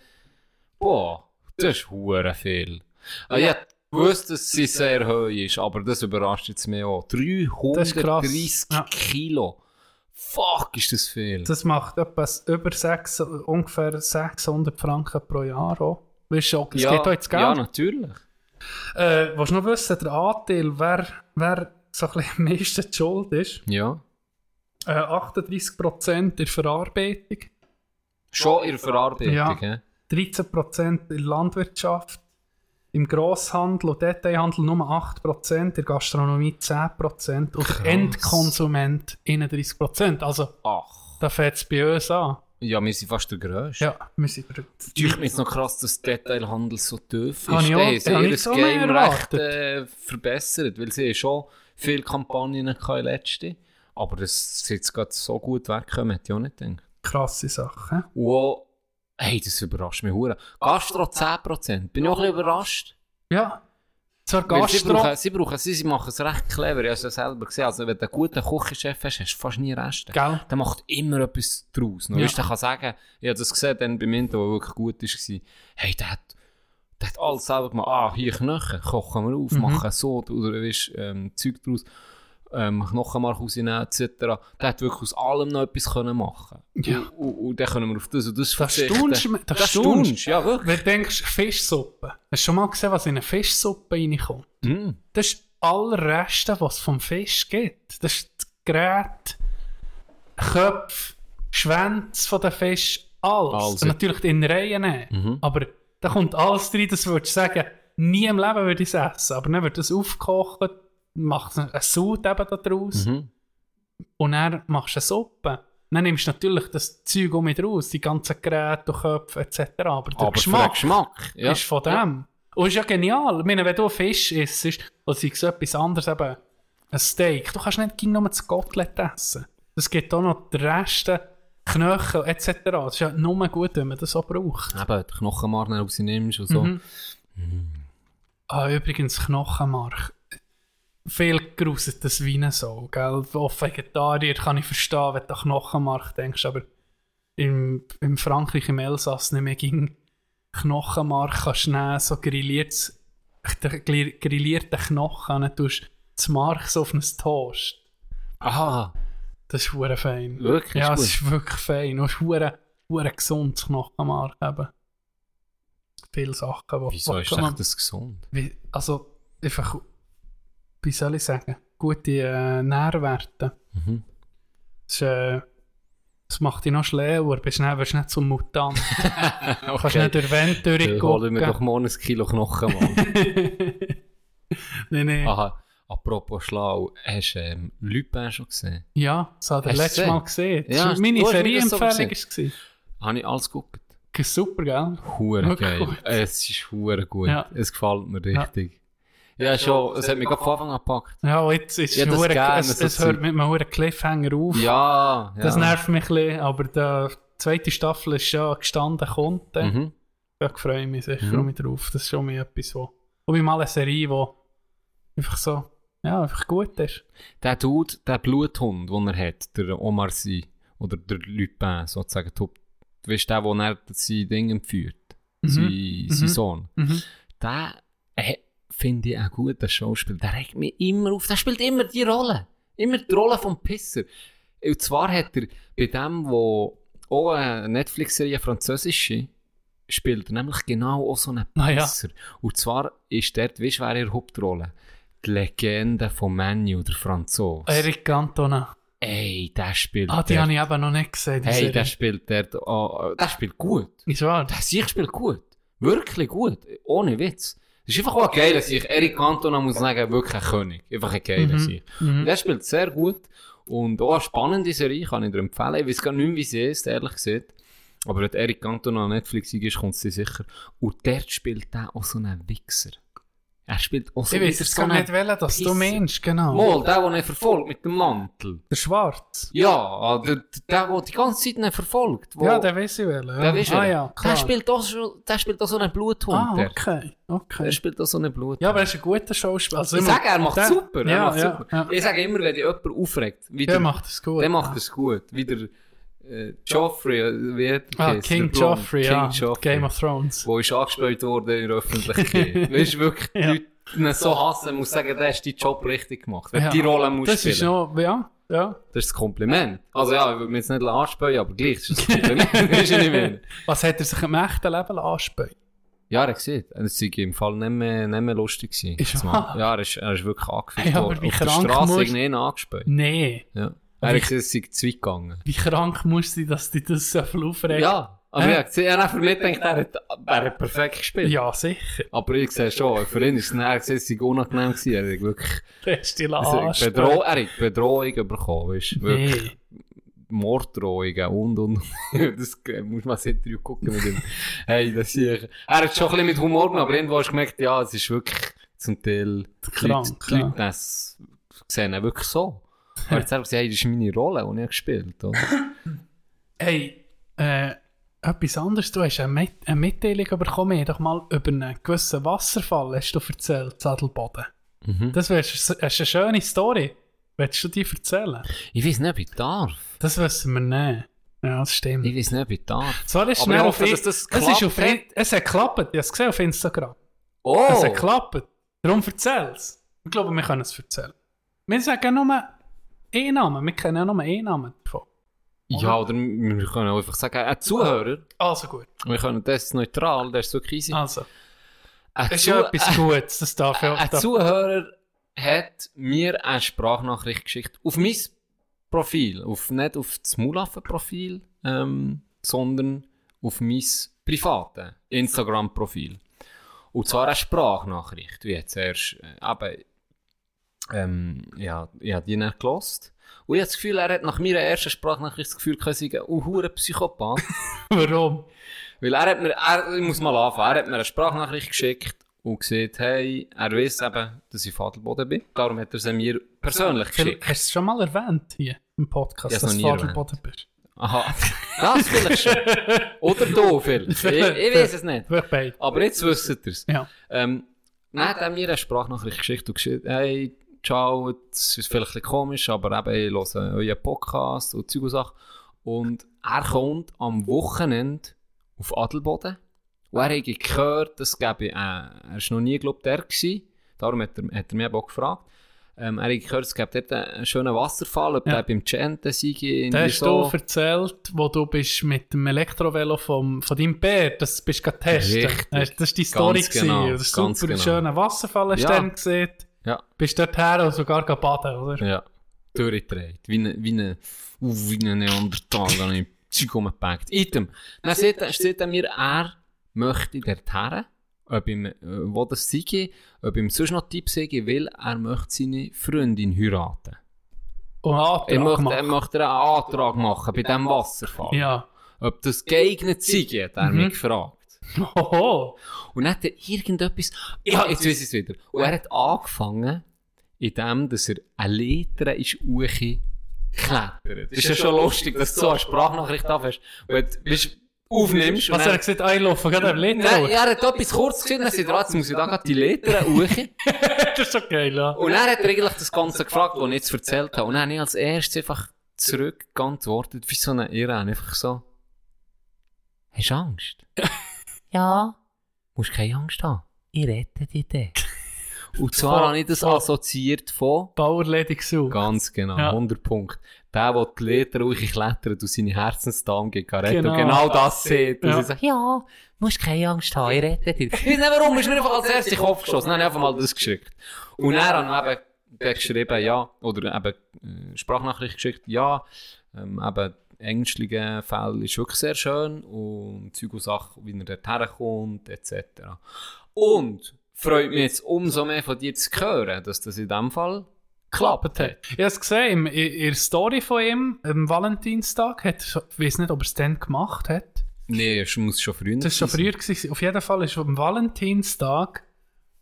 boah, das ist hure viel. Äh, ja. Ich wusste, dass sie sehr hoch ist, aber das überrascht jetzt mich auch. 330 Ja. Kilo. Fuck, ist das viel. Das macht etwas über sechs, ungefähr 600 Franken pro Jahr auch. Weißt du, es geht auch jetzt Geld. Ja, natürlich. Äh, willst du noch wissen, der Anteil, wer, wer so ein bisschen am meisten die schuld ist? Ja. Äh, 38% in Verarbeitung, Schon in der Verarbeitung, Ja. hä? 13% in Landwirtschaft, im Grosshandel und Detailhandel nur 8%, in der Gastronomie 10% und der Endkonsument 31%. Also, Ach. da fängt es bei uns an. Ja, wir sind fast der Grösste. Ja, wir sind der- Ich finde es noch krass, dass der Detailhandel so tief ist. Habe ich auch- Die habe haben ich so ihr Game mehr recht äh, verbessert, weil sie haben schon viele Kampagnen hatten letzte. Aber dass sie jetzt gerade so gut wegkommen, hätte ich auch nicht gedacht. krasse Sache. Wow, hey, das überrascht mich hure. Gastro 10%, bin ich auch ein bisschen überrascht. Ja. Zur Weil Sie, Gastro. brauchen, sie, brauchen, sie, sie machen es recht clever, ich habe es ja selber gesehen. Also wenn du einen guten Küchenchef hast, hast du fast nie Reste. Gell? der macht immer etwas draus. Ja. Ja. Weißt, der kann sagen, ich habe das gesehen, dann beim Inter, der wirklich gut war, hey, der hat, der hat alles selber gemacht. Ah, hier Knochen, kochen wir Mhm. auf, machen so, oder weißt, ähm, Zeug draus, ähm, Knochenmark rausnehmen, etc. Der hat wirklich aus allem noch etwas können machen Ja. Und, und, und dann können wir auf das und das Da staunst du verzichten. mir- da Das staunst. staunst, ja wirklich. Wenn du denkst, Fischsuppe. Hast du schon mal gesehen, was in eine Fischsuppe reinkommt? Mm. Das ist alle Reste, was es vom Fisch gibt. Das ist das Gerät, Köpfe, Schwänze von den Fisch, alles. Alles. Und Natürlich die Innereien nicht. Mhm. Aber da kommt alles rein, das würdest du sagen, nie im Leben würde ich es essen. Aber dann wird es aufgekocht, macht eine Sud eben da draus. Mhm. Und dann machst du eine Suppe. Dann nimmst du natürlich das Zeug auch mit raus, die ganzen Geräte und Köpfe etc. Aber der Aber für den Geschmack Geschmack ja. ist von dem. Und ist ja genial. Ich meine, wenn du einen Fisch isst, oder sei es etwas anderes, eben ein Steak, du kannst nicht gegen nur das Kotelett essen. Es gibt auch noch die Reste, Knöchel etc. Das ist ja nur gut, wenn man das so braucht. Eben, den Knochenmark dann rausnimmst und so. Mhm. Ah, übrigens, Knochenmark. Viel gerusetes Wein so, gell? Auch Vegetarier kann ich verstehen, wenn du an Knochenmark denkst, aber im, im Frankreich, im Elsass nicht mehr ging. Knochenmark kannst du nehmen, so grilliertes, gri- grillierte Knochen, dann tust du das Mark so auf einen Toast. Aha, Das ist hure fein. wirklich ja, gut. es ist wirklich fein. Und es ist hure, hure gesund, das Knochenmark eben. Viele Sachen, die Wieso die ist kann man- echt das gesund? wie, also einfach, wie soll ich sagen, gute äh, Nährwerte. Mhm. Das, ist, äh, das macht dich noch schlauer, bist nicht, wirst nicht zum [LAUGHS] Mutant. [LAUGHS] Du kannst nicht durch Wände Dann holen wir [LAUGHS] doch durchgucken. morgen ein Kilo [LAUGHS] Knochenmark. Nein, nein. Aha, apropos schlau, hast du ähm, Lupin schon gesehen? Ja, das hat er Hast du letztes gesehen? Mal gesehen. Das Ja, oh, war meine du hast mir das so Serienempfehlung war. Habe ich alles geguckt? Ge- Super, gell? Hure Wirklich geil. gut. Es ist hure gut. Ja. Es gefällt mir richtig. Ja, schon. Es hat mich gerade von Anfang an gepackt. Ja, oh, und jetzt ist Ja, es das hure- gerne, es, so es Zeug. hört mit einem hohen Cliffhanger auf. Ja, ja. Das nervt mich ein bisschen, aber die zweite Staffel ist ja gestanden Content. Mhm. Da freue ich mich sicher Mhm. auch mit drauf. Das ist schon mal etwas, wo... Und bei mal eine Serie, die einfach so... Ja, einfach gut ist. Der Dude, der Bluthund, den er hat, der Omar Sy, oder der Lupin, sozusagen, Top, du weißt der, wo er sein Ding entführt, sein, sein Mhm. Sohn. Mhm. Der äh, finde ich einen guten Schauspieler. Der regt mich immer auf. Der spielt immer die Rolle. Immer die Rolle vom Pisser. Und zwar hat er bei dem, wo auch eine Netflix-Serie eine französische spielt, er nämlich genau auch so einen Ah, ja. Pisser. Und zwar ist dort, weißt du, wer ihre Hauptrolle? Die Legende von Menu, der Franzose. Eric Cantona. Ey, der spielt. Ah, die dort- habe ich eben noch nicht gesehen. Ah. die Hey, Serie. der spielt dort. Oh, der spielt gut. Ist wahr. Der Sieg spielt gut. Wirklich gut. Ohne Witz. Das ist einfach auch ein geiler Sieg. Eric Cantona muss ich sagen, wirklich ein König. Einfach ein geiler Mhm. Sieg. Mhm. Der spielt sehr gut. Und auch eine spannende Serie kann ich dir empfehlen. Ich weiß gar nicht, mehr, wie sie ist, ehrlich gesagt. Aber wenn Eric Cantona an Netflix ist, kommt sie sicher. Und dort spielt der auch so einen Wichser. Er spielt auch so Ich weiß wieder es so gar einen nicht, welchen das du Pisser. meinst, genau. Mal, der, den er verfolgt mit dem Mantel. Der Schwarz. Ja, der, der, der die ganze Zeit nicht verfolgt. Wo, Ja, der weiß ich welchen. ja. der, ist ah, er. ja, klar. der spielt auch so, der spielt auch so einen Bluthund. Ah, der. okay. okay. Er spielt auch so einen Bluthund. Ja, aber er ist ein guter Schauspieler. Also ich immer- sage, er macht der- super. Er ja, macht ja, super. ja. Ich sage immer, wenn dich jemand aufregt, wie Der macht es gut. der macht es gut. Wie der äh, Joffrey, äh, wie hat der Ah, geheißen? King Der Blond. Joffrey, King ja. Joffrey. Game of Thrones. Wo ist angespielt worden in der [LAUGHS] Öffentlichkeit. weißt du, wirklich, die Ja. Leute ihn so hassen, muss sagen, der hat deinen Job richtig gemacht. Wenn Ja. du die Rolle musst Das spielen. ist noch, ja, ja. Das ist ein Kompliment. Also ja, ich würde mir jetzt nicht anspielen, aber gleich das ist ein Kompliment. [LAUGHS] Weisst du, was ich meine? Was hat er sich im echten Leben anspielen? Ja, er sieht. Es war im Fall nicht mehr, nicht mehr lustig. Gewesen, Ist Das wahr? Mal. Ja, er ist, er ist wirklich angefühlt Hey, aber worden. wie Auf der krank Straße musst- irgendwie angespielt. Nee. Ja. Aber Er ich- hat gesehen, es sei zu weit gegangen. Wie krank muss sie, dass die das so viel aufregt? Ja, aber Hä? ich habe gesehen, er hat für mich gedacht, er hat, er hat perfekt gespielt. Ja, [LAUGHS] sicher. Aber ich sehe schon, für ihn ist es nachher gesehen, es sei unangenehm gewesen. Er hat wirklich Der ist die also, Last. Bedroh er hat Bedrohung bekommen, weißt du. Wirklich Nee. Morddrohungen und und [LAUGHS] und. Das äh, muss man das Interview gucken mit ihm. hey, das hier. Er hat schon ein bisschen mit Humor genommen, aber irgendwo hast du gemerkt, ja, es ist wirklich zum Teil die Leute, Krank, die ja. Leute das sehen auch wirklich so. Er hat selber gesagt, hey, das ist meine Rolle, die ich gespielt habe. Hey, äh, etwas anderes. Du hast eine, Mit eine Mitteilung bekommen. Ich habe doch mal eh, über einen gewissen Wasserfall hast du erzählt, Sadelboden. Mhm. Das wär- ist eine schöne Story. Willst du die erzählen? Ich weiß nicht, ob ich darf. Das wissen wir nicht. eh, Ja, das stimmt. Ich weiß nicht, ob ich darf. Zwar ist Aber ich schnell hoffe, auf, dass das es ist auf geklappt In- Es hat geklappt. Ich habe es gesehen auf Instagram. Es hat Oh! geklappt. Darum erzähl es. Ich glaube, wir können es erzählen. Wir sagen nur einen Namen. Wir kennen nur einen Namen davon. Ja, oder wir können einfach sagen, ein Zuhörer. Also gut. Wir können das ist neutral, das ist wirklich easy. Also, Ein das ist ja Zuh- etwas Gutes. Das darf ja Ein darf- Zuhörer hat mir eine Sprachnachricht geschickt. Auf mein Profil. Auf, nicht auf das Mulaffen-Profil, ähm, sondern auf mein privates Instagram-Profil. Und zwar eine Sprachnachricht. Wie jetzt erst, äh, eben, ähm, ja, ich habe die nicht gelost. Und ich habe das Gefühl, er hat nach meiner ersten Sprachnachricht das Gefühl, er sei ein verdammter Psychopath. Warum? Weil er hat mir, er, ich muss mal anfangen, er hat mir eine Sprachnachricht geschickt und gesagt, hey, er weiß eben, dass ich Fadelboden bin. Darum hat er sie mir persönlich Hast du geschickt. es schon mal erwähnt hier im Podcast, Ich hab's dass noch du nie Vaterboden bist? Aha. Das vielleicht schon. Oder du vielleicht. Ich, ich weiß es nicht. Wir beide. Aber jetzt wisst ihr es. Ja. Ähm, dann hat er mir eine Sprachnachricht geschickt und gesagt, hey, ciao, es ist vielleicht ein bisschen komisch, aber eben, ich höre euren eh, Podcast und Zeug und Sachen. Und er kommt am Wochenende auf Adelboden. Und er hat gehört, das gäbe, äh, er ist noch nie, glaube ich, der gewesen. Darum hat er, hat er mich eben auch gefragt. Ähm, er hat gehört, es gäbe dort einen schönen Wasserfall, ob Ja. der beim Gente sei. Da irgendwie hast du erzählt, wo du bist mit dem Elektrovelo vom, von deinem Bär, das bist du testen. Richtig. Das war die Story. Ganz genau, gewesen. Das ist ganz super genau. schöner Wasserfall hast du Ja. dann gesehen. Ja. Bist dort her und sogar baden, oder? Ja. Durchgedreht. Wie ein wie ne, uh, wie ein Neandertal, dann im Zeug rumgepackt. Item. Dann sieht, er- sieht er mir, er möchte dort her, ob ihm, äh, wo das sei, ob ihm sonst noch Tipps geben will, er möchte seine Freundin heiraten. Und Er Antrag möchte, er gemacht. möchte einen Antrag machen bei diesem Wasserfall. Ja. Ob das geeignet sei, hat er Mhm. mich gefragt. Hoho. Und dann hat er irgendetwas. Ja, jetzt weiß ich es wieder. Und er hat angefangen, indem dass er eine Leiter ist hochgeklettert. Das ist ja schon lustig, dass du so eine Sprachnachricht anfängst. Wenn du bist- aufnimmst. und Was hat dann- er gesagt? Ah, ich laufe gerade am Lied. Nein, hoch. er hat etwas kurz gesehen, dann sagt er, ah, jetzt muss ich da gerade die Leiter [LAUGHS] hoch. [LAUGHS] Das ist so geil, ja. Und er hat er eigentlich das Ganze gefragt, was ich jetzt erzählt habe. Und dann habe ich als erstes einfach zurückgeantwortet, wie so eine Irre. Einfach so, hast du Angst? ja. Musst keine Angst haben. Ich rette dich dann. Und zwar habe ich das assoziiert von... Bauerledig so. Ganz genau, Ja. 100 Punkte. Der, der die Leder ruhig klettert und seine Herzensdame geht retten Genau. genau. und genau das sieht. Und Ja. sie sagt, ja, musst keine Angst haben, ich rette dich. Ich weiß nicht warum, ist mir einfach als erstes in den Kopf geschossen. Dann habe ich einfach mal das geschickt. Und dann habe ich eben dann geschrieben, ja, oder eben äh, Sprachnachricht geschickt, ja, ähm, eben ängstliche Fälle ist wirklich sehr schön und Zeug und Sachen, wie er dort herkommt, etc. Und freut mich jetzt umso mehr von dir zu hören, dass das in dem Fall geklappt hat. Ich habe es gesehen, im- in in der Story von ihm, am Valentinstag, hat, er so- ich weiß nicht, ob er es dann gemacht hat. Nee, es muss schon früher Das war schon sein. früher. Gewesen. Auf jeden Fall ist am Valentinstag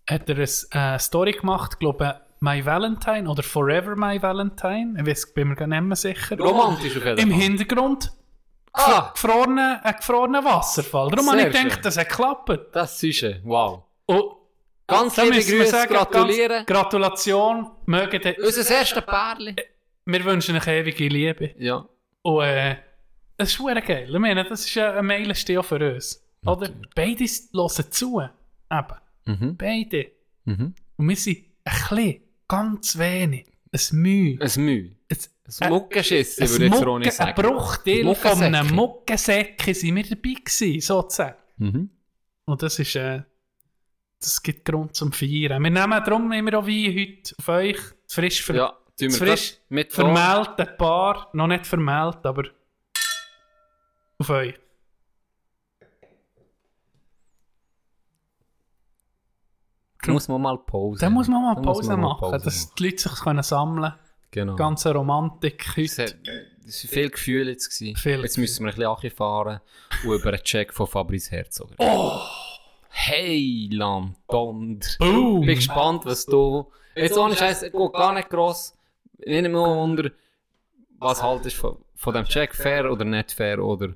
hat er eine äh, Story gemacht, glaube My Valentine oder Forever My Valentine. Ich weiß, bin mir gar nicht mehr sicher. Oh, Romantisch auf jeden Im Fall. Hintergrund Ah, gefrorene, ein gefrorener Wasserfall. Darum habe Sehr ich gedacht, schön. das hat geklappt. das ist er. Wow. Und Ganz da liebe müssen wir Grüße, sagen, ganz gratulieren. Gratulation. Mögen de- Unser erstes Pärli. wir wünschen euch ewige Liebe. Ja. Und äh, es ist verdammt geil. Ich meine, das ist äh, ein Meilenstein auch für uns. Oder? Beide hören zu. Eben. Mhm. Beide. Mhm. Und wir sind ein bisschen, ganz wenig, ein Mühe, Ein Mühe. ein, Ein Muckenschiss, ein würde jetzt Ronny Mucke- ein sagen. Bruchteil von Muckensäckchen. einem Muckensäckchen sind wir dabei gewesen, sozusagen. Mhm. Und das ist, äh, das gibt Grund zum Feiern. Wir nehmen darum immer auch Wein heute auf euch, frisch, ver Ja, tun wir frisch das mit vermählt, ein Paar, noch nicht vermählt, aber auf euch. Da muss man mal Pause Dann muss man mal Da Pause man mal machen, Pause dass machen. die Leute sich können sammeln können. Genau. Ganze Romantik Es heute. hat- es war viel Gefühl jetzt. Gewesen. Viel jetzt Gefühl. müssen wir ein bisschen angefahren und über einen Check von Fabrice Herzog reden. Hey, Landbond. Oh! Boom! Ich bin gespannt, was du. Jetzt ohne Scheiß, es geht gar nicht gross. Ich nehme mal unter, was haltest du von, von dem Check fair oder nicht fair oder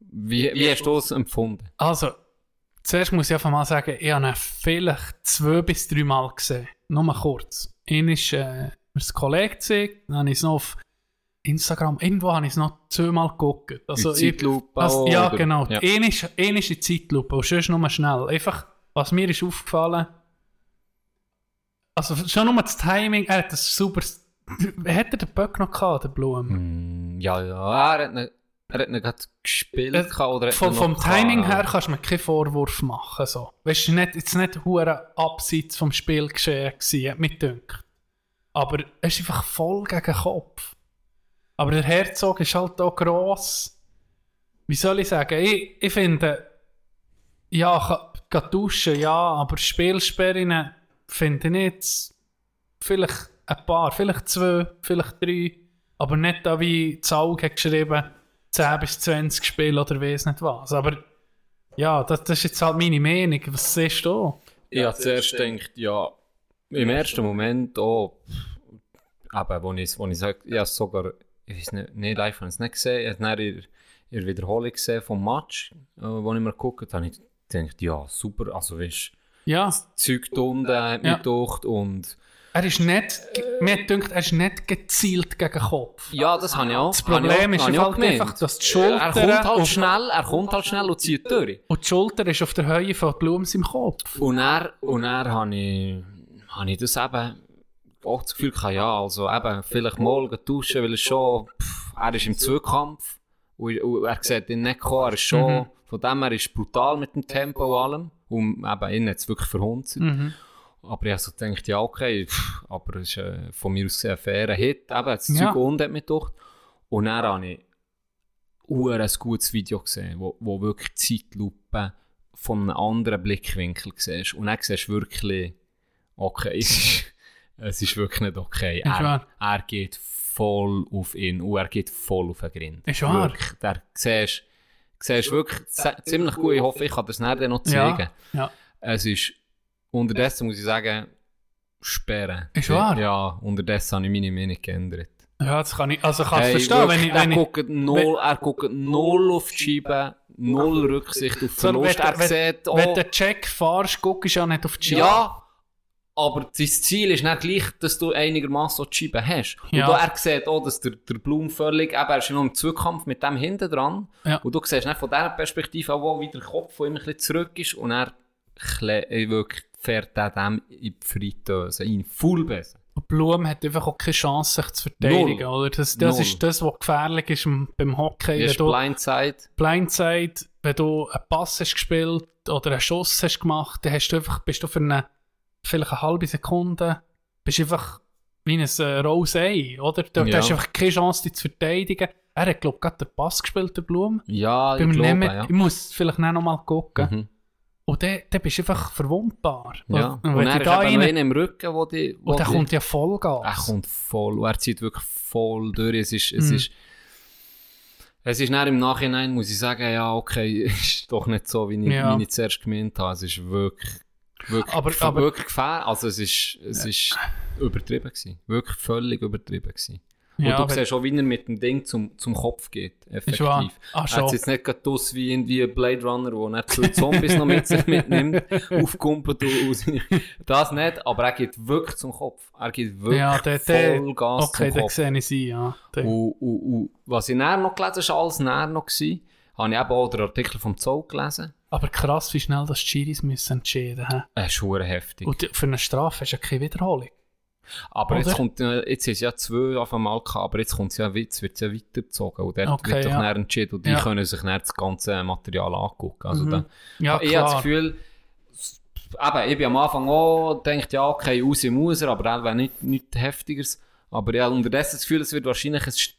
wie, wie hast du es empfunden? Also, zuerst muss ich einfach mal sagen, ich habe ihn vielleicht zwei bis drei Mal gesehen. Nur mal kurz. Ihn ist äh, mir ein Kollege gesehen, dann habe ich es noch auf Instagram, irgendwo habe ich es noch zweimal geguckt. Also, In ich- Zeitlupe also, ja, oder- genau. ja. Ihn ist, ihn ist in Zeitlupe und sonst nur schnell. Einfach, was mir ist aufgefallen, also schon nur das Timing, er hat das super... Hat er den Böck noch gehabt, den Blumen? Hm, ja, ja, er hat ihn, er hat ihn gerade gespielt. Äh, gehabt oder hat Vom, ihn vom noch gehabt, Timing aber- her kannst du mir keinen Vorwurf machen. So. Weißt du, nicht, jetzt nicht hure abseits vom Spiel geschehen, gewesen, hat mich gedacht. Aber es ist einfach voll gegen den Kopf. Aber der Herzog ist halt auch gross. Wie soll ich sagen? Ich, ich finde, ja, ka- ka duschen, ja, aber Spielsperrinnen finde ich nicht. Vielleicht ein paar, vielleicht zwei, vielleicht drei. Aber nicht da wie Zaug hat geschrieben, 10 bis 20 Spiele oder weiß nicht was. Aber ja, das, das ist jetzt halt meine Meinung. Was siehst du? Ich habe zuerst gedacht, ja, im ersten Moment auch, pff, eben, wo ich, wo ich sage, ich habe es sogar, ich weiß nicht, nee, live habe ich es nicht gesehen, ich habe es dann in der- in der Wiederholung gesehen vom Match, äh, wo ich mir geguckt habe, ich gedacht, ja, super, also weißt Ja, du, Zeug da unten hat mich Ja. gedacht und er ist nicht, mir denkt, er ist nicht gezielt gegen den Kopf. ja, das habe ich auch. Das Problem ist halt einfach, dass die Schulter Er kommt halt auf- schnell, er kommt halt schnell und zieht durch. Und die Schulter ist auf der Höhe von Blumen im Kopf. Und er, und er habe ich, hab ich das eben auch das Gefühl gehabt, ja, also eben, vielleicht mal gehen duschen, weil er schon, pff, er ist im Zweikampf und, und er sieht ihn nicht kommen, er ist schon, Mhm. von dem her ist brutal mit dem Tempo und allem. Und eben, ihn hat es wirklich verhunzt. Mhm. Aber ich habe so gedacht, ja, okay, pff, aber es ist äh, von mir aus gesehen ein fairer Hit. Eben, das Ja. Zeug und hat mich gedacht. Und dann habe ich huere ein gutes Video gesehen, wo, wo wirklich die Zeitlupe von einem anderen Blickwinkel siehst. Und dann siehst du wirklich, okay, [LAUGHS] es ist, es ist wirklich nicht okay. Ist Er, wahr. er geht voll auf ihn und er geht voll auf den Grind. Ist wahr. Wirklich, der siehst, siehst wirklich ze- ziemlich gut. Ich hoffe, ich kann das nachher noch zeigen. ja. Es ist, unterdessen muss ich sagen, sperren. Ist wahr? Ja, unterdessen habe ich meine Meinung geändert. Ja, das kann ich, also kannst Hey, du verstehen, wenn wirklich, ich, der wenn ich, guckt null, er guckt null auf die Scheibe, null Rücksicht auf So, Verlust. wenn- Er sieht, oh, wenn du den Check fährst, guckst du ja nicht auf die Scheibe. ja, aber sein Ziel ist nicht gleich, dass du einigermaßen die Scheibe hast. Ja. Und da er sieht auch, dass der, der Blum völlig, eben, er ist noch im Zweikampf mit dem hinten dran. Ja. Und du siehst nicht von dieser Perspektive auch, wo wie der Kopf von ihm ein bisschen zurück ist und er kle- äh, wirklich fährt er dem in die Fritteuse, in full besser. Und Blum hat einfach auch keine Chance, sich zu verteidigen, Null. oder? Das, das Null. ist das, was gefährlich ist im- beim Hockey. Er Wenn ist du blindside. Blindside, wenn du einen Pass hast gespielt oder einen Schuss hast gemacht, dann hast du einfach, bist du für eine, vielleicht eine halbe Sekunde, bist einfach wie ein äh, Rose Ei, oder? Du du Ja. hast einfach keine Chance, dich zu verteidigen. Er hat, glaube ich, gerade den Pass gespielt, der Blum. Ja, ich Beim glaube, Nehmen, ja. Ich muss vielleicht noch mal gucken. Mhm. Und dann, dann bist du einfach verwundbar. Ja. Und, Und, wenn er du ist da eben noch rein, einer im Rücken, wo die... Wo und dann die- kommt ja Vollgas. Er kommt voll. Und er zieht wirklich voll durch. Es ist... Es Mhm. ist es ist dann im Nachhinein, muss ich sagen, ja, okay, [LAUGHS] ist doch nicht so, wie ich, Ja. wie ich zuerst gemeint habe. Es ist wirklich, wirklich, Aber- gef- aber- wirklich gefährlich. Also es ist, es ist übertrieben gewesen. Wirklich völlig übertrieben gewesen. ja, Und du wenn- siehst auch, wie er mit dem Ding zum, zum Kopf geht, ist wahr. effektiv. Ah, Er hat schon. jetzt nicht gerade aus wie irgendwie Blade Runner, wo er zwei Zombies noch mit sich [LAUGHS] mitnimmt, aufkumpelt und aus. Das nicht, aber er geht wirklich zum Kopf. Er geht wirklich Ja, der- der- Vollgas Okay, zum dann Kopf. sehe ich sie, ja. Dann- Und, und, und was ich näher noch gelesen habe, alles näher noch gewesen, habe ich eben auch den Artikel vom Zoll gelesen. Aber krass, wie schnell das die Schiris müssen entscheiden müssen. Das ist verdammt heftig. Und die- für eine Strafe hast du ja keine Wiederholung. aber jetzt oder? kommt, äh, jetzt ist ja zwei auf einmal gehabt, aber jetzt kommt ja, wird es ja weitergezogen. Und dort Okay, wird doch ja. näher entschieden und die Ja. können sich näher das ganze Material angucken. Also Mhm. dann, Ja, ich habe das klar. Gefühl, s- eben, ich bin am Anfang auch denkt ja, okay, raus im User, aber auch wenn nicht, nicht heftigeres. Aber ja, unterdessen das Gefühl, es wird wahrscheinlich ein st-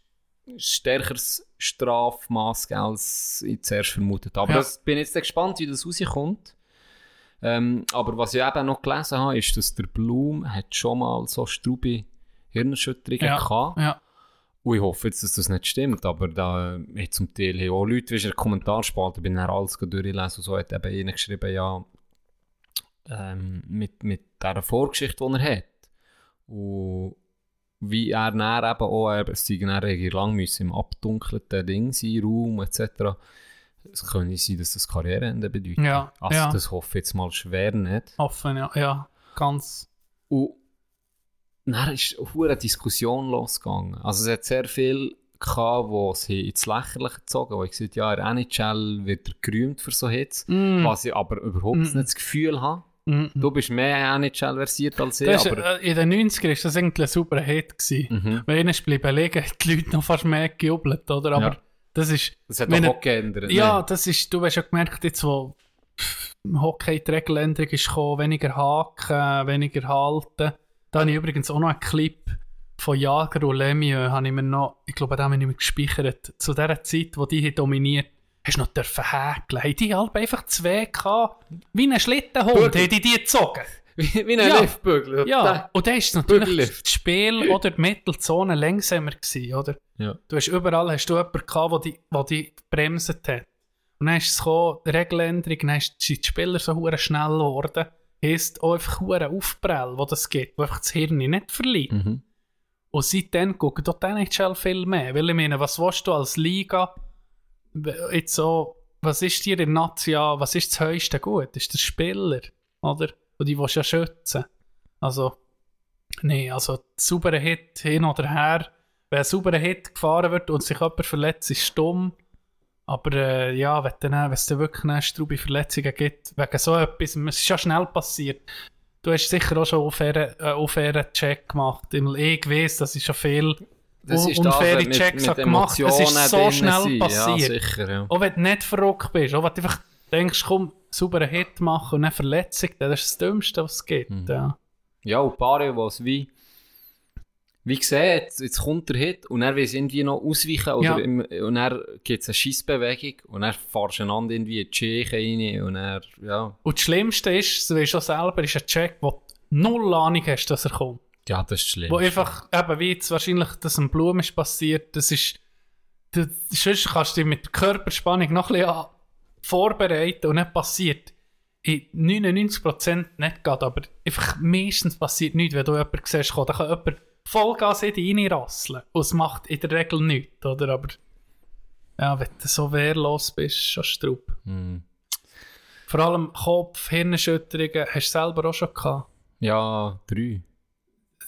stärkeres Strafmaß geben, als ich zuerst vermutet habe. Aber Ja. das, bin jetzt dann gespannt, wie das rauskommt. Ähm, aber was ich eben noch gelesen habe, ist, dass der Blum hat schon mal so strube Hirnerschütterungen Ja. gehabt. Ja, Und ich hoffe jetzt, dass das nicht stimmt, aber da äh, hat zum Teil haben auch Leute, wie in der Kommentarspalte, bin dann alles durchlesen und so, hat eben einer geschrieben, ja, ähm, mit, mit dieser Vorgeschichte, die er hat. Und wie er dann eben auch, eben, es sei dann irgendwie lang müssen im abdunkelten Ding sein, Raum etc., es könnte sein, dass das Karriereende bedeutet. Ja, also ja. das hoffe ich jetzt mal schwer nicht. offen, ja. ja. Ganz. Und dann ist eine Diskussion losgegangen. Also es hat sehr viel gehabt, wo sie ins Lächerliche gezogen haben. Ich gesagt, ja, in der NHL wird er gerühmt für so Hits. Mm, Was ich aber überhaupt Mm. nicht das Gefühl habe. mm, mm. Du bist mehr NHL versiert als ich, Das ist, aber... äh, in den 90ern war das irgendwie ein super Hit. Gewesen. Mhm. Wenn einer blieben liegen, [LAUGHS] haben die Leute noch fast mehr gejubelt, oder? Aber Ja. das ist. Das hat Wenn doch er- auch geändert. Ja, ne? das ist, du hast ja gemerkt, jetzt wo pff, Hockey die Regeländerung ist gekommen, weniger Haken, weniger Halten. Da habe ich übrigens auch noch einen Clip von Jager und Lemieux, habe ich mir noch, ich glaube, den habe ich nicht mehr gespeichert. Zu dieser Zeit, wo die haben dominiert, hast du noch dürfen häkeln. Haben die halt einfach zwei gehabt, wie ein Schlittenhund, Wirklich? haben die die gezogen. [LAUGHS] Wie, wie ein Ja. Liftbügel. Ja, und dann ist natürlich Bügellift. das Spiel oder die Mittelzone langsamer gewesen, oder? Ja. Du hast überall hast du jemanden gehabt, der dich, der dich bremset hat. Und dann ist es gekommen, die Regeländerung, dann ist- sind die Spieler so hure schnell geworden. Heisst auch einfach hure Aufprall, wo das geht, wo einfach das Hirn nicht verliert. Mhm. Und seitdem gucken dort die NHL viel mehr. Weil ich meine, was willst du als Liga w- jetzt so, was ist dir in der Nazi an, was ist das höchste Gut? Das ist der Spieler, oder? Und die willst du ja schützen. Also, nee, also sauberer Hit hin oder her. Wenn ein sauberer Hit gefahren wird und sich jemand verletzt, ist es dumm. Aber äh, ja, wenn dann- wenn es dann wirklich eine Straube Verletzungen gibt, wegen so etwas, es ist ja schnell passiert. Du hast sicher auch schon einen unfairen, äh, unfairen Check gemacht. Im- Ich weiss, das ist schon viel. Das Un- ist unfaire das, wenn Checks hat gemacht. Es ist Emotionen so drin schnell sind. Ja, passiert. sicher, ja. Auch wenn du nicht verrückt bist, auch wenn du einfach denkst, komm, sauberen Hit machen und eine Verletzung, das ist das Dümmste, was es gibt. Mhm. Ja. Ja, und Paare, was wie. Wie gesehen, jetzt, jetzt kommt der Hit und er will irgendwie noch ausweichen oder Ja. im, und er gibt es eine Schissbewegung und er fährst einander irgendwie in die Schäche rein und er, ja. Und das Schlimmste ist, das weißt du auch selber, ist ein Check, wo du null Ahnung hast, dass er kommt. Ja, das ist schlimm. Wo einfach, eben wie jetzt wahrscheinlich das im Blumen ist passiert, das ist, Du, sonst kannst du dich mit der Körperspannung noch ein bisschen an- vorbereiten und dann passiert in 99% nicht gerade, aber einfach meistens passiert nichts, wenn du jemanden siehst, kommen, dann kann jemand Vollgas in dich reinrasseln und es macht in der Regel nichts, oder? Aber ja, wenn du so wehrlos bist, schon Strupp. Hm. Vor allem Kopf, Hirnerschütterungen, hast du selber auch schon gehabt? Ja, drei.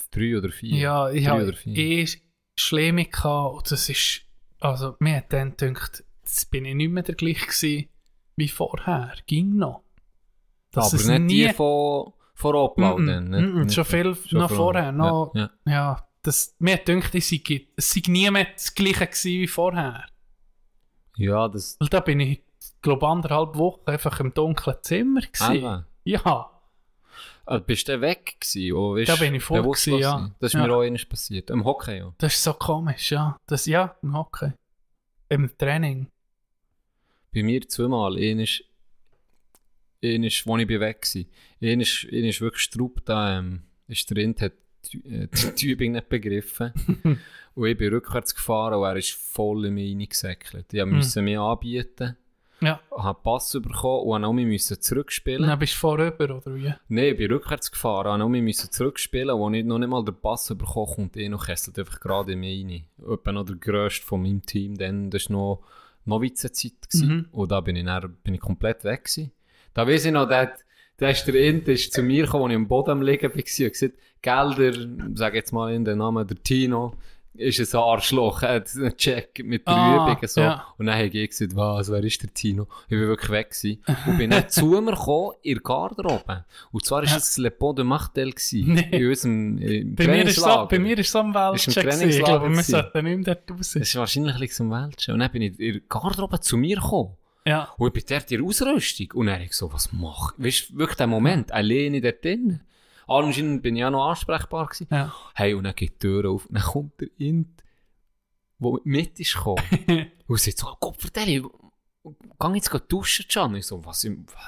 Drei oder vier. Ja, ich Drei habe oder vier. eh Schlimme gehabt und das ist, also mir hat dann gedacht, jetzt bin ich nicht mehr der gleiche gewesen wie vorher, ging noch. Dass es Aber nicht nie- die von, von Oplau. Mm, dann, mm, nicht- mm, nicht- schon viel schon noch von- vorher, noch- Ja, ja. Ja, das, mir hat gedacht, ich sei, es sei nie mehr das gleiche gewesen wie vorher. ja, das Weil da bin ich, glaube anderthalb Wochen einfach im dunklen Zimmer gewesen. Alba. Ja. Ah, bist du weg gewesen? Oh, weißt, Da bin ich vor bewusstlos gewesen, ja. gewesen. Das ist Ja. mir auch eines passiert. Im Hockey, ja. Das ist so komisch, ja. Das, ja, im Hockey. Im Training. Bei mir zweimal. Eines, eines wo ich bin weg war. Eines, eines wirklich strupp da ähm, ist drin, hat die, äh, die Tübing nicht begriffen. und ich bin rückwärts gefahren und er ist voll in mich reingesäckelt. Ich Mhm. musste mich anbieten. Ja. Habe einen Pass bekommen und habe mich zurückspielen. Und dann bist du vorüber, oder wie? Nein, ich bin rückwärts gefahren, habe noch mal müssen zurückspielen, wo ich noch nicht mal den Pass bekommen kommt eh noch kesselt einfach gerade in mich rein. Etwa noch der grösste von meinem Team, denn das war noch Novizenzeit. Mhm. Mhm. Und da bin ich, dann, bin ich komplett weg. Gewesen. Da weiß ich noch, der, der ist der Int ist zu mir gekommen, als ich am Boden am Liegen war und gesagt, Gelder, sag jetzt mal in den Namen, der Tino, ist ein Arschloch, er hat einen Check mit der Ah, Übung. So. ja. Und dann habe ich gesagt, was, wer ist der Tino? Ich bin wirklich weg gewesen. Und bin dann [LAUGHS] zu mir gekommen, in der Garderobe. Und zwar war Ja. das das Le Pont de Martel gewesen, Nee. in unserem äh, Bei mir, ist so, bei mir ist so ein Ist im Weltcheck. gewesen. Ich Trainingslager glaube, wir gewesen. sollten nicht mehr dort raus. Das ist wahrscheinlich ein bisschen zum Welschen. Und dann bin ich in der Garderobe zu mir gekommen. Ja. Und ich bin dort in der Ausrüstung. Und dann habe ich so, was mach ich? Weißt du, wirklich der Moment, alleine dort drin. Anscheinend bin ich ja noch ansprechbar gewesen. Ja. Hey, und dann geht die Tür auf. Und dann kommt der Int, der mit ist [LAUGHS] gekommen. und sagt so, Gott, vertell geh jetzt geh duschen, Can. Ich so, was im, [LAUGHS]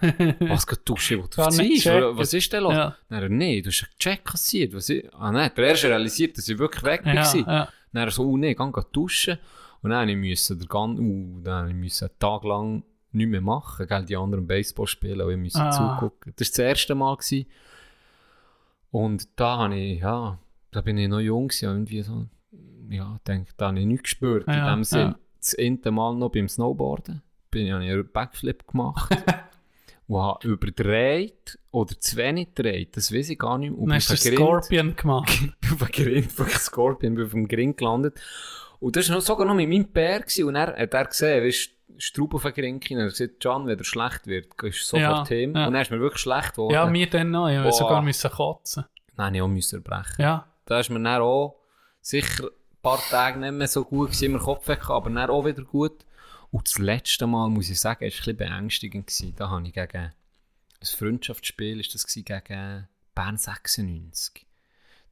hä? Was geht duschen, wo du Gar nicht ziehst? gecheckt. Was ist denn los? Ja. Dann, nee, du hast einen Check kassiert. Was ich, ah nein, der erste realisiert, dass ich wirklich weg Ja, bin. gewesen. ja. Dann so, oh nee, geh geh duschen. Und dann musste ich den ganzen, uh, dann musste ich einen Tag lang nichts mehr machen, gell, die anderen Baseball spielen und ich musste Ah. zugucken. Das war das erste Mal. Gewesen. Und da habe ich, ja, da bin ich noch jung gewesen, und irgendwie so, ja, denke, da habe ich nichts gespürt. Ja, In dem Sinn, ja. das erste Mal noch beim Snowboarden, bin ich, habe ich einen Backflip gemacht. [LAUGHS] und habe überdreht oder zu wenig gedreht, das weiß ich gar nicht mehr. Und Dann hast du bin den vergrinnt Scorpion gemacht. [LAUGHS] auf dem Grind, von Scorpion, bin auf dem Grind gelandet. Und das war noch sogar noch mit meinem Bär gewesen. und er hat er gesehen, weißt du, Straub auf den Grind rein. und er hat gesagt, Can, wenn er schlecht wird, gehst du sofort Ja, hin. ja. Und dann ist mir wirklich schlecht geworden. Ja, mir dann noch. Ich musste Boah. sogar müssen kotzen. Nein, ich musste auch erbrechen. Ja. Da ist mir dann auch sicher ein paar Tage nicht mehr so gut gewesen, immer Kopf weg, aber dann auch wieder gut. Und das letzte Mal, muss ich sagen, war es ein bisschen beängstigend. Gewesen. Da habe ich gegen ein Freundschaftsspiel, ist das gewesen, gegen Bern 96.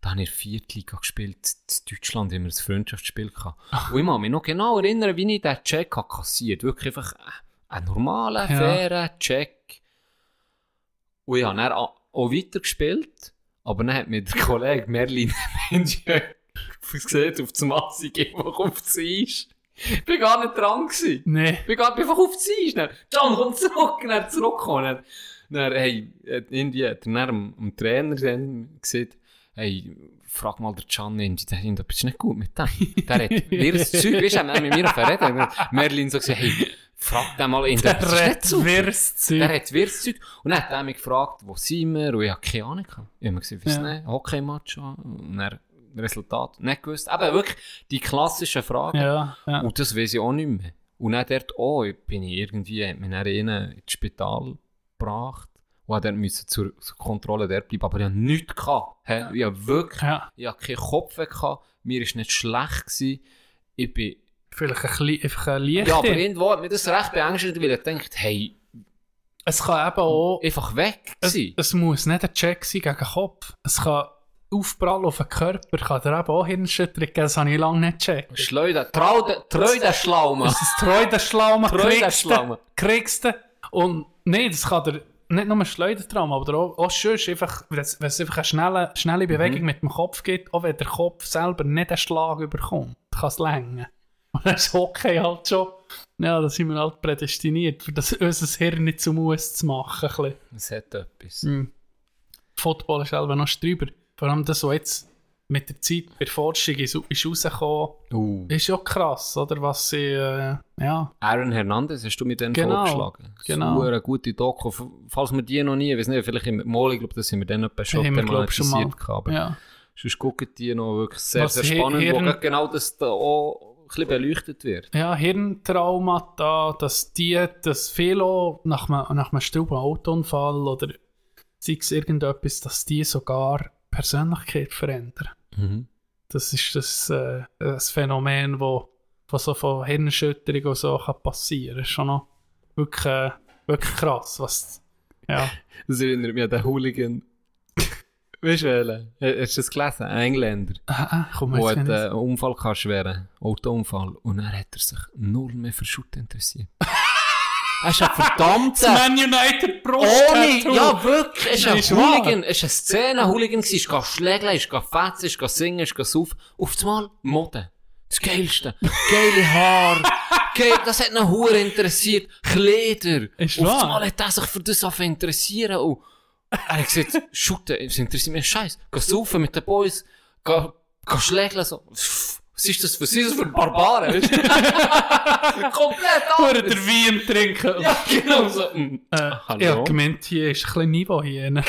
Da habe ich in der Viertliga gespielt, in Deutschland haben wir ein Freundschaftsspiel gehabt. Und ich kann mich noch genau erinnern, wie ich diesen Check habe kassiert Wirklich einfach äh, einen normalen, Ja. fairen Check. Und ich habe dann auch auch weitergespielt. Aber dann hat mir der Kollege Merlin Menzier gesehen, auf die Masse gegeben, die auf die Eis. Ich war gar nicht dran. Gewesen. Nee. Ich bin gar- bin einfach auf die Eis. Dann, John, komm zurück. Und er zurückgekommen. Dann, dann, hey, hat- irgendwie hat er dann am, am Trainer dann gesagt, hey, frag mal den Can Ninja, der Ninja, bist du nicht gut mit dem? Der hat wirres Zeug, weißt du, er hat mit mir auf der Rede. Dann hat Merlin so gesagt, hey, frag den mal, Ninja, bist du nicht Red super? wirres Er Zeug. hat wirres Zeug. Und dann hat er mich gefragt, wo sind wir? Und ich habe keine Ahnung. gehabt. Ich habe mir gesagt, weiss Ja. nicht, Hockey-Match. ja. Und dann Resultat nicht gewusst. Eben wirklich die klassischen Fragen. Ja, ja. Und das weiß ich auch nicht mehr. Und dann dort auch, ich bin ich irgendwie, hat mich dann einer ins Spital gebracht. Und dann musste zur, zur Kontrolle dort bleiben. Aber ich habe nichts gehabt. Hä? Ich habe wirklich ja. ich habe keinen Kopf weg gehabt. Mir war nicht schlecht. Gewesen. Ich bin Vielleicht ein, klein- einfach ein Licht. ja, aber irgendwo hat mich das recht beängstigt, weil ich dachte, hey, es kann eben auch. einfach weg Es, gewesen. es muss nicht ein Check sein gegen den Kopf. Es kann aufprallen auf den Körper. Kann dir eben auch Hirnschütterung geben. Das habe ich lange nicht Oh, gecheckt. Schleuder, trau de, treu der Schlaume. Das ist treu der Schlaume. Treu der kriegst du- Schlaume. Kriegst du. Und nein, das kann dir nicht nur Schleudertraum, aber auch, auch sonst einfach, wenn es wenn es einfach eine schnelle, schnelle Bewegung mit dem Kopf gibt, auch wenn der Kopf selber nicht einen Schlag überkommt, kann es länger. [LAUGHS] Und dann ist Hockey halt schon. Ja, da sind wir halt prädestiniert, für das unser Hirn nicht zum Muss zu machen. Ein bisschen. Es hat etwas. Mhm. Football ist selber noch drüber. Vor allem das, was jetzt mit der Zeit bei der Forschung ist, ist rausgekommen Uh. ist, ja krass, oder? Was sie, äh, ja, Aaron Hernandez hast du mir den Genau, vorgeschlagen. genau. Super, eine gute Doku. F- Falls wir die noch nie, weiß nicht, vielleicht im Mal, ich glaube, das sind wir dann etwa schon Haben wir, glaub, schon mal. thematisiert gehabt, Aber ja. sonst gucken die noch wirklich sehr, Was sehr Hi- spannend, wo Hirn- gerade genau das da auch ein bisschen beleuchtet wird. Ja, Hirntraumata, dass die, dass viele auch nach einem, nach einem stauben Autounfall oder sei es irgendetwas, dass die sogar Persönlichkeit verändern. Mhm. Das ist das, äh, das Phänomen, wo, wo so von Hirnschütterung und so kann passieren kann. Schon noch wirklich, äh, wirklich krass. Was, ja. Das erinnert mich an den Hooligan. [LAUGHS] weißt du, welchen? H- Hast du das gelesen? Ein Engländer, Äh, äh, komm, der jetzt hat bin einen ich- Unfall gehabt, schweren Autounfall. Und dann hat er sich null mehr für Schutt interessiert. [LAUGHS] er ist ein Das verdammter... Man United Brust Ohne, ja wirklich, es Nein, war ist ein wahr. Hooligan, es war ein Szenen-Hooligan, es ist schlägeln, es ist fetzen, es ist singen, es ist saufen. Auf einmal Mode. Das Geilste. Geile Haare. Geil, das hat einen Hure interessiert. Kleider. Ist Auf wahr. einmal hat er sich für das angefangen interessieren. Und er hat gesagt, shooten, es interessiert mich Scheiß. Geh saufen mit den Boys, geh, geh schlägeln, so. Pff, Was ist das, was ist das für Barbaren? weißt [LAUGHS] du? Komplett [LAUGHS] Oder anders. der Wein trinken. Ja, [LAUGHS] genau so. Mm. Äh, Hallo? ich habe gemeint, hier ist ein bisschen Niveau hier. ne?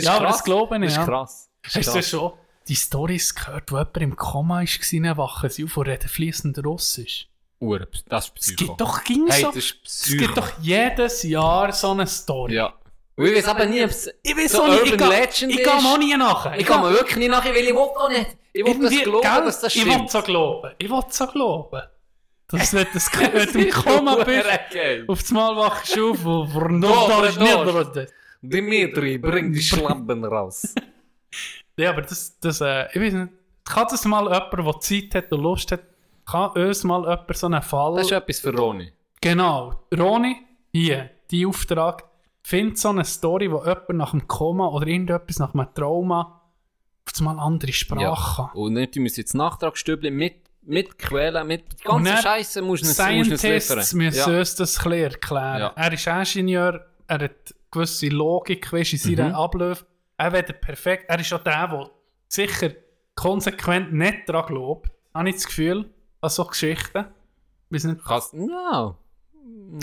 ja, aber das glaube Das ich nicht. ist ja. krass. Das ist Hast du krass. schon die Storys gehört, wo jemand im Koma war, wachen sie auf und reden fließend Russisch? Ur, das ist Es Psycho. gibt doch ging hey, so. das ist Es Psycho. gibt doch jedes Jahr so eine Story. Ja. Und ich weiß aber nie, ob es... Ich weiß So auch nicht, ich Urban gehe- Legend ich gehe ist. auch nie nachher. Ich kann mir wirklich nicht nachher, weil ich will auch nicht. Ich will das Irgendwie- glauben, gell? dass das Ich stimmt. [LAUGHS] will so glauben. Ich will so glauben. Dass wenn du das- wenn du im [LAUGHS] Koma bist, Hurengeil. auf das Mal wachst du auf und Dobre, Vrnodorod- Dimitri, bring die Schlampen raus. Ja, aber das, das äh, ich weiß nicht, kann das mal jemand, der Zeit hat und Lust hat, kann uns mal jemand so einen Fall... [LAUGHS] Das ist etwas für Roni. Genau. Roni, hier, die Auftrag. Find so eine Story, wo jemand nach dem Koma oder irgendetwas nach einem Trauma auf einmal andere Sprache kann. Und nicht, du musst jetzt Nachtragstübeln mit, mit Quellen, mit die ganze Und dann Scheiße musst du es liefern. Scientists müssen ja. uns das ein bisschen erklären. Ja. Er ist Ingenieur, er hat gewisse Logik weißt, du, in seinen Mhm. Abläufen. Er wird perfekt. Er ist auch der, der sicher konsequent nicht daran glaubt. Habe ich das Gefühl, an so Geschichten. Weiß nicht, Kannst- No.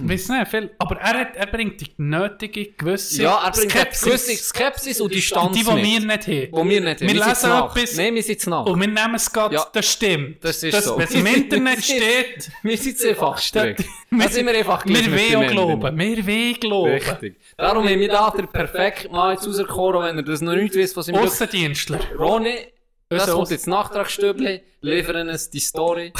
weiß nicht viel. Aber er, hat, er bringt die nötige gewisse Mhm. Ja, er bringt eine gewisse Skepsis und Distanz Die, die wir mit. nicht haben. Wo wir nicht haben. Wir Wir lesen sitzen nach. etwas Nein, wir sitzen nach. und wir nehmen es gerade, Ja. das stimmt. Das ist so. Wenn es [LAUGHS] im Internet steht, Wir sitzen einfach strikt. Da sind wir einfach gleich wir mit wollen auch den glauben. Wir wollen Männern. glauben. Richtig. Darum haben wir da den perfekten Mann jetzt rausgekommen, wenn er das noch nicht weiß, was im Glück Aussendienstler. Ronny, das Unser kommt Aussen- jetzt Nachtragsstübli, liefern uns die Story.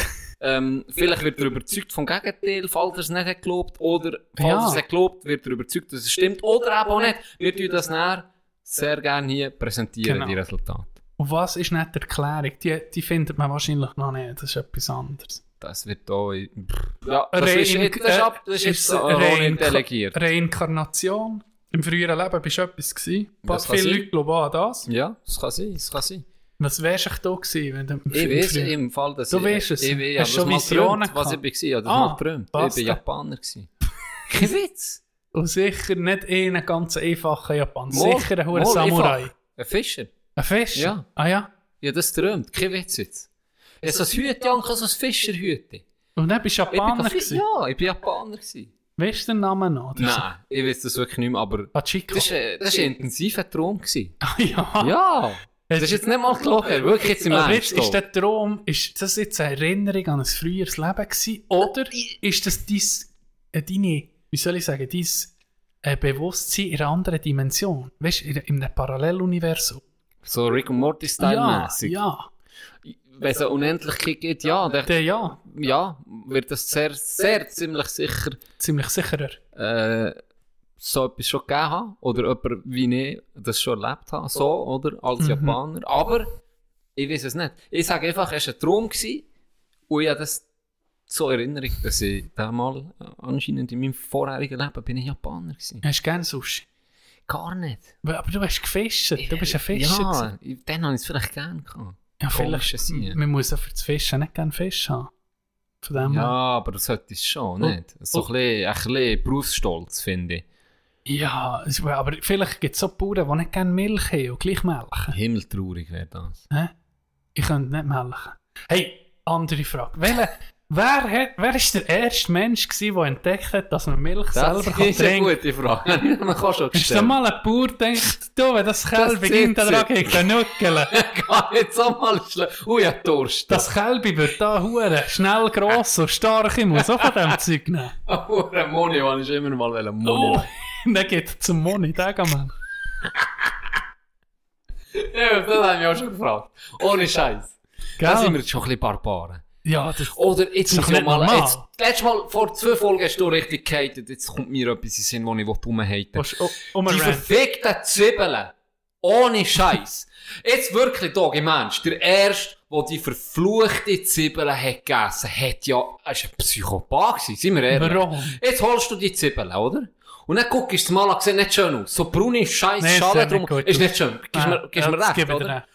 ähm, vielleicht wird er überzeugt vom Gegenteil, falls er es nicht hat gelobt, oder falls Ja. er es hat gelobt, wird Dus er überzeugt, dass es stimmt, oder eben auch nicht. Wir tun das näher sehr gerne hier präsentieren, Genau. die Resultate. Und was ist nicht die Erklärung? Die, die findet man wahrscheinlich noch nicht. Das ist etwas anderes. Das wird da. Ja, das ist, Rein- jetzt- das ist, ab, das ist äh, jetzt äh, an Ronny Reinka- delegiert. Reinkarnation. Im früheren Leben bist du etwas gewesen. Das kann viele sein. Leute glauben an das. Ja, es kann sein, es kann sein. Was wärst ich da gewesen, wenn du im Ich früheren- weiß im Fall, dass Du ich... weißt es. Ich, ich Hast habe das schon mal Visionen geträumt, was ich gehabt? war. Ich habe das Ah, mal geträumt. Ich passt. war Japaner. gewesen. Kein Witz. Und sicher nicht einen ganz einfachen Japaner. Mal- Sicher einen hohen mal Samurai. einfach. Ein Fischer. Ein Fisch? Ja. Ah ja. Ich habe das geträumt. Kein Witz jetzt. Ich habe so ein Hütchen angehabt, so ein Fischerhütchen. Und dann bist du Ich bin Japaner kein Fi- gewesen. Ja, ich war Japaner. gewesen. Weißt du den Namen noch? Das ist- Nein, ich weiß das wirklich nicht mehr, aber... Hachiko. Das war ein das ist ein intensiver Traum. gewesen. Ah, [LAUGHS] ja. Ja. Das ist jetzt nicht mal gelogen. Wirklich jetzt im Also Ernst. jetzt ist der Traum, ist das jetzt eine Erinnerung an ein früheres Leben gewesen, Oh, oder ist das dies, äh, deine, wie soll ich sagen, dein äh, Bewusstsein in einer anderen Dimension? Weißt du, in, in einem Paralleluniversum? So Rick und Ja, Morty-Style-mässig. ja, Wenn es eine Unendlichkeit gibt, ja, dann der, ja, ja, wird das sehr, sehr ziemlich sicher ziemlich sicherer. äh, so etwas schon gegeben haben. Oder jemand wie ich das schon erlebt habe, so, oder? Als Mhm. Japaner. Aber ich weiß es nicht. Ich sage einfach, es war ein Traum gewesen, und ich habe das so erinnere ich, dass ich damals äh, anscheinend in meinem vorherigen Leben bin ich Japaner gewesen. Hast du gerne Sushi? Gar nicht. Aber aber du hast gefischt, du bist ein Fischer. gewesen. Ja, ich- dann habe ich es vielleicht gern gehabt. Ja, Komisch, vielleicht. dass sie- Man muss ja für das Fischen nicht gerne Fisch haben. Von dem Ja, her. aber das sollte es schon, Oh. nicht? So Oh. ein bisschen, ein bisschen Berufsstolz, finde ich. Ja, es- aber vielleicht gibt es so Bauern, die nicht gerne Milch haben und gleich melken. Himmeltraurig wäre das. Hä? Ich könnte nicht melken. Hey, andere Frage. Welche, wer, hat, wer ist der erste Mensch, gewesen, der entdeckt hat, dass man Milch Das selber kann ist eine trinken kann? gute Frage. [LAUGHS] Man kann schon Ist da gestellt. mal ein Bauer denkt, du, wenn das Kalb beginnt, dann zieht trage ich den Nuckeln. [LAUGHS] Gar nicht so mal schlecht. Ui, ja, Durst. [LAUGHS] Das Kalb wird da hure schnell gross und stark. Ich muss auch von dem Zeug nehmen. Hure Oh, Moni, man ist immer mal wollen Moni. Oh, [LAUGHS] dann geht er zum Moni, der Mann. [LAUGHS] Ja, das haben wir auch schon gefragt. Ohne Scheiß. Da sind wir Gell? jetzt schon ein bisschen Barbaren. Ja, das Oder jetzt Das muss ist ich nicht mal... normal. Jetzt, letztes Mal, vor zwei Folgen, hast du richtig gehatet. Jetzt kommt mir etwas in den Sinn, das ich rumhaten will. was oh, um Die verfickten Zwiebeln. Ohne Scheiß. Jetzt wirklich, Dogi Mensch, der Erste, der die verfluchte Zwiebeln hat gegessen hat, ja, ist ein Psychopath gewesen, sind wir ehrlich. Warum? Jetzt holst du die Zwiebeln, oder? Und dann guckst du es mal an, sieht nicht schön aus. So braune Scheiß, Nee, sieht Schale nicht drum, gut ist aus. nicht schön. Ah, Gibst mir, gibst mir recht, oder?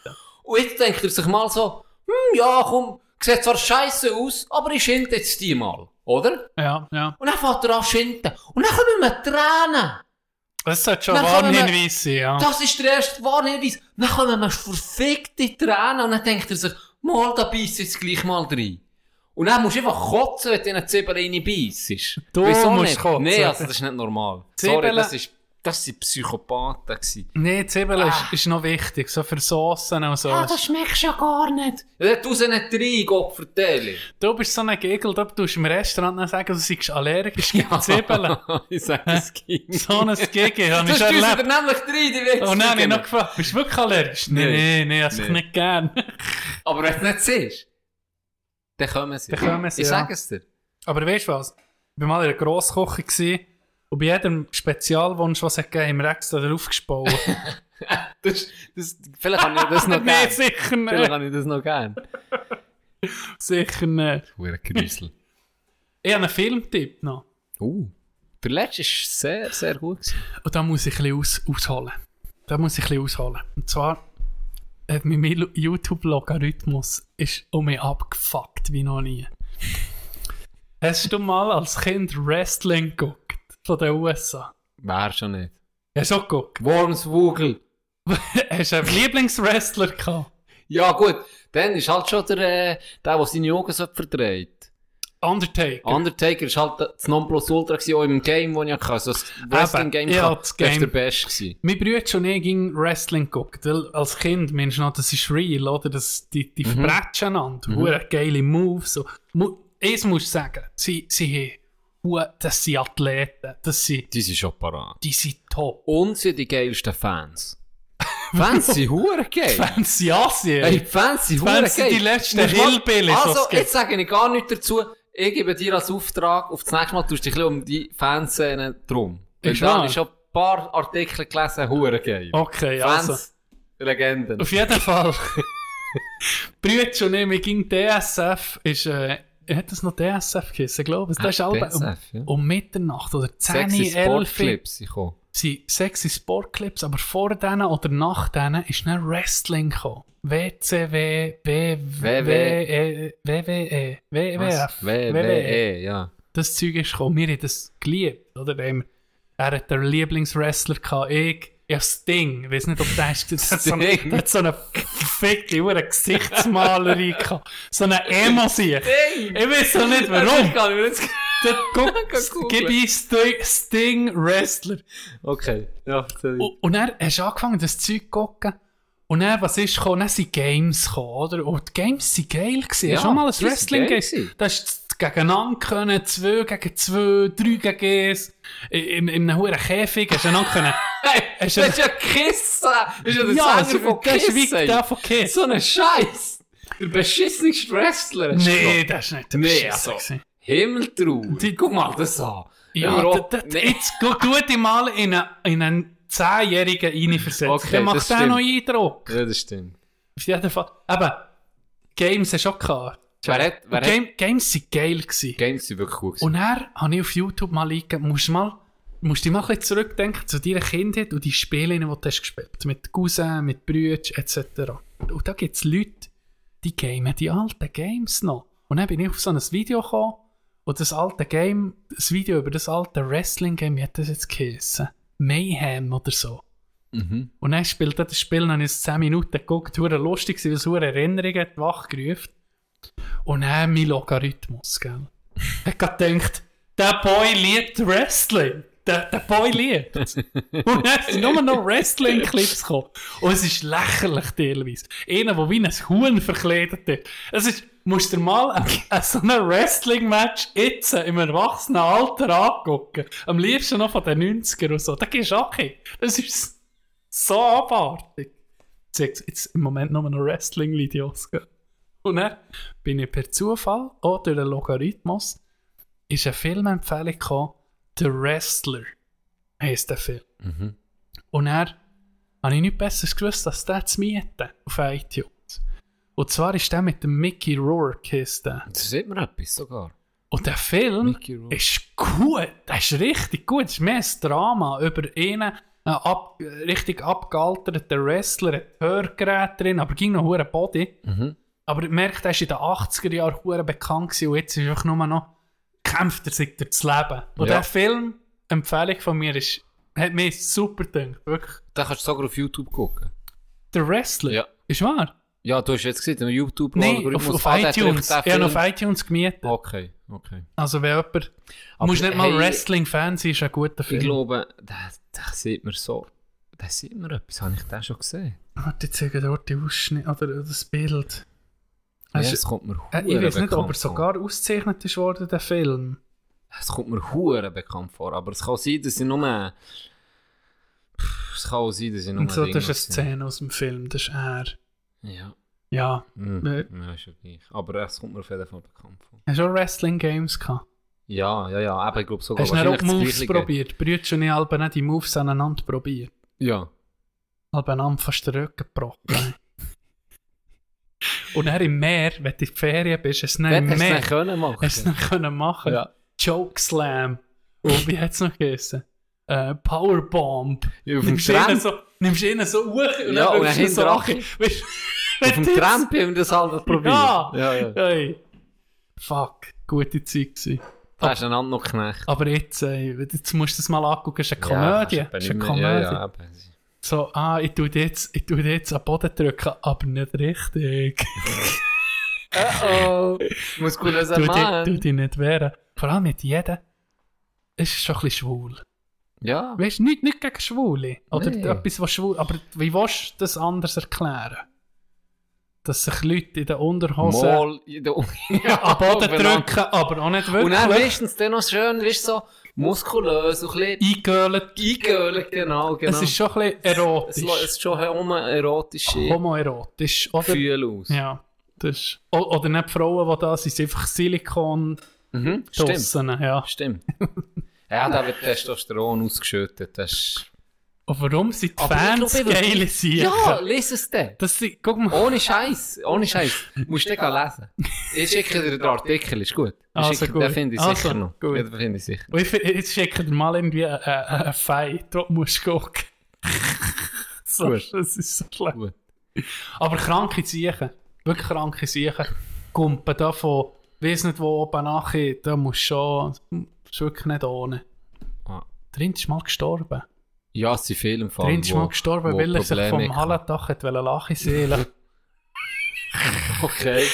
Und jetzt denkt er sich mal so, hm, ja, komm, sieht zwar scheiße aus, aber ich schinde jetzt die mal, oder? Ja, ja. Und dann fängt er an zu schinden. Und dann kommen wir Tränen. Das sollte schon Dann kommen wir- Warnhinweis sein, ja. Das ist der erste Warnhinweis. Dann kommen wir verfickte Tränen und dann denkt er sich, mal, da beißt jetzt gleich mal rein. Und dann musst du einfach kotzen, wenn du in eine Zwiebel rein beißt. Du musst nicht? kotzen. Nein, also das ist nicht normal. Sorry, Zwiebeln- das ist, das waren Psychopathen. gewesen. Nee, die Zwiebel ist, ist noch wichtig, so für Soßen und so. Ah, das schmeckst du ja gar nicht. Ja, tu sie nicht rein, Gott verteile. du bist so ein Gegel, du tust im Restaurant dann sagen, du seist [LAUGHS] allergisch gegen Ah, Zwiebeln. ich sag, es ging. So ein Gegel habe Du ich hast uns erlebt. nämlich rein, die Witze. Und dann habe ich noch gefragt, bist du wirklich allergisch? Nee, Nee. nee, nee, hast ich Nee. nicht gern. [LAUGHS] Aber wenn du nicht siehst, dann kommen sie. Dann kommen sie, Ich ja. sag es dir. Aber weißt du was? Ich war mal in einer Grossküche gewesen, und bei jedem Spezialwunsch, was es gegeben hat, haben wir extra drauf gespaut. [LAUGHS] Das, das, vielleicht habe ich das noch nee, gern. sicher Vielleicht nicht. habe ich das noch gern. Sicher nicht. Hure Grüssel. Ich habe einen Filmtipp noch. Uh, der letzte war sehr, sehr gut. gewesen. Und da muss ich ein bisschen aus, ausholen. Da muss ich ein bisschen ausholen. Und zwar hat mein Mil- YouTube-Logarithmus ist um mich abgefuckt wie noch nie. Hast du mal als Kind Wrestling geguckt? Von den USA? Wär schon nicht. Hast du auch geguckt? Wormswogel. Hast du einen Lieblingswrestler gehabt? Ja, gut. Dann ist halt schon der, äh, der, der seine Augen so verdreht. Undertaker. Undertaker ist halt das Nonplusultra gewesen, auch im Game, das ich hatte. So ein Wrestling-Game. ja, gehabt. das Das war Game. der beste. gewesen. Mein Bruder schon nie ging Wrestling gucken, weil als Kind meinst du noch, das ist real, oder? Das, die Mhm. die verbrechen einander, hure geile Moves. So. Mu ich muss sagen, sie, sie haben, hu- das sind Athleten, das sind, Die sind schon parat. die sind top. Und sind die geilsten Fans. [LAUGHS] Fans sind hure geil. Fans sind Asien. Ey, die Fans sind hure Fans sind geil. die letzten Musst mal- Hillbillies, was Also, es gibt. jetzt sage ich gar nichts dazu. Ich gebe dir als Auftrag, auf das nächste Mal tust du dich ein bisschen um die Fanszene drum. Weil Ist da wahr. habe ich schon ein paar Artikel gelesen, hure geil. okay, Fans, also. Legenden. Auf jeden Fall. [LAUGHS] Bruder schon nie, mir ging DSF, ist, äh, hat das noch DSF geheißen, glaube ich. Das ist Ah, Alba- DSF, ja. um, um Mitternacht oder 10, Sexy 11 Uhr. Sportclips. ich komme. sind sexy Sportclips, aber vor denen oder nach denen ist dann Wrestling gekommen. WCW, B- WWE, WWE, WWF, Was? WWE, ja. E. Das Zeug ist gekommen. Wir haben das geliebt, oder? Wir haben- Er hat den Lieblingswrestler gehabt, ich. Ja, Sting. Ich weiß nicht, ob der ist. Der hat so eine, Sting. der hat so eine verfickte Uhr, Gesichtsmalerei gehabt. So eine Emo-Sicht. Ich weiß auch nicht, warum. Kann ich mir jetzt- Dort, googeln. guck, gib [LAUGHS] ich Sting- Sting-Wrestler. Okay, ja, erzähl ich. Und, und dann hast du angefangen, das Zeug zu gucken. Und dann, was ist gekommen? Dann sind Games gekommen, oder? Und die Games waren geil. Gewesen. Ja, hast du schon mal ein die waren Wrestling geil Game? gewesen. Da hast du gegeneinander können, zwei gegen zwei, drei gegen eins. In, in, in einem hohen Käfig hast du einander können. Hey, Hast das du- ist ja Kissen! Das ist [LAUGHS] ja der Sänger von das ist wie Kiss, ey. also, der von Kiss. So ein Scheiß! Der beschissenste Wrestler. hast du Nee, gehabt. das ist nicht der Nee, Beschiss also. gewesen. Himmeltrauer. Die- Guck mal das an. Ja, Immer da- auch- da- nee. jetzt geh- tu dich mal in einen, in einen Zehnjährigen reinversetzen. Okay, Dann das macht der stimmt. noch Eindruck. Ja, das stimmt. Auf jeden Fall. Eben, Games hast du auch gehabt. Wer hat, wer hat, Game, Games Oh, waren geil. Gewesen. Games sind wirklich gut. Und dann habe ich auf YouTube mal eingegeben, musst, mal, musst dich mal ein bisschen zurückdenken zu deiner Kindheit und die Spiele, die du hast gespielt hast. Mit Cousin, mit Brüdern etc. Und da gibt es Leute, die gamen die alten Games noch. Und dann bin ich auf so ein Video gekommen und das alte Game, das Video über das alte Wrestling-Game, wie hat das jetzt geheissen? Mayhem oder so. Mhm. Und dann spielt er das Spiel, dann habe ich es 10 Minuten geguckt, hure lustig, gewesen, weil es hure Erinnerungen hat wachgerufen. Und dann mein Logarithmus, gell. [LAUGHS] Ich habe gedacht, der Boy liebt Wrestling. Der, der Boy liebt es. Und dann sind nur noch Wrestling-Clips gekommen. Und es ist lächerlich teilweise. Einer, der wie ein Huhn verkleidet ist. Es ist, musst du dir mal ein, ein, so ein Wrestling-Match jetzt im Erwachsenenalter angucken. Am liebsten noch von den 90er und so. Da gehst du auch hin. Das ist so abartig. Zeigt jetzt im Moment nur noch Wrestling-Videos. gell? Und dann bin ich per Zufall, auch durch den Logarithmus, ist eine Filmempfehlung gekommen, The Wrestler heisst der Film. Mhm. Und er habe ich nichts Besseres gewusst, als den zu mieten auf iTunes. Und zwar ist der mit dem Mickey Rourke heisst der. Das sieht mir etwas sogar. Und der Film Mickey Rourke. ist gut, der ist richtig gut. Es ist mehr ein Drama über einen, einen ab, richtig abgealterten Wrestler, ein Hörgerät drin, aber ging noch einen Body. Mhm. Aber ich merke, der war in den 80er Jahren hure bekannt gewesen und jetzt ist einfach nur noch, kämpft er sich durchs Leben. Und Ja. der Film, Empfehlung von mir, ist, hat mir super gedacht, wirklich. Da kannst du sogar auf YouTube gucken. Der Wrestler, Ja. ist wahr? Ja, du hast jetzt gesehen, auf YouTube Nein, auf, Algorithmus, auf ah, der hat iTunes. Ich wirklich den habe Film- auf iTunes gemietet. Okay, okay. Also wenn jemand... Aber musst nicht mal hey, Wrestling-Fan sein, ist ein guter Film. Ich glaube, da, da sieht man so. Da sieht man etwas, habe ich den schon gesehen. Warte, ich zeige dort Ah, die Ausschnitt oder oder das Bild. Ja, Hast- es kommt mir äh, ich hure weiß nicht, ob er bekannt vor. sogar ausgezeichnet ist worden, der Film. Es kommt mir hure bekannt vor, aber es kann sein, dass ich nur... eh, Pff, es kann auch sein, dass ich nur... Und so, das ist eine Dinge Szene aus dem Film, das ist er. sehe. Ja. Ja. Hm. Nee. ja, ist ja gleich. Aber es kommt mir auf jeden Fall bekannt vor. Hast du auch Wrestling-Games gehabt? Ja, ja, ja, aber ich glaube sogar Hast du dann auch Oh, wahrscheinlich das Moves Gleiche. probiert? Brütsch und ich haben nicht die Moves aneinander probiert. Ja. Albenamt fast den Rücken gebrochen. [LAUGHS] und dann im Meer, wenn du in die Ferien bist, hast du es Dort hast dann du im es Meer... nicht können machen. Hast du es noch können machen? Ja. [LAUGHS] Choke Slam. Und wie hat es noch geheißen? Äh, Powerbomb. Ja, auf dem Nimmst du einen Tramp, so, nimmst du einen so hoch und Ja, dann und wirkst dann du so hinterher. an. Weißt du, auf dem wenn das- Tramp haben wir das halt probiert. Ja. ja. ja. Hey. Fuck, gute Zeit gewesen. Da hast du einander noch geknecht. Aber jetzt, ey, jetzt musst du das mal angucken, ist eine Komödie. Ja, kannst du eben ist eine nicht Komödie. mehr- Ja, ja, eben. So, ah, ich tu dich jetzt, ich tu dich jetzt am Boden drücken, aber nicht richtig. Oh, muss gut Tu [LAUGHS] sein, dich, tu Mann. dich nicht wehren. Vor allem mit jedem. Es ist schon ein bisschen schwul. Ja, Weißt du, nicht, nicht gegen Schwule. Oder Nee. etwas, was schwul Aber wie willst du das anders erklären? Dass sich Leute in den Unterhosen mal. in der- am Boden aufeinander. drücken, aber auch nicht Und dann wirklich meistens dann noch schön, weißt du, so muskulös, so ein bisschen eingehöhlt. eingehöhlt, genau, genau. Es ist schon ein bisschen Es lo- es erotisch. ist schon homo- erotische Homoerotisch. Oder? Gefühle aus. Ja. Das ist, o- oder nicht die Frauen, die da sind, sind einfach Silikon Mhm, stimmt. draussen, ja. Stimmt. [LAUGHS] Ja, da wird Testosteron ausgeschüttet. Das ist... Und warum sind die Aber ich Fans glaub, ich würd- geile Siechen? Ja, lies es dann. Das sind, guck mal, Ohne Scheiß, ohne Scheiß. Musst du den lesen. Ich schicke dir den Artikel, ist gut. Ich Also schicke- gut. Den finde ich Also sicher noch. gut. Ja, Den finde ich sicher. Und ich find- jetzt schicke dir mal irgendwie einen eine Fight, wo du musst gucken. [LAUGHS] so, Gut. Das ist so schlecht. Gut. Aber kranke Siechen, wirklich kranke Siechen, kumpen davon, weiss nicht wo oben nachher, da musst du schon, das ist wirklich nicht ohne. Ah. Drin ist mal gestorben. Ja, es sind viele im Fall. Drin ist wo- mal gestorben, wo weil er sich Probleme vom hatten. Hallendach hat wollen lachen seelen. [LAUGHS] Okay.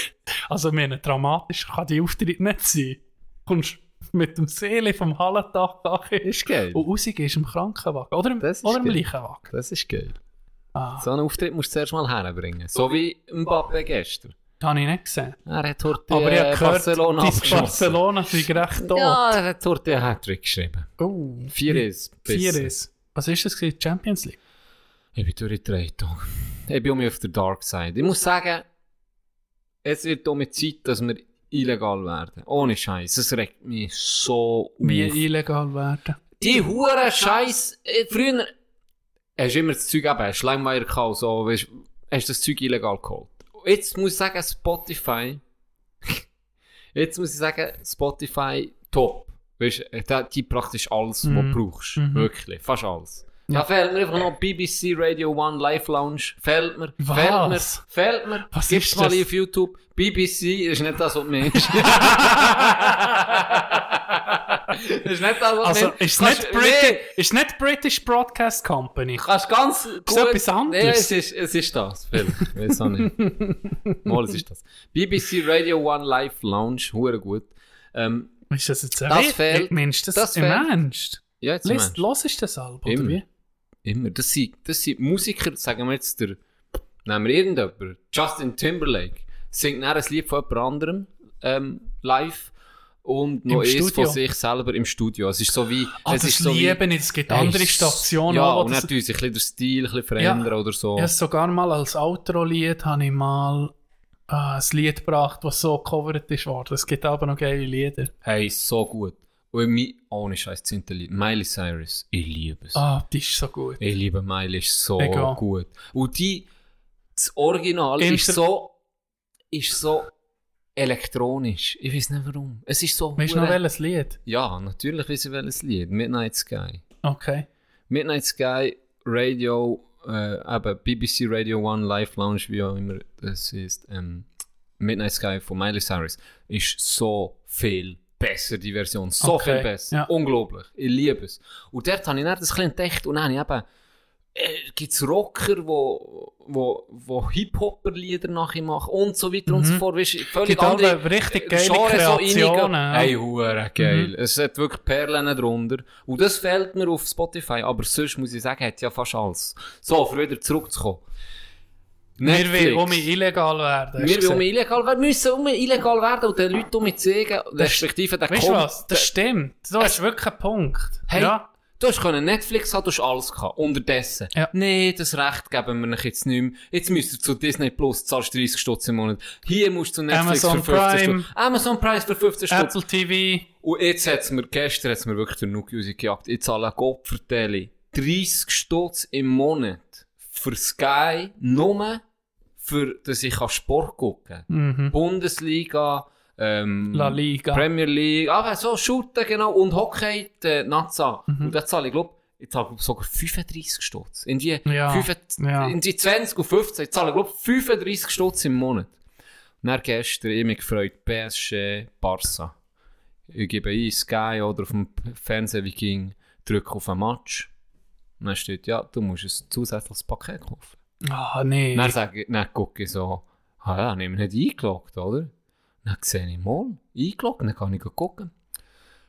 Also, ich meine, dramatischer kann die Auftritt nicht sein. Kommst mit dem Seele vom Hallendach nachher. Ist geil. Und rausgehst im Krankenwagen. Oder im, Das ist oder im geil. Leichenwagen. Das ist geil. Ah, So einen Auftritt musst du zuerst mal herbringen. So wie Mbappe gestern. das habe ich nicht gesehen. Er hat heute Aber ich äh, habe gehört, Barcelona dein abgeschossen. Barcelona sei recht tot. Ja, er hat heute einen Hattrick geschrieben. Oh, Vier ist. vier ist. Was ist das? gewesen? Champions League? Ich bin durchgedreht. Tom. Ich bin um mich auf der Dark Side. Ich muss sagen, es wird um die Zeit, dass wir illegal werden. Ohne Scheiß. Es regt mich so Wie auf. illegal werden. Die hure Scheiß. äh, Früher hast du immer das Zeug eben, Schleimweier gehabt, so, weißt, du, hast das Zeug illegal geholt. Jetzt muss ich sagen, Spotify. [LAUGHS] Jetzt muss ich sagen, Spotify top. Weißt, du, äh, da gibt praktisch alles, was Mhm. du brauchst. Mhm. Wirklich. Fast alles. Da fehlt mir einfach noch BBC Radio One Live Lounge. Fehlt mir, Was? fehlt mir, fehlt mir. Was Gib's ist mal das? auf YouTube. BBC ist nicht das, was du meinst. [LAUGHS] [LAUGHS] das ist nicht das, was du Also, meinst. ist es Kannst- nicht, Nee. Briti ist nicht British Broadcast Company? Kannst ganz gut... etwas anderes? Ja, es ist, es ist das, Phil. [LAUGHS] Ich weiß auch nicht. Mal, es ist das. BBC Radio One Live Lounge, hure gut. Ähm, Ist das jetzt Das fehlt. Mensch, das, Das im fehlt. Ernst? ja, jetzt Lest, meinst du. los ist das Album, Immer. oder wie? Immer. Das sind, das sind Musiker, sagen wir jetzt, der, nehmen wir irgendjemanden, Justin Timberlake, singt dann ein Lied von jemand anderem ähm, live und noch Im eins Studio. von sich selber im Studio. Es ist so wie... Ah, es das ist so wie, liebe ich. Es gibt andere Ey, s- Stationen, Ja, wo und das, natürlich ein bisschen den Stil ein bisschen verändern oder so. Ja, sogar mal als Outro-Lied habe ich mal äh, ein Lied gebracht, das so gecovert ist worden. Es gibt aber noch geile Lieder. Hey, so gut. Und mein, ohne Scheiß, zehnte Lied. Miley Cyrus, ich liebe es. Ah, die ist so gut. Ich liebe Miley so Mega. gut. Und die, das Original ist Inter- so, ist so elektronisch. Ich weiß nicht warum. Es ist so. Weißt du noch hure- welches Lied? Ja, natürlich weiß ich welches Lied. Midnight Sky. Okay. Midnight Sky Radio, äh, aber BBC Radio One Live Lounge, wie auch immer das ist. Ähm, Midnight Sky von Miley Cyrus ist so viel besser, die Version. So Okay, viel besser. ja. Unglaublich. Ich liebe es. Und dort habe ich dann das ein bisschen entdeckt und dann habe ich eben, äh, gibt es Rocker, wo, wo, wo Hip-Hopper-Lieder nachher machen und so weiter und so fort. Weißt, du, völlig Mhm. Gibt andere alle richtig äh, geile äh. Genres Mhm. so Kreationen, reingehen. ja. Hey, hure geil. Es hat wirklich Perlen drunter. Und das fehlt mir auf Spotify. Aber sonst muss ich sagen, hat ja fast alles. So, für wieder zurückzukommen. Wir Netflix. wollen um illegal werden. hast du Wir wollen gesagt. illegal werden. Wir müssen um illegal werden und den Leuten um zeigen, respektive den Weißt du was? Das Das stimmt. Du hast wirklich einen Punkt. Äh, hey, Ja. du hast können Netflix haben, du hast alles gehabt. Unterdessen. Ja. Nee, das Recht geben wir euch jetzt nicht mehr. Jetzt müsst ihr zu Disney Plus, zahlst 30 Stutz im Monat. Hier musst du zu Netflix Amazon für 15 Prime. Stutz. Amazon Prime für 15 Stutz. Apple TV. Und jetzt hat's mir, gestern hat's mir wirklich den Nuke-User gejagt. Jetzt alle Kopfverteile. 30 Stutz im Monat für Sky, nur für, dass ich kann Sport gucken kann. Mhm. Bundesliga, ähm, La Liga. Premier League, ah, so, Shooter, genau, und Hockey, die Naza. Mhm. Und da zahle ich, glaube jetzt zahle ich sogar 35 Stutz. Irgendwie, Ja, fünfund- ja. irgendwie 20 und 15, ich zahle, glaube 35 Stutz im Monat. Und dann gestern, ich hab mich gefreut, PSG, Barca. Ich gebe ein Sky oder auf dem Fernsehen wie ging, drücke auf ein Match. Und dann steht, ja, du musst ein zusätzliches Paket kaufen. Ah, nee. Dann sage ich, dann gucke ich so, ah ja, nehmen wir nicht eingeloggt, oder? Dann sehe ich mal, eingeloggt, dann kann ich gucken.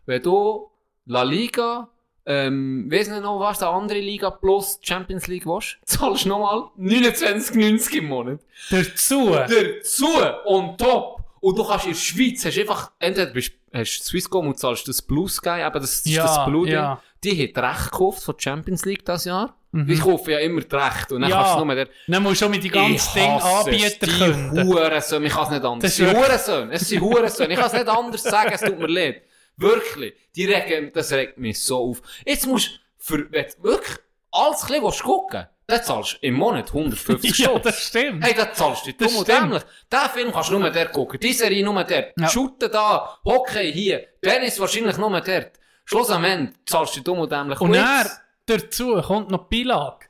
Wenn du La Liga, ähm, weiss nicht noch, was, eine andere Liga plus Champions League willst, [LAUGHS] zahlst du nochmal 29,90 im Monat. Dazu. Dazu und top. Und du kannst in der Schweiz, hast einfach, entweder bist, hast Swisscom und zahlst das Blue Sky, aber das ist Ja, das Blue Ding. ja. Mhm. Die hat Recht gekauft von Champions League das Jahr. Ich kaufe ja immer die Rechte und dann Ja. kannst du nur der Dann musst du auch mit die ah, ganzen Ding Anbieter können. können. Hurensöhne, ich kann es nicht anders. Es Das ist sind wirklich- Hurensöhne, es sind Hurensöhne. Ich kann es nicht anders sagen, es tut mir leid. Wirklich, die regen, das regt mich so auf. Jetzt musst du, für, wenn du wirklich alles ein bisschen willst gucken dann zahlst du im Monat 150 [LAUGHS] Ja, Stutz. das stimmt. Hey, das zahlst du dir Das dumm und stimmt. dämlich. Den Film kannst du nur dort gucken, die Serie nur dort, Ja. Shooten da, Hockey hier, Tennis wahrscheinlich nur dort. Schluss am Ende zahlst du dir dumm und dämlich. Und jetzt- dann, dazu kommt noch die Beilage.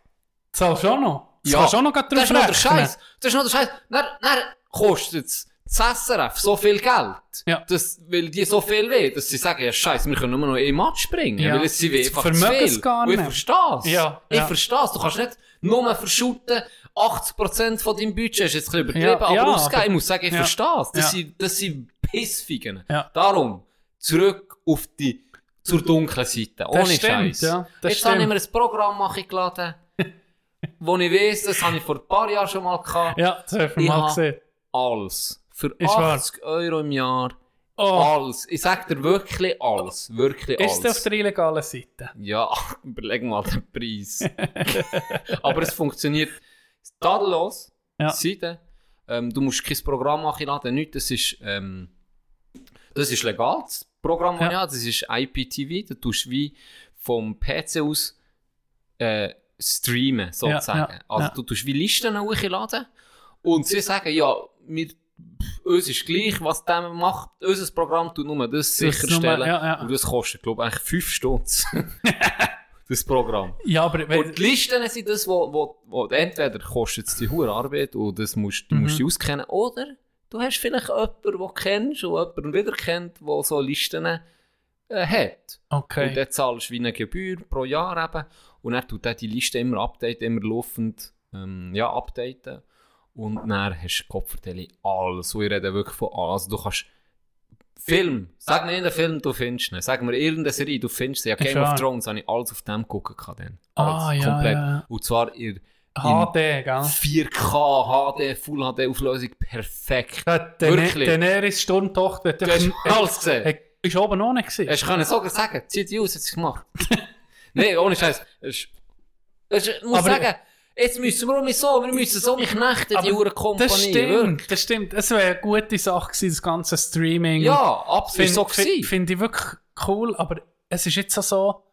Zahlst du auch noch? Das Ja. kannst du auch noch grad Das ist drauf noch der rechnen. Scheiß. Das ist noch der Scheiß. Dann, dann kostet es das SRF so viel Geld. Ja. Das, weil die so viel weh, dass sie sagen, ja Scheiß, wir können nur noch ein Match bringen. Ja. Weil es sind Das einfach zu vermögen viel. es gar Und ich nicht. verstehe es. Ja, Ich ja. verstehe es. Du kannst nicht nur verschuten, 80% von deinem Budget ist jetzt ein bisschen übertrieben, Ja, aber ja, ausgeben, aber- ich muss sagen, ich Ja. verstehe es. Das Ja. sind, das sind Pissfigen. Ja. Darum, zurück auf die, zur dunklen Seite. Ohne stimmt, Scheiß. ja. Das Jetzt habe ich stimmt. mir ein Programm [LAUGHS] geladen wo ich weiss, das habe ich vor ein paar Jahren schon mal gehabt. Ja, das haben wir Ich mal habe- gesehen. Alles. Für Ist wahr. 80 Euro im Jahr. Oh, Alles. Ich sag dir wirklich alles. Wirklich ist das auf alles. der illegalen Seite? Ja, [LAUGHS] überleg mal den [LAUGHS] Preis. Aber es funktioniert tadellos. Ja. Seite. Ähm, du musst kein Programm anladen, nichts. Das ist, ähm, das ist legal, das Programm, das Ja. ich habe. Das ist IPTV. Da tust du wie vom PC aus äh, streamen, sozusagen. Ja, ja, also ja. du tust wie Listen hochladen und sie sagen, ja, wir, pff, uns ist gleich, was der macht. Unser Programm tut nur das nur- sicherstellen. ja, ja. Und das kostet, glaube ich, 5 Stutz. das Programm. Ja, aber wenn, Und die Listen sind das, wo, wo, wo entweder kostet es die hohe Arbeit und das musst, du musst dich auskennen, oder du hast vielleicht jemanden, den du kennst und jemanden wieder kennt, der so Listen äh, hat. Und okay. dann zahlst du wie eine Gebühr pro Jahr eben. Und dann tut er die Liste immer updaten, immer laufend ähm, ja, updaten. Und dann hast du Kopfverteilung, alles. Und ich rede wirklich von alles. Du kannst Film, sag mir irgendeinen Film, du findest ihn. Sag mir irgendeine Serie, du findest sie. Ja, Ist Game of wahr. Thrones habe ich alles auf dem gucken kann. Dann. Ah, Alles, ja, ja, ja. Und zwar in HD, gell? 4K, HD, Full HD Auflösung, perfekt. Ja, Wirklich. Dane- Daenerys Sturmtochter. Du hast hat- alles gesehen. hat- Ist oben noch nicht gewesen. Ich kann sogar sagen, zieht die aus, hat sie gemacht. [LAUGHS] Nein, ohne Scheiß. Ich, ich muss Aber- sagen, jetzt müssen wir um mich so, wir müssen so mich knechten, die hure Kompanie. das stimmt, wirklich. das stimmt. Es wäre eine gute Sache gewesen, das ganze Streaming. Ja, absolut finde so find, gewesen. find ich wirklich cool, aber es ist jetzt auch so,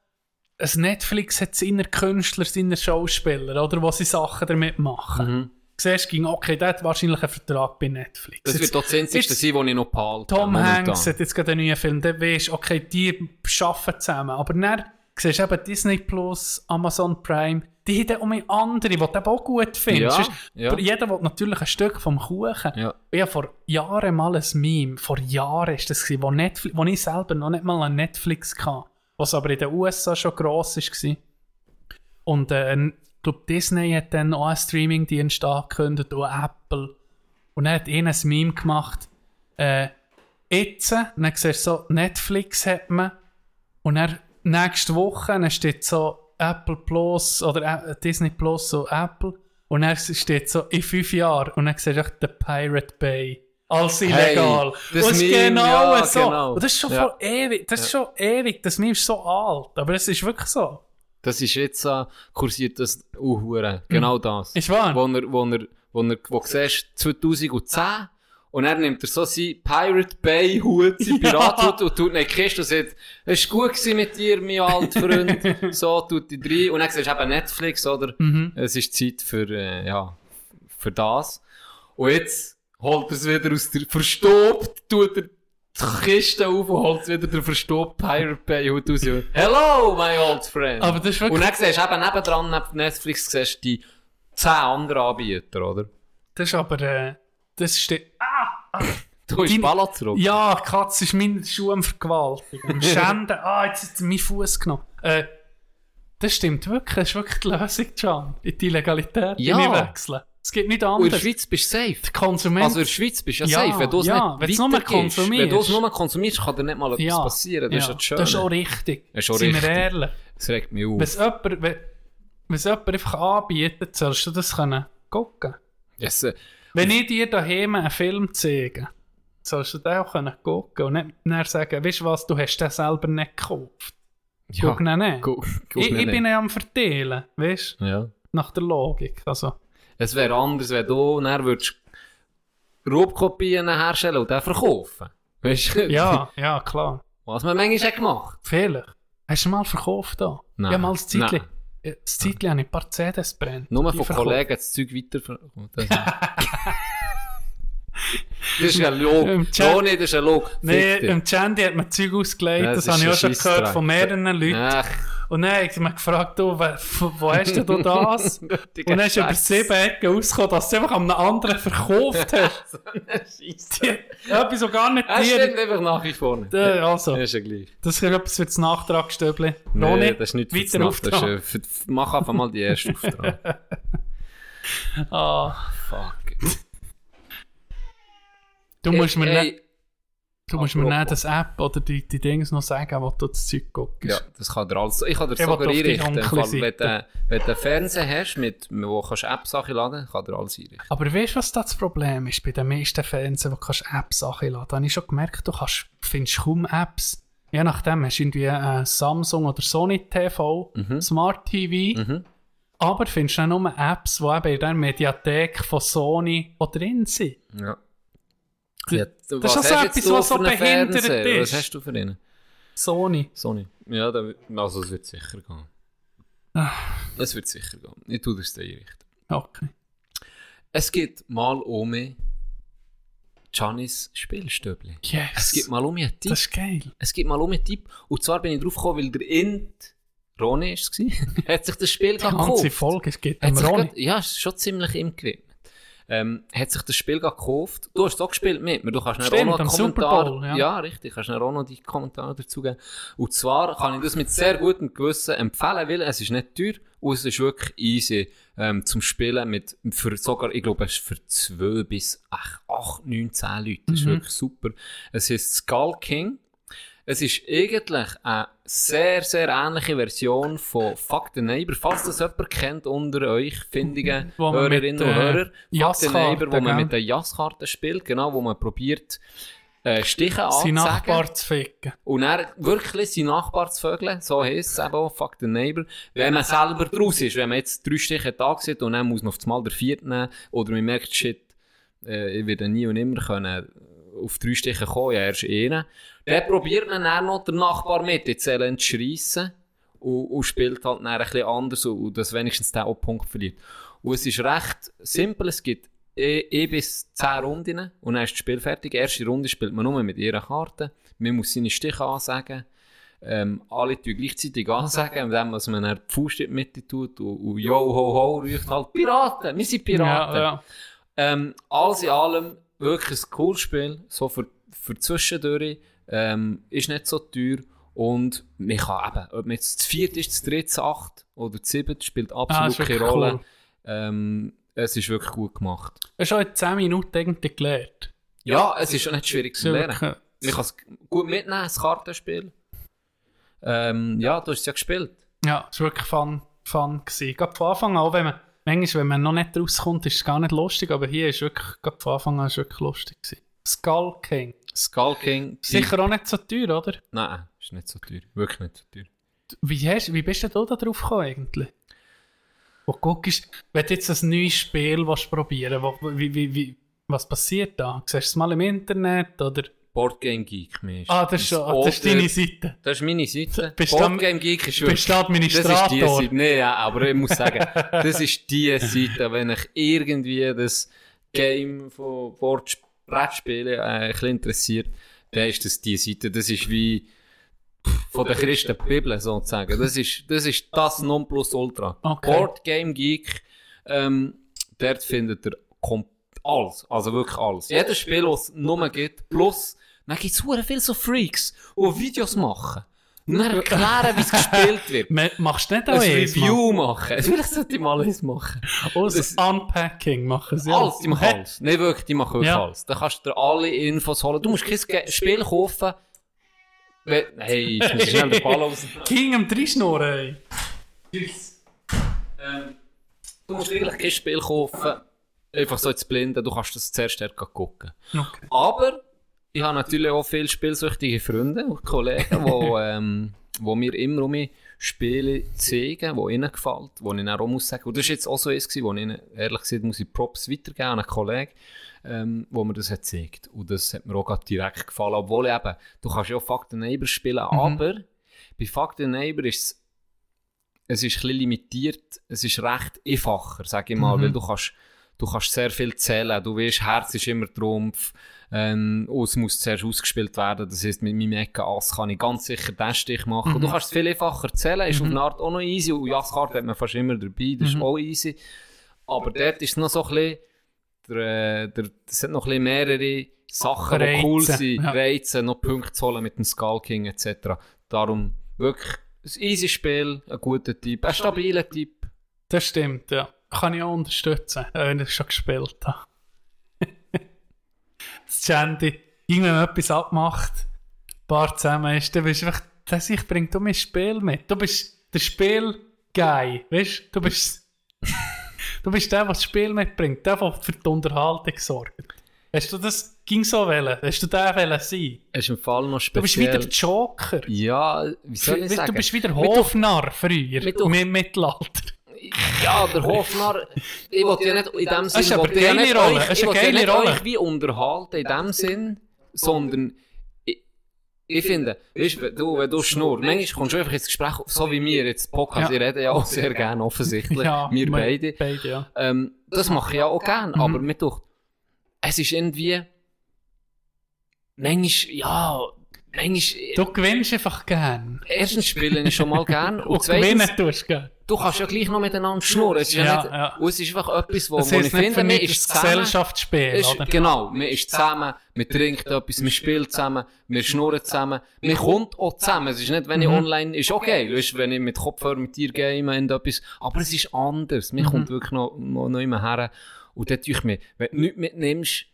es Netflix hat seine Künstler, seine Schauspieler, oder, wo sie Sachen damit machen. Mhm. Du Siehst ging, okay, der hat wahrscheinlich einen Vertrag bei Netflix. Das wird Jetzt- doch das Einzige ist- sein, wo ich noch behalte. Tom momentan. Hanks hat jetzt gerade einen neuen Film, dann weisst du, okay, die arbeiten zusammen. Aber dann siehst du eben Disney Plus, Amazon Prime, die haben dann um andere, die du eben auch gut findest. Ja, Sonst- ja. aber Jeder will natürlich ein Stück vom Kuchen. Ja. Ich habe vor Jahren mal ein Meme, vor Jahren ist das, gewesen, wo, Netflix, wo ich selber noch nicht mal an Netflix hatte, was aber in den USA schon gross war. Und äh, ich glaube, Disney hat dann auch einen Streaming-Dienst angekündigt und Apple. Und dann hat ihnen ein Meme gemacht. Äh, jetzt, dann siehst du so, Netflix hat man. Und dann nächste Woche dann steht so Apple Plus oder Ä- Disney Plus so Apple. Und dann steht so in fünf Jahren. Und dann siehst du echt The Pirate Bay. Als illegal. das und es ist Meme, genau ja, so. genau. Und das ist schon Ja. vor ewig. Das ist schon ewig. Das Meme ist so alt. Aber es ist wirklich so. Das ist jetzt äh, kursiert das auch hure. Genau das. Ist wahr. Wo er, wo er, wo er, wo du siehst, 2010 und er nimmt er so seinen Pirate Bay Hut, [LAUGHS] seinen Ja. Pirathut und tut ihn in die Kiste und sagt, es war gut gewesen mit dir, mein alter [LAUGHS] Freund. so tut die drei. Und dann siehst du eben Netflix, oder? Es ist Zeit für, äh, ja, für das. Und jetzt holt er es wieder aus der, verstobt, tut er die Kiste auf und holt wieder der verstobt Pirate Bay Hut raus. und, Hello, my old friend! Aber das ist wirklich- Und dann siehst du eben nebendran, neben Netflix, siehst du die 10 anderen Anbieter, oder? Das ist aber. Äh, das steht. Du bist Deine- Baller zurück. Ja, Katze ist mein Schuh [LAUGHS] am Vergewaltigen. Schänden. Ah, jetzt hat sie meinen Fuß genommen. Äh, das stimmt wirklich. Das ist wirklich die Lösung, Can. In die Illegalität Ja. hineinwechseln. Es geht nicht Und in der anders. Schweiz bist du safe. Der Konsument. Also in der Schweiz bist du ja, Ja, safe, wenn du es ja, wenn nicht du's nur weitergibst. Wenn du es konsumierst. nur konsumierst, kann dir nicht mal etwas passieren. Das ist ja das Schöne. Das ist auch richtig. Das ist auch Sind richtig. wir ehrlich. Das regt mich auf. Wenn es jemand, wenn, wenn es jemand einfach anbietet, sollst du das können gucken. Es, äh, Wenn ich dir daheim einen Film zeige, sollst du den auch können gucken und nicht nachher sagen, weißt du was, du hast den selber nicht gekauft. ja, Guck ihn nicht. guck, guck ich, ich nicht. bin ja am Verteilen, weißt du? ja. Nach der Logik. Also, [LAUGHS] Es wäre anders, wenn du dann würdest Raubkopien herstellen und den verkaufen. Weißt du? ja, ja, klar. Was man manchmal hat gemacht. Vielleicht. Hast du mal verkauft da? Nein. Ja, mal das Zeitli. Nein. Ja, Das Zeitli habe ich ein paar CDs brennt. Nur Die von verkauft. Kollegen das Zeug weiterverkauft. [LAUGHS] Das, das ist ja Log. Im Chat- Ohne, das ist ein Log. Nee, im Chandy hat man Zeug ausgelegt, Ja, das, das habe ist ich auch ein schon gehört Scheissdreck. von mehreren Leuten. Ach, Und dann hat man gefragt, du, wer- f- wo hast denn [LAUGHS] du das? Und dann ist über sieben Ecken rausgekommen, dass du einfach an einen anderen [LAUGHS] verkauft hast. Die- Etwas, so gar nicht Er steht dir. einfach nach wie vorne. Äh, Also, Das ist ja gleich. das ist etwas für das Nachtragstöbli. Nee, das ist nicht für das weiter Nacht, das ist, auf äh, für, für- Mach einfach mal die [LAUGHS] erste Auftrag. ah, Fuck. Du musst mir, Ey, nicht- du musst mir apropos. nicht das App oder die, die Dings noch sagen, wo du das Zeug guckst. Ja, das kann dir alles. Ich kann dir Ich will sogar auf die einrichten. im dunkle Fall, Wenn du, Seite. wenn du einen Fernseher hast, mit, wo kannst du App-Sachen laden, kann dir alles einrichten. Aber weißt du, was da das Problem ist bei den meisten Fernsehen, wo du kannst Apps laden Da habe ich schon gemerkt, du kannst, findest kaum Apps. Je nachdem hast du irgendwie äh, Samsung oder Sony TV, Mhm. Smart TV, aber findest dann nur Apps, die eben in der Mediathek von Sony auch drin sind. Ja. D- Ja, das ist was auch so hast etwas, jetzt du was so für einen behindert Fernseher? Was ist. hast du für einen? Sony. Sony. Ja, da, also es wird sicher gehen. Ah. Es wird sicher gehen. Ich tue das dir einrichten. Okay. Es gibt mal um Janis Spielstöbli. Es gibt Yes. mal um einen Tipp. Das ist geil. Es gibt mal um einen Tipp. Und zwar bin ich drauf gekommen, weil der Int Roni war es. gewesen. [LAUGHS] hat sich das Spiel Die ganze gekauft. Folge es geht Hat dem sich Ronny. grad, ja, ist schon ziemlich im gewidmet. Ähm, hat sich das Spiel grad gekauft. Du hast es auch gespielt mit mir. Du kannst dann auch Stimmt, noch einen am Super Kommentar. Bowl, ja. richtig. Kannst dann auch noch deinen Kommentar dazu geben. Und zwar kann ich das mit sehr gutem Gewissen empfehlen, weil es ist nicht teuer und es ist wirklich easy ähm, zum Spielen mit, für sogar, ich glaube, es ist für 2 bis 8, 8 9, 10 Leute. Das ist Mhm. wirklich super. Es ist Skull King. Es ist eigentlich eine sehr, sehr ähnliche Version von Fuck the Neighbor. Falls das jemand kennt unter euch, findige [LAUGHS] Wo man mit, Hörerinnen und äh, Hörer. Fuck the Jasskarten, Neighbor, wo man gell? mit den Jasskarten spielt, genau, wo man probiert, äh, Stiche Sein anzusagen. Nachbar zu ficken. Und dann wirklich seine Nachbarsvögel, so heisst es eben auch, Fuck the Neighbor, wenn man selber draus ist, wenn man jetzt drei Stiche da sieht und dann muss man auf einmal der vierte nehmen oder man merkt, shit, äh, ich werde nie und nimmer können auf drei Stiche kommen, ja erst einen. Dann probiert man dann noch den Nachbar mit, jetzt zu schreissen und, und spielt halt dann ein bisschen anders und, und dass wenigstens der auch Punkt verliert. Und es ist recht simpel, es gibt eh eh bis 10 Runden und dann ist das Spiel fertig. Die erste Runde spielt man nur mit ihrer Karte. Man muss seine Stiche ansagen. Ähm, alle tun gleichzeitig ansagen, indem dass man dann die Faust in die Mitte tut und, und yo ho ho ruft halt Piraten, wir sind Piraten. Ja, ja. Ähm, alles in allem wirklich ein cooles Spiel, so für, für zwischendurch, ähm, ist nicht so teuer und man kann eben, ob man jetzt zu viert ist, zu dritt, zu acht oder zu siebert, spielt Ah, ist absolut wirklich keine Rolle. cool. Ähm, es ist wirklich gut gemacht. Es ist auch in 10 Minuten irgendwie gelernt. Ja, es ist schon nicht schwierig zu lernen. Wirklich, Man kann es gut mitnehmen, das Kartenspiel. Ähm, ja, du hast es ja gespielt. Ja, es war wirklich fun, fun gewesen. Gerade von Anfang an, auch wenn man, manchmal, wenn man noch nicht rauskommt, ist es gar nicht lustig, aber hier ist wirklich, gerade von Anfang an ist es wirklich lustig gewesen. Skull King. Skull King. Sicher auch nicht so teuer, oder? Nein, ist nicht so teuer. Wirklich nicht so teuer. Wie, hast, wie bist denn du da drauf gekommen eigentlich? Wo guckst wenn du jetzt ein neues Spiel willst probieren willst, wie, wie, wie, was passiert da? Siehst du es mal im Internet oder? Boardgame Geek, mir ist- Ah, das ist, schon, das ist Oder- deine Seite. Das ist meine Seite. Bist du Boardgame Geek ist Bist du Administrator? Das ist die Seite. Nein, ja, aber ich muss sagen, das ist die Seite, wenn ich irgendwie das Game von Board Brettspielen äh, ein bisschen interessiert, dann ist das die Seite. Das ist wie pff, von der Christen die Bibel sozusagen. Das ist das, ist das Nonplusultra. Okay. Board Game Geek, ähm, dort findet ihr kom- alles, also wirklich alles. Jedes Spiel, das es nur gibt, plus dann gibt es viele so Freaks, die Videos machen. Und dann erklären, wie es gespielt [LAUGHS] wird. Me- Machst du nicht Ein auch eins, Mann? Review machen. [LAUGHS] Vielleicht sollte ich mal eins machen. Oh, so das- Unpacking machen sie. Alles, die machen alles. Nein, wirklich, die machen wirklich Ja. alles. Da kannst du dir alle Infos holen. Du musst kein Ge- Spiel kaufen. Wenn- Hey, ich muss schnell den Ball aus. King am Dreischnurren, ey. Ähm, du musst eigentlich kein Spiel kaufen. Einfach so ins Blinde. Du kannst das zuerst erst gucken. Okay. Aber ich habe natürlich auch viele spielsüchtige Freunde und Kollegen, wo, ähm, wo mir immer um mich Spiele zeigen, die ihnen gefällt, wo ich dann auch muss sagen, und das war jetzt auch so eins, gewesen, wo ich ihnen, ehrlich gesagt muss ich Props weitergeben an einen Kollegen, ähm, wo mir das hat gezeigt. Und das hat mir auch gerade direkt gefallen, obwohl eben, du kannst ja auch Fuck the Neighbor spielen, aber bei Fuck the Neighbor ist es es ist ein bisschen limitiert, es ist recht einfacher, sage ich mal, weil du kannst, du kannst sehr viel zählen, du weißt, Herz ist immer Trumpf, ähm, oh, es muss zuerst ausgespielt werden, das heißt, mit meinem Ecken Ass kann ich ganz sicher den Stich machen. Und du kannst es viel einfacher zählen, ist auf eine Art auch noch easy, und Jasskarte hat man fast immer dabei, das ist auch easy. Aber dort ist es noch so ein bisschen, der, äh, der, es hat noch ein bisschen mehrere Sachen, die cool Reize, sind, ja. Reize, noch Punkte zu holen mit dem Skull King etc. Darum wirklich ein easy Spiel, ein guter Typ, ein stabiler Typ. Das stimmt, ja. Kann ich auch unterstützen, äh, wenn ich es schon gespielt habe. [LAUGHS] das Chandy, irgendwann etwas abgemacht, ein paar zusammen ist, dann bist du einfach, das ich bringe du mir ein Spiel mit. Du bist der Spiel-Guy, weißt du? Du bist, [LAUGHS] du bist der, der das Spiel mitbringt, der, der für die Unterhaltung sorgt. Hast du das, ging so wählen? Hast du der wählen sein? Es ist im Fall noch Du speziell. bist wieder Joker. Ja, wie soll ich Weißt du, sagen? Du bist wieder Mit auf- Hofnarr früher, Mit auf- [LAUGHS] im Mittelalter. Ja, der Hofnarr, ich wollte ja nicht in dem Sinn, ist aber wollte ja eine nicht geile Rolle, euch- ist ich eine wollte ja geile nicht Rolle. euch wie unterhalten in dem Sinn, sondern ich, ich finde, weißt, wenn du, wenn du schnurr, manchmal kommst du einfach ins Gespräch, so wie wir jetzt Podcast, Ja. ich rede ja [LAUGHS] auch sehr gerne offensichtlich, wir beide. Beide, ja. Ähm, das mache ich ja auch gerne, aber mir doch, es ist irgendwie, manchmal, ja, Manchmal, Du gewinnst einfach gern. erstens spielen ist schon mal [LAUGHS] gern. Und Und gewinnen zweitens, tust du gern. du kannst ja gleich noch miteinander schnurren. Es ist ja, Ja, nicht, ja. Und es ist einfach etwas, wo, Das wo ich heisst nicht finde, für man mich, das ist ist zusammen. Gesellschaftsspiel, Ist, oder? genau, man ist zusammen, man trinkt etwas, man spielt zusammen, man schnurrt zusammen, man kommt auch zusammen. Es ist nicht, wenn ich Mhm. online, ist okay, weißt, wenn ich mit Kopfhörer mit dir game und etwas, aber es ist anders. Man kommt wirklich noch, noch, noch immer her. Und dort tue ich mir, wenn du nichts mitnimmst,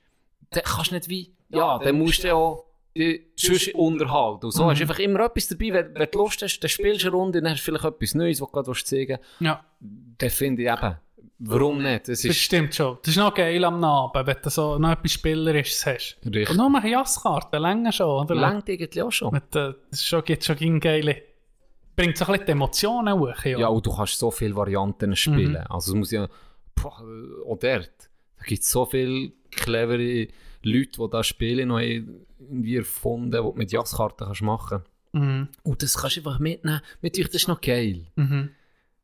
dann kannst du nicht wie, ja, dann musst du ja auch die sonst unterhalten. Und so hast du einfach immer etwas dabei, wenn, wenn du Lust hast, dann spielst du eine Runde, dann hast du vielleicht etwas Neues, was du gerade zeigen willst. Ja, Dann finde ich eben, warum nicht? Es das ist stimmt schon. Das ist noch geil am Abend, wenn du so noch etwas Spielerisches hast. Und richtig. nur eine Jasskarte, länger schon, oder? Langt irgendwie auch schon. Mit, äh, das ist schon, gibt schon gegen geile. Bringt so ein bisschen die Emotionen hoch. Ja. Ja, und du kannst so viele Varianten spielen. Also es muss ja... Boah, auch dort. Da gibt es so viele clevere Leute, die das Spiel noch irgendwie erfunden, nou, eh, die du mit Jazzkarten kannst machen Mhm. Und das kannst du einfach mitnehmen. Mit euch, das ist noch geil. Mhm.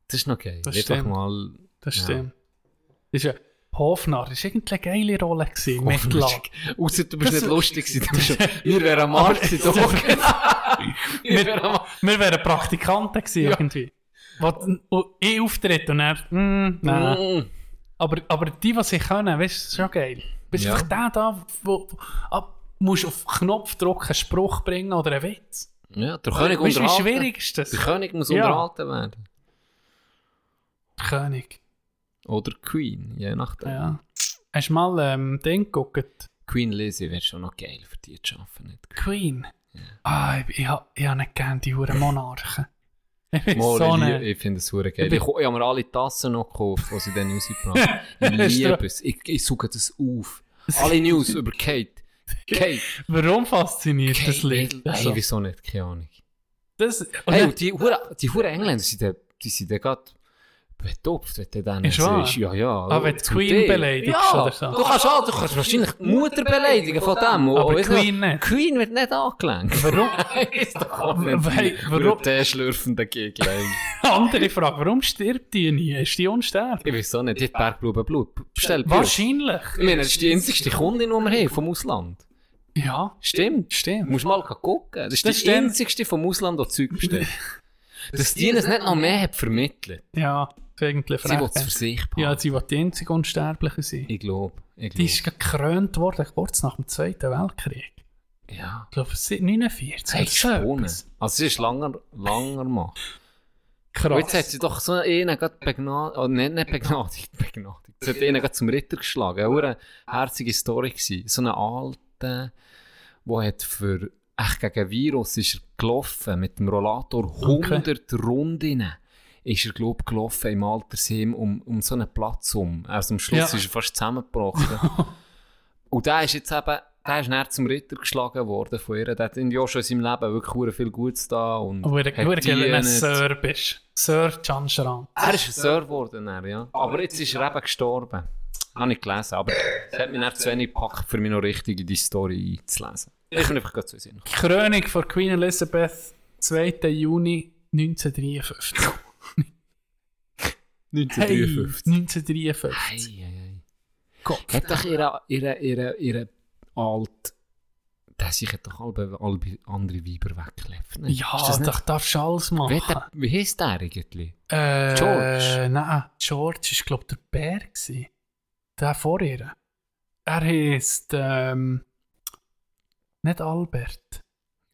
Das ist noch geil. Das einfach stimmt. mal... Das Ja. stimmt. Ist Dus ja, Hofnar war irgendeine geile Rolle. Gewesen, Mettler. Außer du bist Das- nicht lustig gewesen. Du bist schon, wir wären am Arsch gewesen. doch. [LAUGHS] [LAUGHS] wir wären am Arsch. Wir wären Praktikanten gewesen, irgendwie. Was, und ich auftritt und er, mm, nein. Mm. Aber, aber die, die sie können, weißt du, ist schon geil. Du bist Ja. einfach der da, wo, ah, wo ab, musst auf Knopfdruck einen Spruch bringen oder einen Witz. Ja, der König weißt du, wie unterhalten. schwierig ist das? Der König muss Ja. unterhalten werden. Der König. Oder Queen, je nachdem. Ja. Hast du mal ähm, den geguckt? Queen Lizzie wäre schon noch geil für die zu arbeiten. [LAUGHS] Nicht? Queen. Ah, ich, ich, hab- ich habe nicht gerne die Huren Monarchen. [LAUGHS] Ich bin Mal, so ich, eine. lie- ich finde es super geil. Ich Ich, bin- ko- ich habe mir alle Tassen noch gekauft, die sie dann [LAUGHS] rausgebracht haben. Ich liebe es. Ich, ich suche das auf. Alle News über Kate. Kate. Warum fasziniert Kate das Lied? Middleton. Also, Hey, wieso nicht? Keine Ahnung. das, und Hey, dann- und die Hure, die Hure Engländer sind da, die sind da gerade betopft, wenn du dann Ist wahr? Ja, ja. Ah, wenn die zum Queen Teil. beleidigst ja, oder so. Du kannst, auch, du kannst wahrscheinlich die Mutter beleidigen von dem. Und- Aber und weißt du, Queen nicht. [LAUGHS] Queen wird nicht angelenkt. [LAUGHS] warum, Ist doch auch nicht. Weil- warum- Warum? Der schlürfende Gegner. andere Frage, warum stirbt die nie? Ist die unsterblich? Ich weiß auch nicht, die hat Bergblumenblut. Bestell Bier. Wahrscheinlich. Ich meine, das ist die einzigste Kundin, die wir haben vom Ausland. Ja, Stimmt. stimmt. Musst mal gucken. Das ist Das die stimmt. einzigste vom Ausland, die Zeug [LAUGHS] bestellt. Dass die es nicht noch mehr hat vermittelt. Ja, irgendwie Sie will frech. es für sich behalten. Ja, sie will die einzige Unsterbliche sein. ich glaube. Ich Die glaub. ist gekrönt worden kurz nach dem Zweiten Weltkrieg. Ja. Ich glaube, seit 49. Hey, oder so Spone. etwas. Also sie ist langer, langer Mann. Und jetzt hat Krass. sie doch so einen gerade begnadigt, oh, nicht, nicht begnadigt, [LAUGHS] begnadigt. Sie hat einen gerade zum Ritter geschlagen. Auch eine herzige Story gewesen. So einen alten, der hat für, echt gegen Virus ist er gelaufen, mit dem Rollator Okay. 100 Runden. Ist er, glaube ich, gelaufen im Altersheim um, um so einen Platz um. Also am Schluss Ja. ist er fast zusammengebrochen. Und der ist jetzt eben, der ist näher zum Ritter geschlagen worden von ihr. Der hat irgendwie auch schon in seinem Leben wirklich verdammt viel Gutes da und Wo hat du ein gedient. Sir bist. Sir John Schrank. Er ist ein Sir geworden, dann, ja. Aber jetzt ist er eben gestorben. Habe ich gelesen, aber es hat mich nicht zu wenig gepackt, für mich noch richtig in die Story einzulesen. Ich bin einfach gerade zu Sinn. Die Krönung von Queen Elizabeth, 2. Juni 1953. 1953. Hey, 1953. Ei, ei, ei. Gott. Hat doch ihre, ihre, ihre, ihre alt... Der sich hat doch alle, alle andere Weiber weggelebt. ne? Ja, Ist das nicht... doch darfst du alles Wie, machen. hat der, wie heisst der eigentlich? Äh, George? Nein, George war, glaube ich, der Bär. Gewesen. Der vor ihr. Er heisst. Ähm, nicht Albert.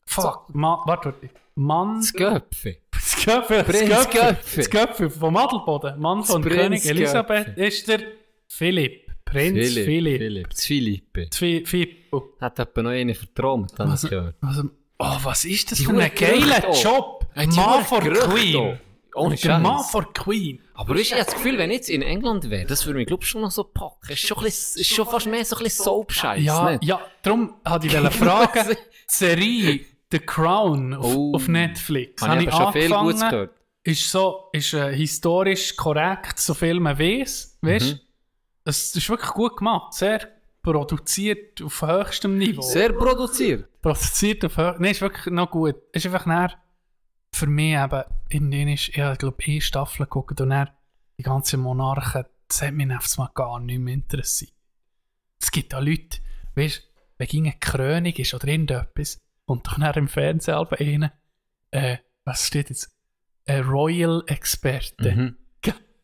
Fuck. Ma warte, warte. Mann. Das Göpfe. Sköpfe. Prinz Göpfe. Sköpfe vom Adelboden. Mann von Prinz König Göpfe. Elisabeth ist der Philipp. Prinz Philipp. Philipp. Philipp. Das Philippe. Phi- Fippo. Hat etwa noch einen vertrommt, habe ich gehört. Also, oh, was ist das Die für ein Hure Gerüchte geiler auch. Job? Hey, die Mann Hure vor Gerüchte Queen. auch. Ohne der Mann Scheiß. vor Queen. Aber ich habe das Gefühl, wenn ich jetzt in England wäre, das würde mich glaub, schon noch so packen. Ist schon, ein bisschen, ist schon fast mehr so ein bisschen Soap-Scheiß. Ja, nicht? ja, darum hatte ich [LAUGHS] wollte fragen, die Serie The Crown auf, Oh. auf Netflix, Habe ich aber schon viel Gutes angefangen, gehört. ist so, ist äh, historisch korrekt, so viel man weiß, weißt Es ist wirklich gut gemacht, sehr produziert auf höchstem Niveau. Sehr produziert. Produziert auf höchstem Nein, ist wirklich noch gut. Ist einfach näher für mich eben, in denen ist, ich glaube, eine Staffel geguckt und dann die ganzen Monarchen, das hat mich aufs Mal gar nicht mehr interessiert. Es gibt auch Leute, weißt du, wenn gegen eine Krönung ist oder irgendetwas, kommt doch nachher im Fernsehen aber einer, äh, was steht jetzt? Ein Eh, Royal Experte. Mhm.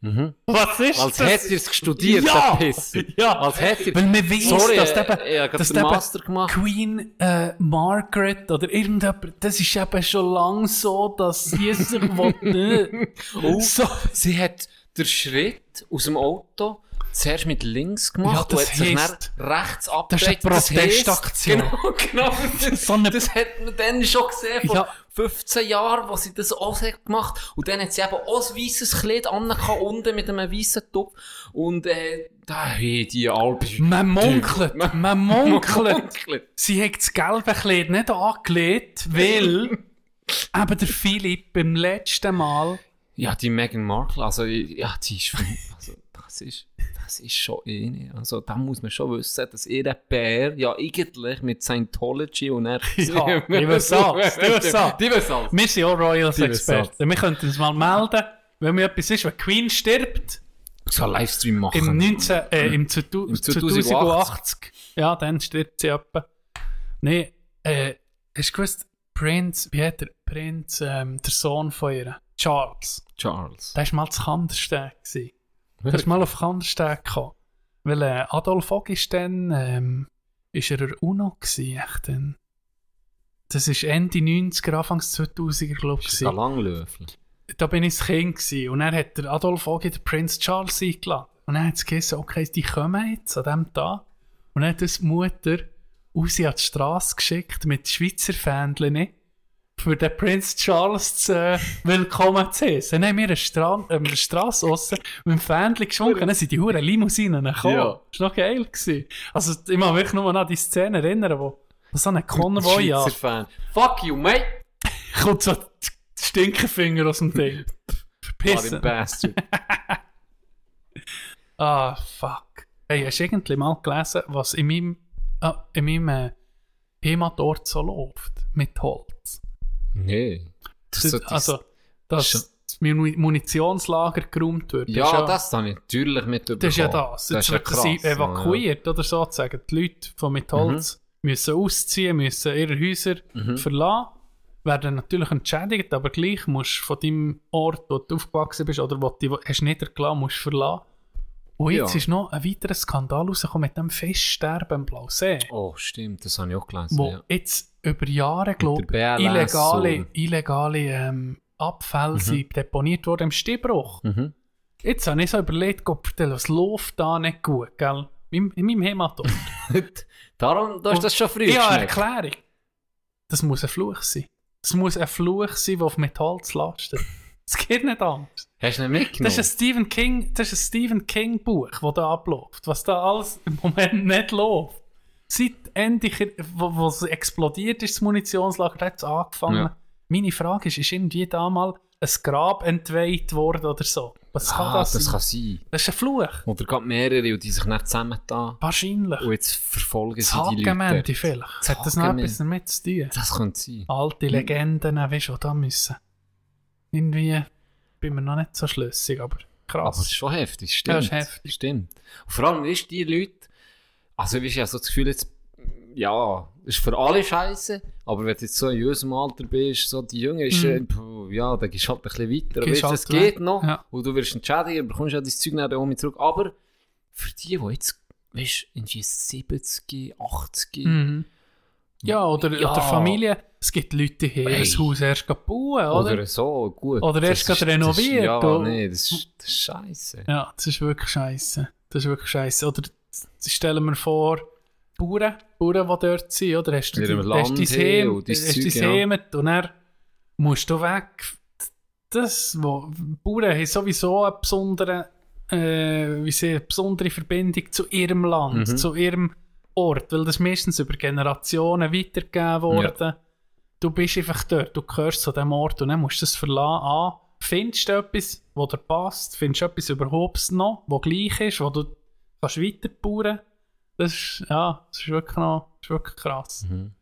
Mhm. Was ist Als das? hättest du es studiert, Ja! der Pisser. Ja. Als hättest Weil man weiss, Sorry, dass äh, eben- ich habe dass gerade den eben- Master gemacht. Queen äh, Margaret oder irgendjemand, das ist eben schon lange so, dass [LAUGHS] sie sich will, Oh. ne? so, Sie hat den Schritt aus dem Auto zuerst mit links gemacht Ja, das und hat sich heisst- dann rechts Das ist eine abgedreht. Protestaktion. heisst- [LAUGHS] Genau, genau. Das, So eine- das hat man dann schon gesehen vor Ja. 15 Jahren, wo sie das auch hat gemacht hat. Und dann hat sie eben auch ein weisses Kleid an, unten mit einem weißen Topf. Und äh, da hey, die Albe... [LAUGHS] man munkelt, Man- man munkelt. Munkelt. Sie hat das gelbe Kleid nicht angelegt, weil eben der Philipp beim letzten Mal Ja, die Meghan Markle, also ja, die ist von, also das ist, das ist schon eine. Also da muss man schon wissen, dass ihr Bär ja eigentlich mit Scientology und er. [LAUGHS] Ja, [LAUGHS] die wissen alles, die wissen alles. Die wissen alles. Wir sind auch Royals Die wissen Experten. Wir könnten uns mal melden, wenn mir etwas ist, wenn Queen stirbt So einen Livestream machen. im, 19, äh, im, 2000, Im 2080. 2080. Ja, dann stirbt sie etwa. Nein, äh, hast du gewusst, Prinz, wie hat der Prinz, ähm, der Sohn von ihr, Charles, Charles. der war mal zu Kandersteg. gewesen. Der ist mal auf Kandersteg gekommen. Weil äh, Adolf Fogg ist dann, ähm, ist er der UNO gewesen, echt dann. Das ist Ende 90er, Anfang 2000er, glaube ich. Ist gewesen da Langlöffel. da bin ich ein Kind gewesen. und dann hat der Adolf Fogg den Prinz Charles eingeladen. Und dann hat es geheißen, okay, die kommen jetzt an diesem Tag. Und dann hat uns die Mutter raus an die Straße geschickt mit Schweizer Fähnchen, ne? für den Prinz Charles [LAUGHS] zu, äh, willkommen zu heißen. Dann haben wir eine, Stra äh, eine Straße aussen mit dem Fähnchen geschwungen, dann sind die Huren Limousinen gekommen. Ja. Das war noch geil. Gewesen. Also ich muss mich nur noch an die Szene erinnern, wo wo so ein Konvoi Schweizer an- Fan. Fuck you, mate! kommt so die Stinkefinger aus dem Ding. Bloody Verpissen. [LAUGHS] bastard. Ah, fuck. Hey, hast du irgendwie mal gelesen, was in meinem, ah, in meinem äh, Heimatort so läuft? Mit Holz. nee. Das Das, so die- also, dass Sch- das Mun- Munitionslager geräumt wird. ist ja, das habe ich natürlich mitbekommen. Das ist ja das. Jetzt wird das krass, evakuiert, oder sozusagen. Die Leute von Metholz müssen ausziehen, müssen ihre Häuser verlassen, werden natürlich entschädigt, aber gleich musst du von deinem Ort, wo du aufgewachsen bist oder wo du dich hast niedergelassen, musst du verlassen. Und jetzt Ja. ist noch ein weiterer Skandal rausgekommen mit dem Feststerben im Blausee, Ja. Oh, stimmt, das habe ich auch gelesen. wo Ja. [LAUGHS] jetzt über Jahre, glaube ich, der BLS illegale, und- illegale ähm, Abfälle sind deponiert worden im Stehbruch. Mhm. Jetzt habe ich so überlegt, Gott, das läuft da nicht gut, gell? In, in meinem [LAUGHS] Heimatort. Darum, da Und- ist das schon früh. ich habe eine geschmeckt. Erklärung. Das muss ein Fluch sein. Das muss ein Fluch sein, der auf Metall [LAUGHS] zu lastet. Das geht nicht anders. Hast du ihn Das mitgenommen? ist ein Stephen King, das ist ein Stephen King Buch, das da abläuft. Was da alles im Moment nicht läuft. Seit Ende, wo, wo es explodiert ist, das Munitionslager, hat es angefangen. Ja. Meine Frage ist, ist irgendwie da mal ein Grab entweiht worden oder so? Was kann ah, das, das sein? kann sein. Das ist ein Fluch. Oder gerade mehrere, und die sich nicht zusammentan. Wahrscheinlich. Und jetzt verfolgen Das sie die Leute. Hakenmänti dort. vielleicht. Das hat das noch Hakenmänti. etwas damit zu tun. Das könnte sein. Alte Legenden, nou, weißt du, die da müssen. Irgendwie bin mir noch nicht so schlüssig, aber Aber es krass. ist schon heftig, stimmt. Ja, ist heftig. Stimmt. Und vor allem, weißt du, die Leute, also weißt du, ich habe so das Gefühl, jetzt, ja, ist für alle scheiße, aber wenn du jetzt so in unserem Alter bist, so die Jünger, ist, äh, puh, ja, dann gehst du halt ein bisschen weiter. Aber Mhm. Gehst jetzt, halt es geht weg, noch, ja. und du wirst entschädigt, aber bekommst ja dein Zeug dann auch mit zurück. Aber für die, die jetzt, weißt du, irgendwie 70, 80, Mhm. Ja, oder, Ja. oder Familie. Es gibt Leute, die haben Hey. das Haus erst gebaut, oder? Oder, so, gut. Oder Das erst ist- gerade renoviert, Das ist, ja, oder? nee, das ist, das ist scheiße. Ja, das ist wirklich scheiße. Das ist wirklich scheiße. Oder s- stellen wir vor, Bauern, Bauern, die dort sind, oder hast du In die- ihrem hast Land dein hin Heim, und dein hast Zeug, dein ja. Heimat und dann musst du weg. Das, wo Bauern haben sowieso eine besondere, äh, wie sie, eine besondere Verbindung zu ihrem Land, Mhm. zu ihrem Ort, weil das meistens über Generationen weitergegeben wurde. Du bist einfach dort, du gehörst zu diesem Ort und dann musst du es verlassen an. Findest du etwas, wo dir passt? Findest du etwas überhaupt noch, wo gleich ist, wo du kannst weiterbauen Das ist, ja, das ist wirklich, noch, das ist wirklich krass. Und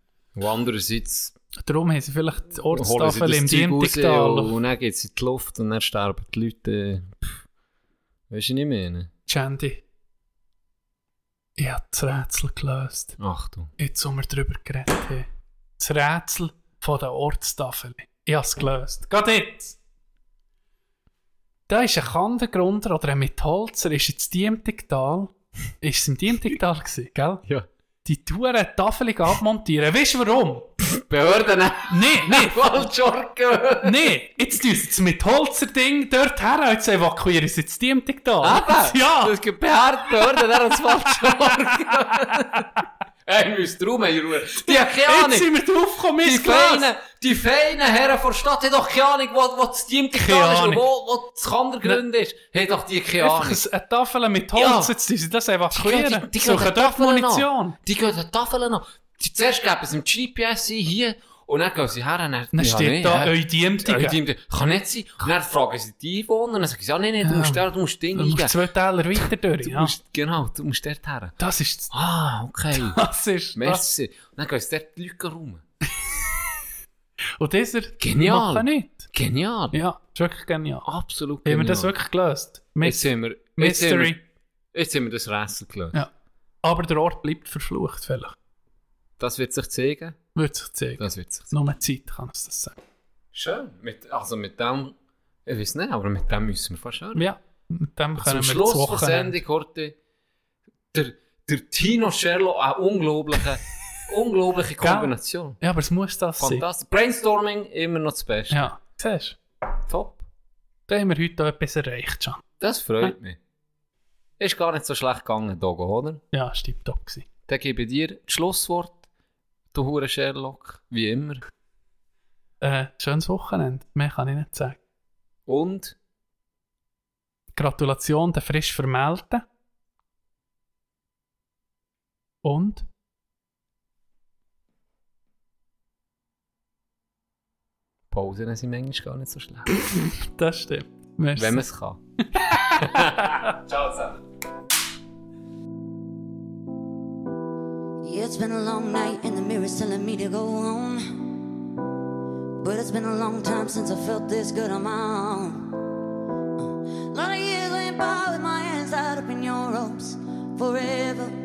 andererseits Darum haben sie vielleicht die holen sie Ortstafel im das Zeug raus und, Dientigtal. und dann geht es in die Luft und dann sterben die Leute. Pff. Weißt du, was ich meine? Chandy, ich habe das Rätsel gelöst. Achtung. Jetzt, wo wir darüber geredet haben. das Rätsel von der Ortstafel. Ich habe es gelöst. Geht jetzt! Da ist ein Kandengrunter oder ein Mitholzer, ist jetzt Diemtigtal. Ist es im Diemtigtal gewesen, gell? Ja. Die Touren Tafel abmontieren. Weißt du warum? Behörden Nein, nein, Fallschorken. nein! Jetzt tun sie das Mitholzer-Ding dort her, jetzt evakuieren sie jetzt Diemtigtal. Aber, Ja! Das gibt behaart Behörden, der hat Fallschorken. Ey, müsst rum, ihr Ruhe. Die haben keine Jetzt Ahnung. sind wir draufgekommen, [LAUGHS] Die ist klar! feinen, die feinen Herren von der Stadt haben doch keine Ahnung, wo, wo das Team Keine gegangen ist und Ahnung. wo, wo das Kandergrund ist. Haben doch die keine Einfach Ahnung. ein- eine Tafel mit Holz, Ja. jetzt tun sie das Die- evakuieren. die- die Suchen gehen dort Tafeln an. Munition. Die gehen die Tafeln an. Die, zuerst geben sie im GPS ein, hier, und dann gehen sie her und dann... Dann Ja, steht nee, da hä? «Eu Diemtige». Ja, die- Kann nicht sein. Und dann fragen sie die Einwohner, und dann sagen sie, ja, nein, nein, du Ja. musst da, du musst Ding Du musst eingeben. zwei Teller weiter durch. Du Ja. musst, genau, du musst dort her. Das ist... Ah, okay. Das ist... Das. Merci. Und dann gehen sie dort die Leute rum. Und dieser... Genial. Machen nicht. Genial. Ja, das ist wirklich genial. Absolut Haben genial. wir das wirklich gelöst? Jetzt Mis sind wir... jetzt sind wir- Mystery. Jetzt haben wir das Rätsel gelöst. Ja. Aber der Ort bleibt verflucht vielleicht. Das wird sich zeigen. Würde sich zeigen. Das wird sich zeigen. Nur mit Zeit kann es das sagen. Schön. Mit, also mit dem, ich weiß nicht, aber mit dem müssen wir fast hören. Ja, mit dem können Zum wir Also Schluss das von Wochenende... Sendung heute der, der Tino Sherlock, eine [LAUGHS] unglaubliche, unglaubliche Gell? Kombination. Ja, aber es muss das sein. Fantastisch. Brainstorming immer noch das Beste. Ja, siehst du? Top. Da haben wir heute auch etwas erreicht schon. Das freut mich. Ist gar nicht so schlecht gegangen, Dogo, oder? Ja, es war tiptop. gewesen. Dann gebe ich dir das Schlusswort, du Hure Sherlock, wie immer. Äh, schönes Wochenende. Mehr kann ich nicht sagen. Und Gratulation der frisch Vermählten. Und? Pausen sind manchmal gar nicht so schlecht. Das stimmt. Merci. Wenn man es kann. Yeah, it's been a long night and the mirror's telling me to go home. But it's been a long time since I felt this good on my own. Uh, A lot of years went by with my hands tied up in your ropes forever.